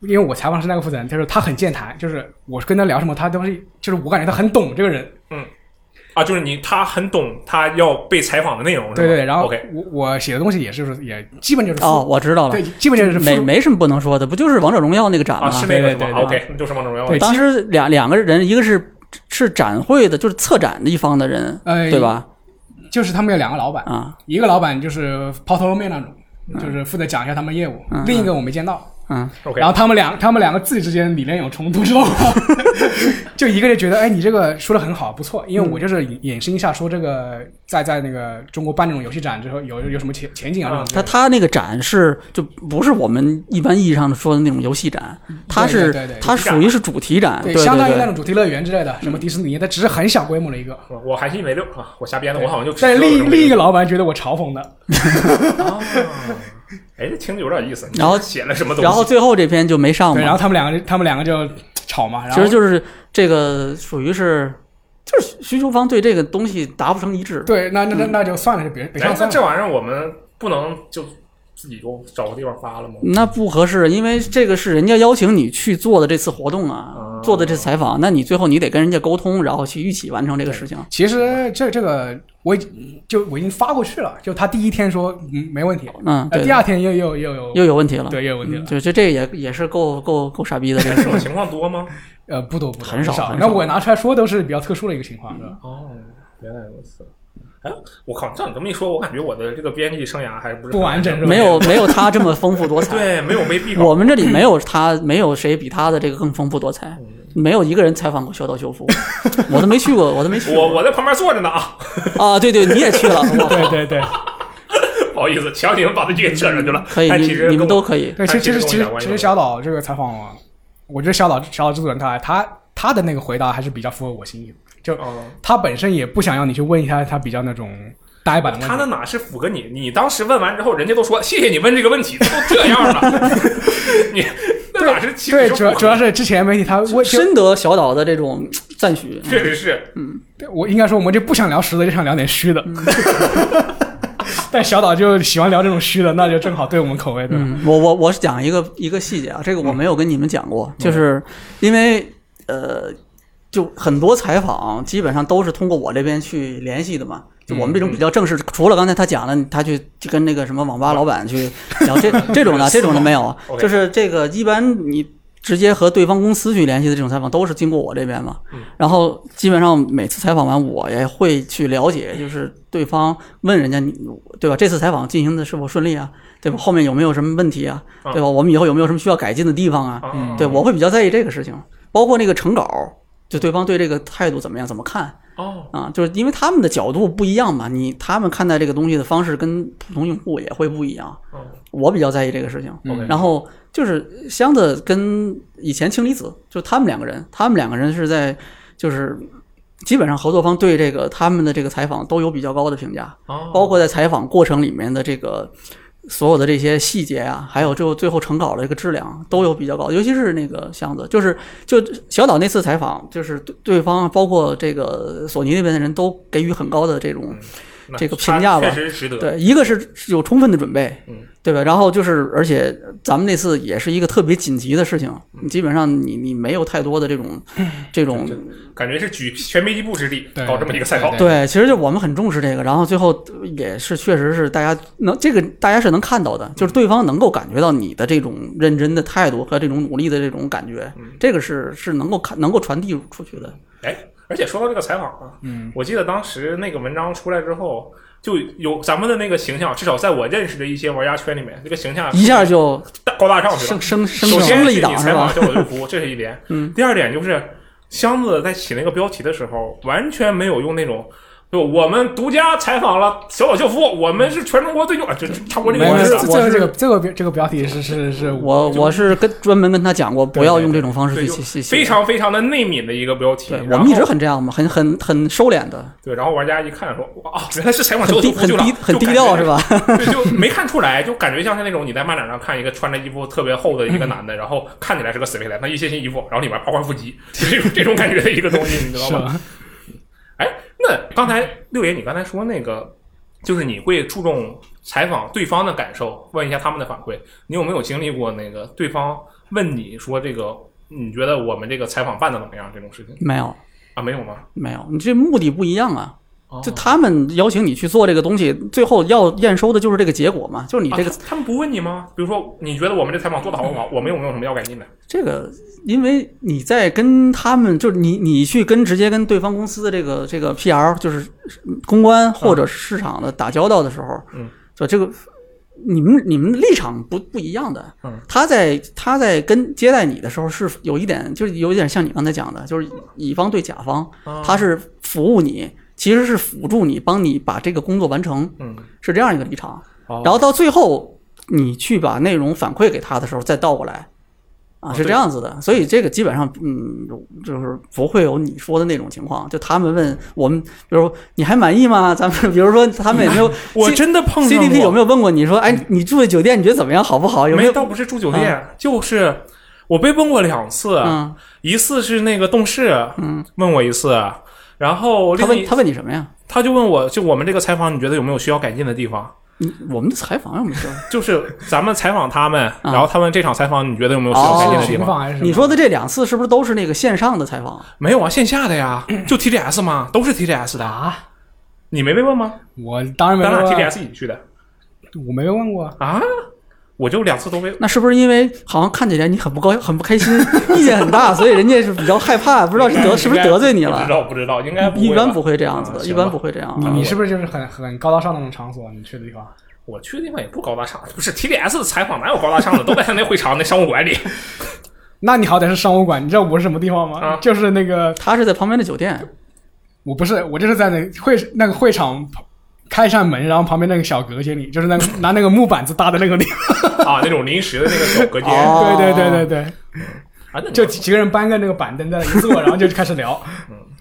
Speaker 2: 因为我采访是那个负责人，他说他很健谈，就是我跟他聊什么，他都是就是我感觉他很懂这个人，
Speaker 1: 啊，就是你，他很懂他要被采访的内容，是吧
Speaker 2: 对对对。然后
Speaker 1: OK，
Speaker 2: 我我写的东西也是也基本就是附
Speaker 4: 哦，我知道了
Speaker 2: 对，，基本就是附
Speaker 4: 没没什么不能说的，不就是王者荣耀那个展吗？
Speaker 1: 啊，是那个
Speaker 2: 对
Speaker 1: 是吧
Speaker 2: 对
Speaker 1: 啊
Speaker 2: 对
Speaker 1: ？OK，那就是王者荣耀
Speaker 2: 对
Speaker 1: 了，
Speaker 4: 当时两两个人，一个是是展会的，就是策展的一方的人，
Speaker 2: 呃
Speaker 4: 对吧？
Speaker 2: 就是他们有两个老板，
Speaker 4: 啊，
Speaker 2: 一个老板就是抛头露面那种，就是负责讲一下他们业务；
Speaker 4: 嗯
Speaker 2: 另一个我没见到。
Speaker 4: 嗯，
Speaker 1: OK
Speaker 2: 然后他们两他们两个自己之间理念有冲突之
Speaker 4: (laughs)
Speaker 2: 后，就一个就觉得，哎，你这个说的很好，不错，因为我就是衍生一下说这个在在那个中国办这种游戏展之后有有什么前前景啊这种之类
Speaker 4: 他
Speaker 2: 的。
Speaker 4: 他那个展是就不是我们一般意义上说的那种游戏展，它是
Speaker 2: 嗯对对对
Speaker 4: 它属于是主题展，对
Speaker 2: 对，相当于那
Speaker 4: 对。
Speaker 2: 种主题乐园之类的，什么迪士尼，但只是很小规模的一个。
Speaker 1: 我我还是一枚六啊，我瞎编的，我好
Speaker 4: 嗯
Speaker 1: 像就
Speaker 2: 但
Speaker 1: 只知
Speaker 2: 是
Speaker 1: 道
Speaker 2: 另
Speaker 1: 这么
Speaker 2: 另一个老板觉得我嘲讽的，
Speaker 1: 啊，哎，这听着有点意思。你
Speaker 4: 然后
Speaker 1: 写了什么东西？
Speaker 4: 然后最后这篇就没上
Speaker 2: 对，然后
Speaker 4: 嘛，
Speaker 2: 他们两个就他们两个就吵嘛，然
Speaker 4: 嗯其
Speaker 2: 后
Speaker 4: 实就是这个属于是就是需求方对这个东西达不成一致，
Speaker 2: 对，那
Speaker 4: 嗯
Speaker 2: 那那那就算了，就别别
Speaker 1: 哎
Speaker 2: 上，算
Speaker 1: 那
Speaker 2: 了。
Speaker 1: 这玩意儿我们不能就自己就找个地方发了
Speaker 2: 嗯
Speaker 1: 吗？
Speaker 4: 那不合适，因为这个是人家邀请你去做的这次活动啊
Speaker 1: 哦，
Speaker 4: 做的这次采访，那你最后你得跟人家沟通，然后去一起完成这个事情。
Speaker 2: 其实这这个我已经就我已经发过去了，就他第一天说嗯没问题，
Speaker 4: 嗯，
Speaker 2: 呃
Speaker 4: 对
Speaker 2: 第，二天又又又有
Speaker 4: 又有问题了。嗯
Speaker 2: 对又有问题了，
Speaker 4: 就就这也也是够够够傻逼的，这
Speaker 1: 这
Speaker 2: (laughs)
Speaker 4: 个
Speaker 1: 种情况多吗？
Speaker 2: 呃不多不多
Speaker 4: 很少很
Speaker 2: 那
Speaker 4: 少
Speaker 2: 我拿出来说都是比较特殊的一个情况，是吧？
Speaker 1: 哦，原来如此。哎，我靠！照你这么一说，我感觉我的这个编辑生涯还是不是
Speaker 2: 不完整是吧
Speaker 4: 没有没有他这么丰富多彩。
Speaker 1: 对，没有没必稿。
Speaker 4: 我们这里没有他，没有谁比他的这个更丰富多彩，
Speaker 2: 嗯
Speaker 4: 没有一个人采访过小岛秀夫，我都没去过，我都没去
Speaker 1: 我
Speaker 4: 过
Speaker 1: 我在旁边坐着呢啊，
Speaker 4: 啊！对对，你也去了，我
Speaker 2: 对对对
Speaker 1: 不好意思，强行把自己给扯上去了。
Speaker 4: 可以，
Speaker 1: 但
Speaker 4: 你
Speaker 1: 其实
Speaker 4: 你们
Speaker 1: 跟我
Speaker 4: 都可以。
Speaker 2: 对，
Speaker 1: 他
Speaker 2: 哎其实
Speaker 1: 其
Speaker 2: 其
Speaker 1: 实
Speaker 2: 实
Speaker 1: 跟我讲
Speaker 2: 其
Speaker 1: 完
Speaker 2: 实其
Speaker 1: 以后
Speaker 2: 实小岛这个采访我，我觉得小岛小岛制作人他他他的那个回答还是比较符合我心意的，就
Speaker 1: 嗯
Speaker 2: 他本身也不想要你去问一下他比较那种呆板的问
Speaker 1: 他
Speaker 2: 题
Speaker 1: 那。哪是符合你？你当时问完之后，人家都说谢谢你问这个问题，都这样
Speaker 2: (laughs)
Speaker 1: 了，你那哪是其实
Speaker 2: 对，
Speaker 1: 就
Speaker 2: 主要
Speaker 1: 符合
Speaker 2: 主要是之前媒体他问就
Speaker 4: 深得小岛的这种赞许，
Speaker 1: 确实是
Speaker 2: 对我应该说，我们就不想聊实的，就想聊点虚的。但小岛就喜欢聊这种虚的，那就正好对我们口味，对吧？
Speaker 4: 嗯，我我我是讲一个一个细节啊，这个
Speaker 2: 嗯
Speaker 4: 我没有跟你们讲过，就是因为呃，就很多采访基本上都是通过我这边去联系的嘛。就我们这种比较正式，除了刚才他讲了，他去去跟那个什么网吧老板去聊这这种的，这种的没有
Speaker 1: OK。
Speaker 4: 就是这个一般你直接和对方公司去联系的这种采访，都是经过我这边嘛。然后基本上每次采访完，我也会去了解，就是对方问人家你，对吧？这次采访进行的是否顺利啊？对吧？后面有没有什么问题啊？对吧？我们以后有没有什么需要改进的地方啊？
Speaker 1: 啊
Speaker 4: 对，我会比较在意这个事情，包括那个成稿，就对方对这个态度怎么样，怎么看
Speaker 1: 哦，
Speaker 4: 啊？就是因为他们的角度不一样嘛，你他们看待这个东西的方式跟普通用户也会不一样
Speaker 1: 哦。
Speaker 4: 我比较在意这个事情，
Speaker 2: 嗯
Speaker 1: OK
Speaker 4: 然后就是箱子跟以前氢离子，就他们两个人，他们两个人是在就是。基本上合作方对这个他们的这个采访都有比较高的评价，
Speaker 1: 哦
Speaker 4: 包括在采访过程里面的这个所有的这些细节啊，还有最后最后成稿的这个质量都有比较高，尤其是那个箱子，就是就小岛那次采访，就是对对方包括这个索尼那边的人都给予很高的这种
Speaker 1: 嗯那
Speaker 4: 这个评价
Speaker 1: 确
Speaker 4: 吧
Speaker 1: 实值得。
Speaker 4: 对，一个是有充分的准备
Speaker 1: 嗯，
Speaker 4: 对吧？然后就是，而且咱们那次也是一个特别紧急的事情，
Speaker 1: 嗯
Speaker 4: 基本上你你没有太多的这种这种
Speaker 1: 感觉是举全媒体部之力
Speaker 2: 对
Speaker 1: 搞这么一个赛跑。
Speaker 4: 对，其实就我们很重视这个，然后最后呃也是确实是大家能这个大家是能看到的，就是对方能够感觉到你的这种认真的态度和这种努力的这种感觉，
Speaker 1: 嗯
Speaker 4: 这个是是能够看能够传递出去的。
Speaker 1: 哎，而且说到这个采访啊，
Speaker 2: 嗯，
Speaker 1: 我记得当时那个文章出来之后，就有咱们的那个形象，至少在我认识的一些玩家圈里面，这个形象
Speaker 4: 一下就
Speaker 1: 大高大上去了
Speaker 4: 升。升
Speaker 1: 嗯
Speaker 4: 升
Speaker 1: 首先
Speaker 4: 升
Speaker 1: 是
Speaker 4: 了
Speaker 1: 你
Speaker 4: 一档是
Speaker 1: 采访
Speaker 4: 吧？
Speaker 1: 效果就服务，这是一点。
Speaker 4: (laughs) 嗯，
Speaker 1: 第二点就是箱子在起那个标题的时候，完全没有用那种。就我们独家采访了小岛秀夫，我们是全中国最牛，啊，这这差不多这
Speaker 2: 没
Speaker 1: 个
Speaker 2: 有
Speaker 1: 意
Speaker 2: 没有，
Speaker 1: 思
Speaker 2: 这
Speaker 1: 啊。
Speaker 2: 这个这个这个标这个标题是是是
Speaker 4: 我我是跟专门跟他讲过，不要用这种方式
Speaker 1: 啊对，
Speaker 4: 去
Speaker 1: 就
Speaker 4: 写写写。
Speaker 1: 非常非常的内敏的一个标题。
Speaker 4: 对，我
Speaker 1: 然
Speaker 4: 们一直
Speaker 1: 后
Speaker 4: 很这样嘛，很很很收敛的，
Speaker 1: 对，然后玩家一看说，哇，啊原来是采访小
Speaker 4: 很
Speaker 1: 岛
Speaker 4: 低
Speaker 1: 秀夫
Speaker 4: 很
Speaker 1: 就
Speaker 4: 低
Speaker 1: 了，
Speaker 4: 很
Speaker 1: 就
Speaker 4: 低
Speaker 1: 感
Speaker 4: 调
Speaker 1: 觉
Speaker 4: 是吧？
Speaker 1: 对，就没看出来，就感觉像是那种你在漫展上看一个穿着衣服特别厚的一个男的，然后看起来是个死皮脸，他一身新衣服，然后里面包括腹肌，就这种这种感觉的一个东西，你知道
Speaker 2: 是
Speaker 1: 吗？
Speaker 2: 吧？
Speaker 1: 哎，那刚才六爷，你刚才说那个，就是你会注重采访对方的感受，问一下他们的反馈。你有没有经历过那个对方问你说这个，你觉得我们这个采访办的怎么样这种事情
Speaker 4: (laughs) 没有
Speaker 1: 啊？没有吗？
Speaker 4: 没有，你这目的不一样啊。
Speaker 1: 哦
Speaker 4: 就他们邀请你去做这个东西，最后要验收的就是这个结果嘛，就是你
Speaker 1: 啊
Speaker 4: 这个、
Speaker 1: 他他们不问你吗？比如说，你觉得我们这采访做的好不好？我们有没有什么要改进的？
Speaker 4: 这个，因为你在跟他们，就是你你去跟直接跟对方公司的这个这个 PR，就是公关或者市场的打交道的时候，
Speaker 1: 嗯，
Speaker 4: 就这个你们你们立场不不一样的，
Speaker 1: 嗯，
Speaker 4: 他在他在跟接待你的时候是有一点，就是有一点像你刚才讲的，就是乙方对甲方，
Speaker 1: 啊
Speaker 4: 他是服务你，其实是辅助你，帮你把这个工作完成，
Speaker 1: 嗯，
Speaker 4: 是这样一个立场。
Speaker 1: 哦
Speaker 4: 然后到最后你去把内容反馈给他的时候，再倒过来，啊，
Speaker 1: 哦
Speaker 4: 是这样子的。所以这个基本上，嗯，就是不会有你说的那种情况。就他们问我们，比如说你还满意吗？咱们比如说他们有没有
Speaker 1: 我
Speaker 4: C-
Speaker 1: 真的 (laughs) 碰上
Speaker 4: CDP
Speaker 1: 过
Speaker 4: 有没有问过你说，哎，你住的酒店你觉得怎么样，好不好？有
Speaker 1: 没
Speaker 4: 有？
Speaker 1: 倒不是住酒店，就是我被问过两次，
Speaker 4: 啊嗯，
Speaker 1: 一次是那个动视，
Speaker 4: 嗯，
Speaker 1: 问我一次，然后
Speaker 4: 他
Speaker 1: 另
Speaker 4: 问
Speaker 1: 一
Speaker 4: 他问你什么呀？
Speaker 1: 他就问我就我们这个采访，你觉得有没有需要改进的地方？
Speaker 4: 你我们的采访有没有说？
Speaker 1: (laughs) 就是咱们采访他
Speaker 4: (laughs) 啊
Speaker 1: 们，然后他们这场采访，你觉得有没有需要改进的
Speaker 2: 是
Speaker 1: 地
Speaker 2: 群
Speaker 4: 哦
Speaker 1: 方？
Speaker 2: 访还是什么
Speaker 4: 你说的这两次是不是都是那个线上的采访？
Speaker 1: 没有啊，线下的呀，就 TGS 嘛，都是 TGS 的。
Speaker 2: 啊？
Speaker 1: 你没被问吗？
Speaker 2: 我当然没
Speaker 1: 咱俩
Speaker 2: 问啊过，
Speaker 1: TGS 一起去的
Speaker 2: 我没问过。
Speaker 1: 啊？我就两次都被。
Speaker 4: 那是不是因为好像看起来你很不高很不
Speaker 1: (laughs)
Speaker 4: 开心，意见很大，所以人家是比较害怕，不知道是得是不是得罪
Speaker 1: (laughs)
Speaker 4: 你
Speaker 1: 不
Speaker 4: 了
Speaker 1: 知？道不知道，应该
Speaker 4: 一般不
Speaker 1: 会吧。
Speaker 4: 会这样子
Speaker 1: 嗯
Speaker 4: 的，
Speaker 1: 行
Speaker 4: 一般
Speaker 1: 吧
Speaker 4: 不会这样
Speaker 2: 你
Speaker 4: 的。
Speaker 2: 你是不是就是很很高大上的那种场所？你去的地方？
Speaker 1: 我去的地方也不高大上，不是 TGS 的采访哪有高大上的，都在他那会场那商务馆里。
Speaker 2: 那你好歹是商务馆，你知道我是什么地方吗？
Speaker 1: 啊
Speaker 2: 就是那个，
Speaker 4: 他是在旁边的酒店，
Speaker 2: 我不是，我就是在那会那个会场旁开一扇门，然后旁边那个小隔间里，就是
Speaker 1: (laughs)
Speaker 2: 那个拿那个木板子搭的那个地方。
Speaker 1: (laughs) 啊，那种临时的那个小隔间
Speaker 4: 哦
Speaker 2: (laughs) 对对对对对，
Speaker 1: 啊，那
Speaker 2: 就几几个人搬个那个板凳在那一
Speaker 1: (laughs)
Speaker 2: 坐，然后就开始聊。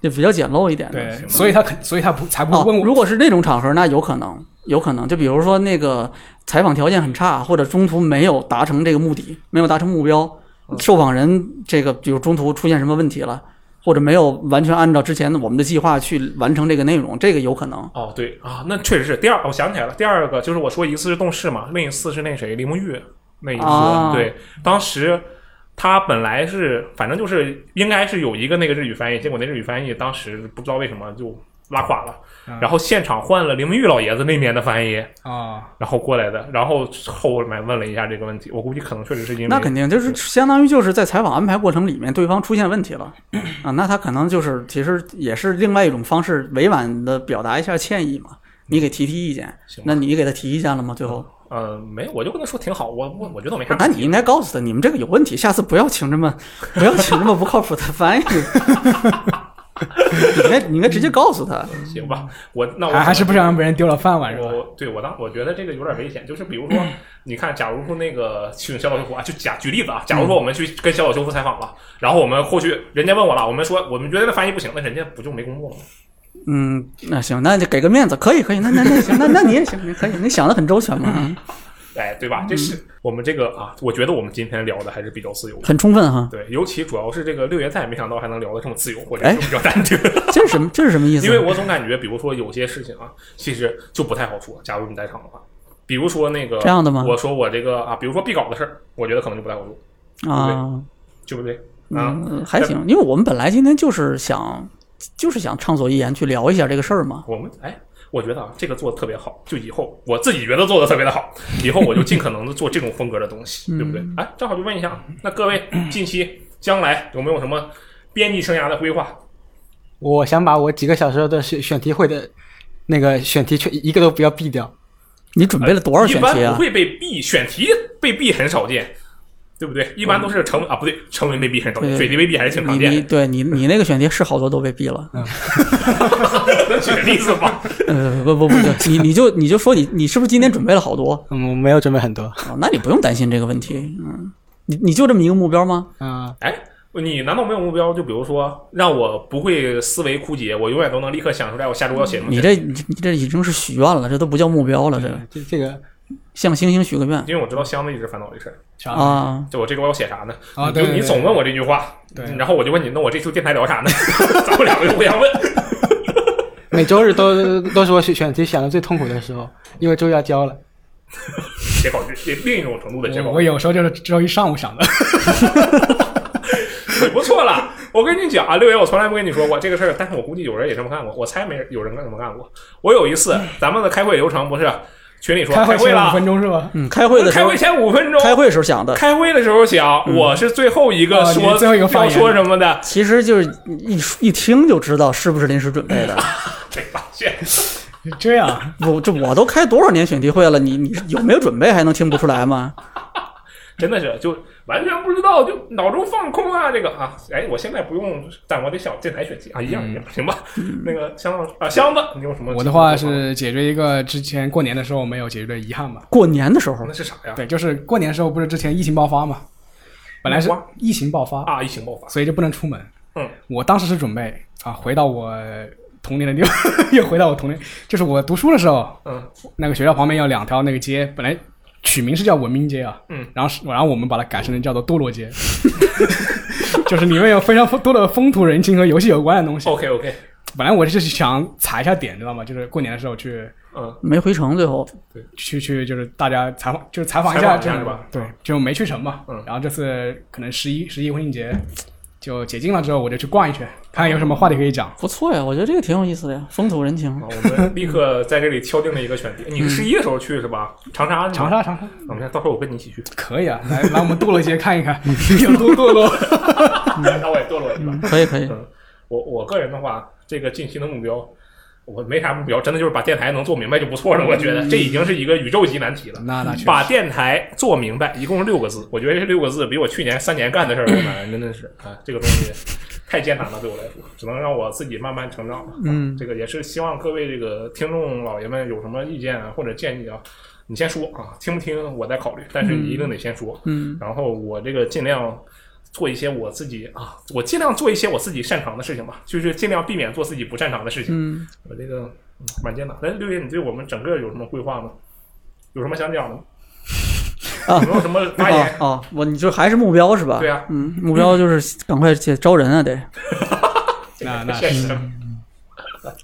Speaker 4: 就比较简陋一点的。
Speaker 2: 对，所以他肯，所以他不才不
Speaker 4: 哦
Speaker 2: 问，我。
Speaker 4: 如果是那种场合，那有可能，有可能。就比如说那个采访条件很差，或者中途没有达成这个目的，没有达成目标，
Speaker 1: 嗯
Speaker 4: 受访人这个比如中途出现什么问题了，或者没有完全按照之前的我们的计划去完成这个内容，这个有可能。
Speaker 1: 哦对啊，那确实是第二，我想起来了，第二个就是我说一次是动视嘛，另一次是那谁林梦玉那一次，
Speaker 4: 啊
Speaker 1: 对，当时。他本来是，反正就是应该是有一个那个日语翻译，结果那日语翻译当时不知道为什么就拉垮了。
Speaker 2: 嗯
Speaker 1: 然后现场换了林明玉老爷子那边的翻译，
Speaker 2: 啊，
Speaker 1: 然后过来的，然后后面问了一下这个问题，我估计可能确实是因为
Speaker 4: 那肯定就是相当于就是在采访安排过程里面，对方出现问题了啊，那他可能就是其实也是另外一种方式，委婉的表达一下歉意嘛。你给提提意见
Speaker 1: 行，
Speaker 4: 那你给他提意见了吗？最后，
Speaker 1: 呃没有，我就跟他说挺好，我我我觉得我没啥
Speaker 4: 那你应该告诉他，你们这个有问题，下次不要请这么 (laughs) 不要请这么不靠谱的翻译。 (laughs) 你应该你应该直接告诉他，
Speaker 1: 行吧，我那我
Speaker 2: 还还是不想让别人丢了饭碗是吧？
Speaker 1: 我对我当我觉得这个有点危险，就是比如说，
Speaker 4: 嗯
Speaker 1: 你看，假如说那个请小岛秀夫啊，就假举例子啊，假
Speaker 4: 嗯
Speaker 1: 如说我们去跟小岛秀夫采访了，然后我们后续人家问我了，我们说我们觉得翻译不行，那人家不就没工作了吗？
Speaker 4: 嗯，那行，那就给个面子，可以可以，那那那行，那那你也行，你可以，你想的很周全嘛，啊
Speaker 1: 哎，对吧？这
Speaker 4: 嗯
Speaker 1: 是我们这个啊，我觉得我们今天聊的还是比较自由的。
Speaker 4: 很充分哈。
Speaker 1: 对，尤其主要是这个六爷在，没想到还能聊得这么自由，我觉
Speaker 4: 哎
Speaker 1: 得就比较单纯。
Speaker 4: 这是什么？这是什么意思？
Speaker 1: 因为我总感觉，比如说有些事情啊，其实就不太好说。假如你在场的话，比如说那个
Speaker 4: 这样的吗
Speaker 1: 我说我这个啊，比如说必稿的事儿，我觉得可能就不太好说，
Speaker 4: 啊，
Speaker 1: 对不对？啊，
Speaker 4: 嗯，还行，因为我们本来今天就是想，就是想畅所欲言去聊一下这个事儿嘛。
Speaker 1: 我们哎，我觉得啊，这个做的特别好，就以后我自己觉得做的特别的
Speaker 4: (laughs)
Speaker 1: 好，以后我就尽可能的做这种风格的东
Speaker 4: 嗯
Speaker 1: 西，对不对？哎，正好就问一下，那各位近期将来有没有什么编辑生涯的规划？
Speaker 3: 我想把我几个小时的选选题会的那个选题全一个都不要避掉。
Speaker 4: 你准备了多少选
Speaker 1: 呃一
Speaker 4: 题
Speaker 1: 般不
Speaker 4: 啊？
Speaker 1: 会被毙，选题被毙很少见，对不对？一般都是成文、啊，不对，成文被毙很少见，
Speaker 4: 对
Speaker 1: 选题被毙还是挺
Speaker 4: 你
Speaker 1: 常
Speaker 4: 你
Speaker 1: 见的。
Speaker 4: 对你你那个选题是好多都被毙
Speaker 1: (laughs)
Speaker 4: 了，
Speaker 1: 能举个例子吗？
Speaker 4: 呃不不不，就你你就你就说你你是不是今天准备了好多？
Speaker 3: 嗯，我没有准备很多。
Speaker 4: 哦，那你不用担心这个问题，嗯，你你就这么一个目标吗？
Speaker 3: 嗯，
Speaker 1: 哎，你难道没有目标？就比如说，让我不会思维枯竭，我永远都能立刻想出来我下周要写什么。
Speaker 4: 你这你这你这已经是许愿了，这都不叫目标了，这
Speaker 3: 这这个
Speaker 4: 向星星许个愿
Speaker 1: 因为我知道箱子一直烦恼这事儿，
Speaker 4: 啊。
Speaker 1: 就我这周要写啥呢？
Speaker 2: 啊
Speaker 1: 你就
Speaker 2: 对对
Speaker 1: 你
Speaker 2: 对
Speaker 1: 总问我这句话，嗯
Speaker 2: 对
Speaker 1: 然后我就问你，那我这周电台聊啥呢？ (laughs) 咱们两个就互相问。
Speaker 3: 每周日都都是我选选题想的最痛苦的时候，因为周要交了。
Speaker 1: 写稿这另一种程度的写
Speaker 2: 我
Speaker 1: 稿
Speaker 2: 我，有时候就是只有一上午想的，
Speaker 1: 你不错了。我跟你讲啊，六爷，我从来不跟你说过这个事儿，但是我估计有人也这么干过，我猜没人有人这么干过。我有一次，咱们的开会流程不是群里说
Speaker 2: 哎 (laughs) 开
Speaker 1: 开
Speaker 2: 会
Speaker 1: 会
Speaker 2: 前
Speaker 1: 了
Speaker 2: 五，分钟是吧？
Speaker 4: 嗯，开会的时
Speaker 1: 开
Speaker 4: 候
Speaker 1: 会，前五分钟，
Speaker 4: 开会时候想的，
Speaker 1: 开会的时候想，我是最后一个
Speaker 2: 嗯哦你
Speaker 1: 说
Speaker 2: 是最后一个
Speaker 1: 要
Speaker 2: 发言
Speaker 1: 说什么的，
Speaker 4: 其实就是一一听就知道是不是临时准备的。
Speaker 1: 被发现。
Speaker 2: 这样，
Speaker 4: 我这我都开多少年选题会了，你你有没有准备还能听不出来吗？
Speaker 1: 真的是就完全不知道，就脑中放空啊，这个啊，哎，我现在不用，但我得想电台选题啊，一样一样，行吧？那个箱子啊，箱子，你有什么？
Speaker 2: 嗯我的话，是解决一个之前过年的时候没有解决的遗憾吧。
Speaker 4: 过年的时候
Speaker 1: 那是啥呀？
Speaker 2: 对，就是过年的时候不是之前疫情爆发嘛，本来是
Speaker 1: 爆发
Speaker 2: 疫情爆发，
Speaker 1: 啊，疫情爆发，
Speaker 2: 所以就不能出门。
Speaker 1: 嗯，
Speaker 2: 我当时是准备啊，回到我童年的地方， (laughs) 又回到我童年，就是我读书的时候，
Speaker 1: 嗯，
Speaker 2: 那个学校旁边有两条那个街，本来取名是叫文明街啊，
Speaker 1: 嗯，
Speaker 2: 然后是然后我们把它改成了叫做堕落街， (laughs) 就是里面有非常多的风土人情和游戏有关的东西。
Speaker 1: OK OK，
Speaker 2: 本来我就是想踩一下点，知道吗？就是过年的时候去
Speaker 1: 嗯，
Speaker 4: 没回城，最后
Speaker 2: 去去就是大家采访，就是采访一
Speaker 1: 采
Speaker 2: 下
Speaker 1: 访一
Speaker 2: 这
Speaker 1: 下
Speaker 2: 样
Speaker 1: 是吧
Speaker 2: 对，就没去成嘛。
Speaker 1: 嗯
Speaker 2: 然后这次可能十一十一国庆节就解禁了之后，我就去逛一圈，看看有什么话题可以讲。
Speaker 4: 不错呀，我觉得这个挺有意思的呀，风土人情
Speaker 1: 啊。我们立刻在这里敲定了一个选题。你十一的时候去是吧？长沙，
Speaker 2: 嗯长，沙，长沙
Speaker 1: 我们到时候我跟你一起去，
Speaker 2: 可以啊，来来我们堕落街看一看，有多
Speaker 1: (laughs)
Speaker 2: 堕落。嗯
Speaker 1: 那我也堕落一把。
Speaker 4: 可以可以，
Speaker 1: 嗯，我我个人的话，这个近期的目标，我没啥目标，真的就是把电台能做明白就不错了。我觉得这已经是一个宇宙级难题了。
Speaker 2: 嗯那那确实
Speaker 1: 把电台做明白，一共是六个字。我觉得这六个字比我去年三年干的事儿都难，真的是啊，这个东西太艰难了，对我来说，只能让我自己慢慢成长吧。啊
Speaker 4: 嗯，
Speaker 1: 这个也是希望各位这个听众老爷们有什么意见啊或者建议啊，你先说啊，听不听我再考虑，但是你一定得先说。
Speaker 4: 嗯，
Speaker 1: 然后我这个尽量做一些我自己啊，我尽量做一些我自己擅长的事情吧，就是尽量避免做自己不擅长的事情。
Speaker 4: 嗯，
Speaker 1: 我这个嗯蛮艰难。但是六爷，你对我们整个有什么规划吗？有什么想讲的吗？
Speaker 4: (laughs) 啊
Speaker 1: 有没有什么发
Speaker 4: 哦
Speaker 1: 言？
Speaker 4: 哦，我你就还是目标是吧？
Speaker 1: 对啊，
Speaker 4: 嗯，目标就是赶快去招人啊，得
Speaker 2: 那那
Speaker 1: 现实嗯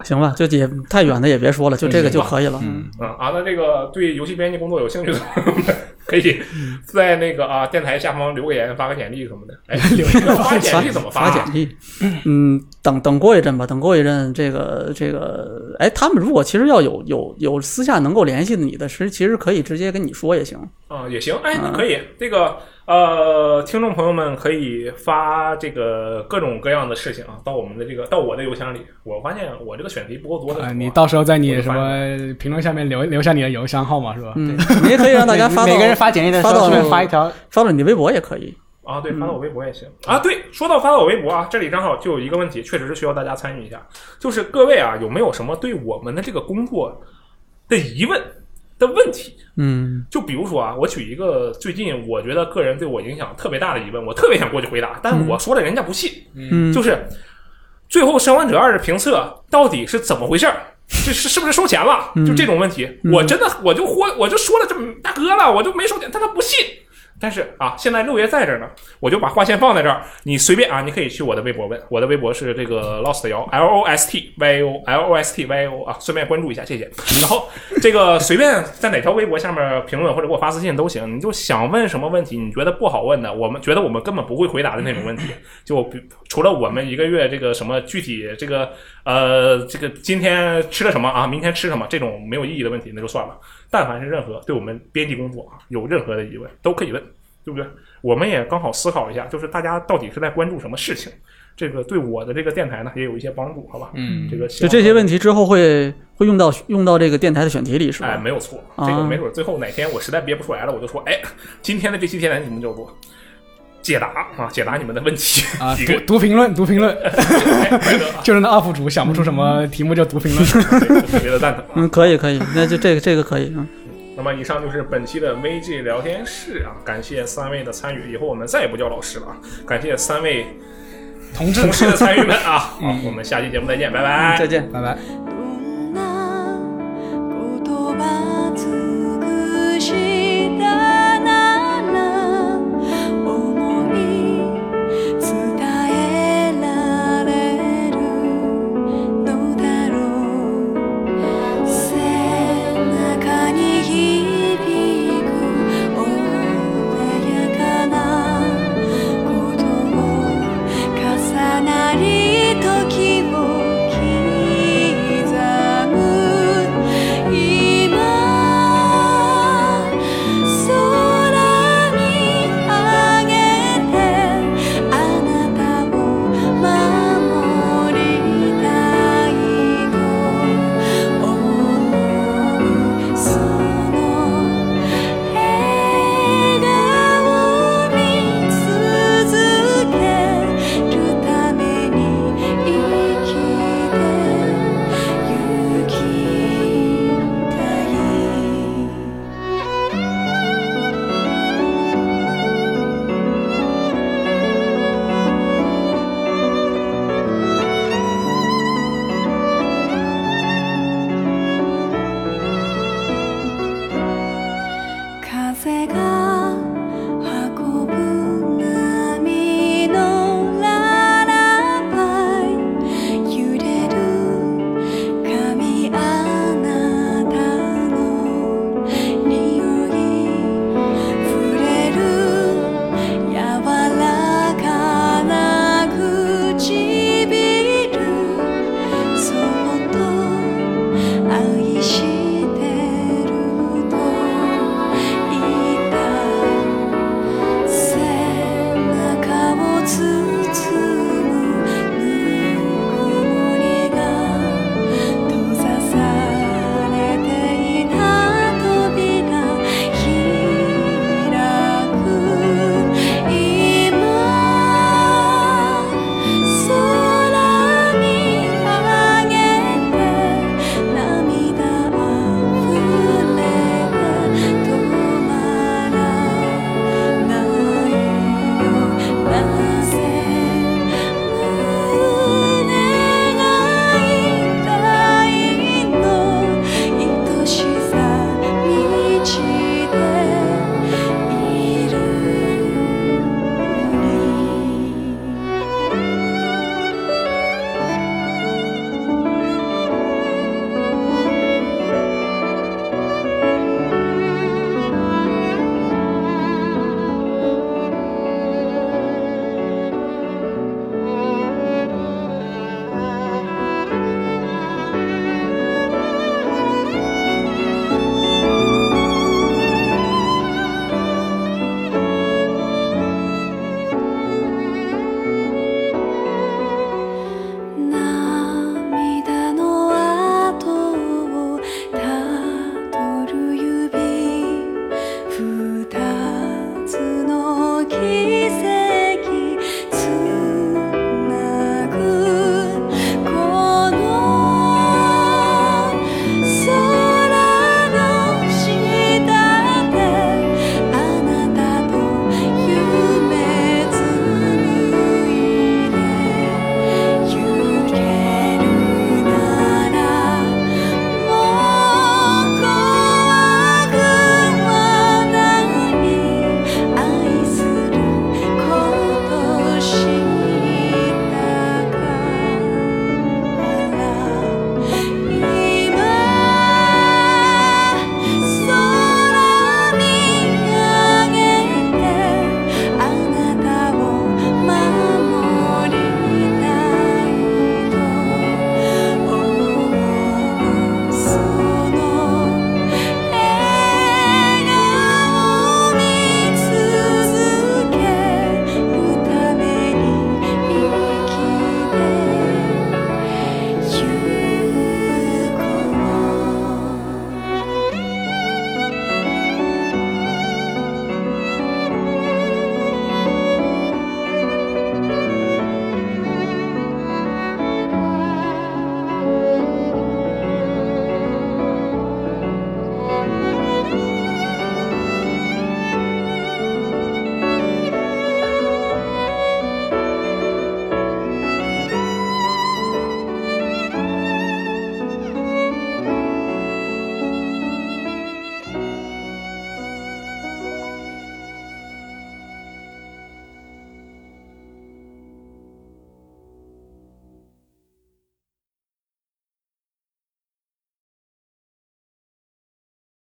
Speaker 4: 行吧，就也太远的也别说了，就这个就可以了。嗯，
Speaker 1: 嗯啊，那这个对游戏编辑工作有兴趣的朋友们，可以在那个啊电台下方留个言，发个简历什么的。哎，留言发简历怎么发
Speaker 4: 发
Speaker 1: 啊？
Speaker 4: 简历？嗯，等等过一阵吧，等过一阵，这个这个，哎，他们如果其实要有有有私下能够联系的你的，是其实可以直接跟你说也行。
Speaker 1: 啊、也行，哎，
Speaker 4: 嗯
Speaker 1: 可以。这个呃，听众朋友们可以发这个各种各样的事情啊，到我们的这个到我的邮箱里。我发现我这个选题不够多的时候啊、
Speaker 2: 呃，你到时候在
Speaker 1: 我
Speaker 2: 你
Speaker 1: 就
Speaker 2: 什
Speaker 1: 发
Speaker 2: 么评论下面留留下你的邮箱号码
Speaker 1: 啊
Speaker 2: 是吧？
Speaker 4: 嗯，你也可以让大家发
Speaker 3: 每
Speaker 4: 到
Speaker 3: 每个人发简历的时
Speaker 4: 发到
Speaker 3: 候，顺便发一条。
Speaker 4: 发到你的微博也可以。
Speaker 1: 啊，
Speaker 2: 嗯
Speaker 1: 对，发到我微博也行、啊。对，说到发到我微博啊，这里正好就有一个问题，确实是需要大家参与一下，就是各位啊，有没有什么对我们的这个工作的疑问的问题？
Speaker 4: 嗯，
Speaker 1: 就比如说啊，我举一个最近我觉得个人对我影响特别大的疑问，我特别想过去回答，但我说了人家不信，
Speaker 4: 嗯
Speaker 1: 就是最后《生还者二》的评测到底是怎么回事儿？这是是不是收钱了？
Speaker 4: 嗯
Speaker 1: 就这种问题，我真的我就豁我就说了这么大哥了，我就没收钱，但他不信。但是啊，现在六爷在这儿呢，我就把话先放在这儿，你随便啊，你可以去我的微博问，我的微博是这个 lost 姚 L O S T Y O L O S T Y O 啊，顺便关注一下，谢谢。然后这个随便在哪条微博下面评论或者给我发私信都行，你就想问什么问题，你觉得不好问的，我们觉得我们根本不会回答的那种问题，就比除了我们一个月这个什么具体这个呃这个今天吃了什么啊，明天吃什么这种没有意义的问题，那就算了。但凡是任何对我们编辑工作啊有任何的疑问，都可以问，对不对？我们也刚好思考一下，就是大家到底是在关注什么事情，这个对我的这个电台呢也有一些帮助，好吧？
Speaker 2: 嗯
Speaker 1: 这个希
Speaker 4: 就
Speaker 1: 望
Speaker 4: 这些问题之后会会用到用到这个电台的选题里，是
Speaker 1: 哎，
Speaker 4: 吧？
Speaker 1: 没有错，
Speaker 4: 啊
Speaker 1: 这个没准最后哪天我实在憋不出来了，我就说，哎，今天的这期天南节目叫做解答啊，解答你们的问题， (laughs)
Speaker 2: 啊，
Speaker 1: 几个
Speaker 2: 读读评论，读评论， (laughs)
Speaker 1: 哎快乐啊，
Speaker 2: 就是那 UP 主想不出什么题目就读评论。
Speaker 1: 对嗯 (laughs) 特别的蛋疼啊。
Speaker 4: 嗯，可以可以，那就这个这个可以。嗯，
Speaker 1: 那么以上就是本期的呃 VG 聊天室啊，感谢三位的参与，以后我们再也不叫老师了啊，感谢三位
Speaker 2: 同志
Speaker 1: 同，事的参与们啊，好，我们下期节目再见，拜拜，
Speaker 4: 再见。
Speaker 2: 拜拜。
Speaker 5: 「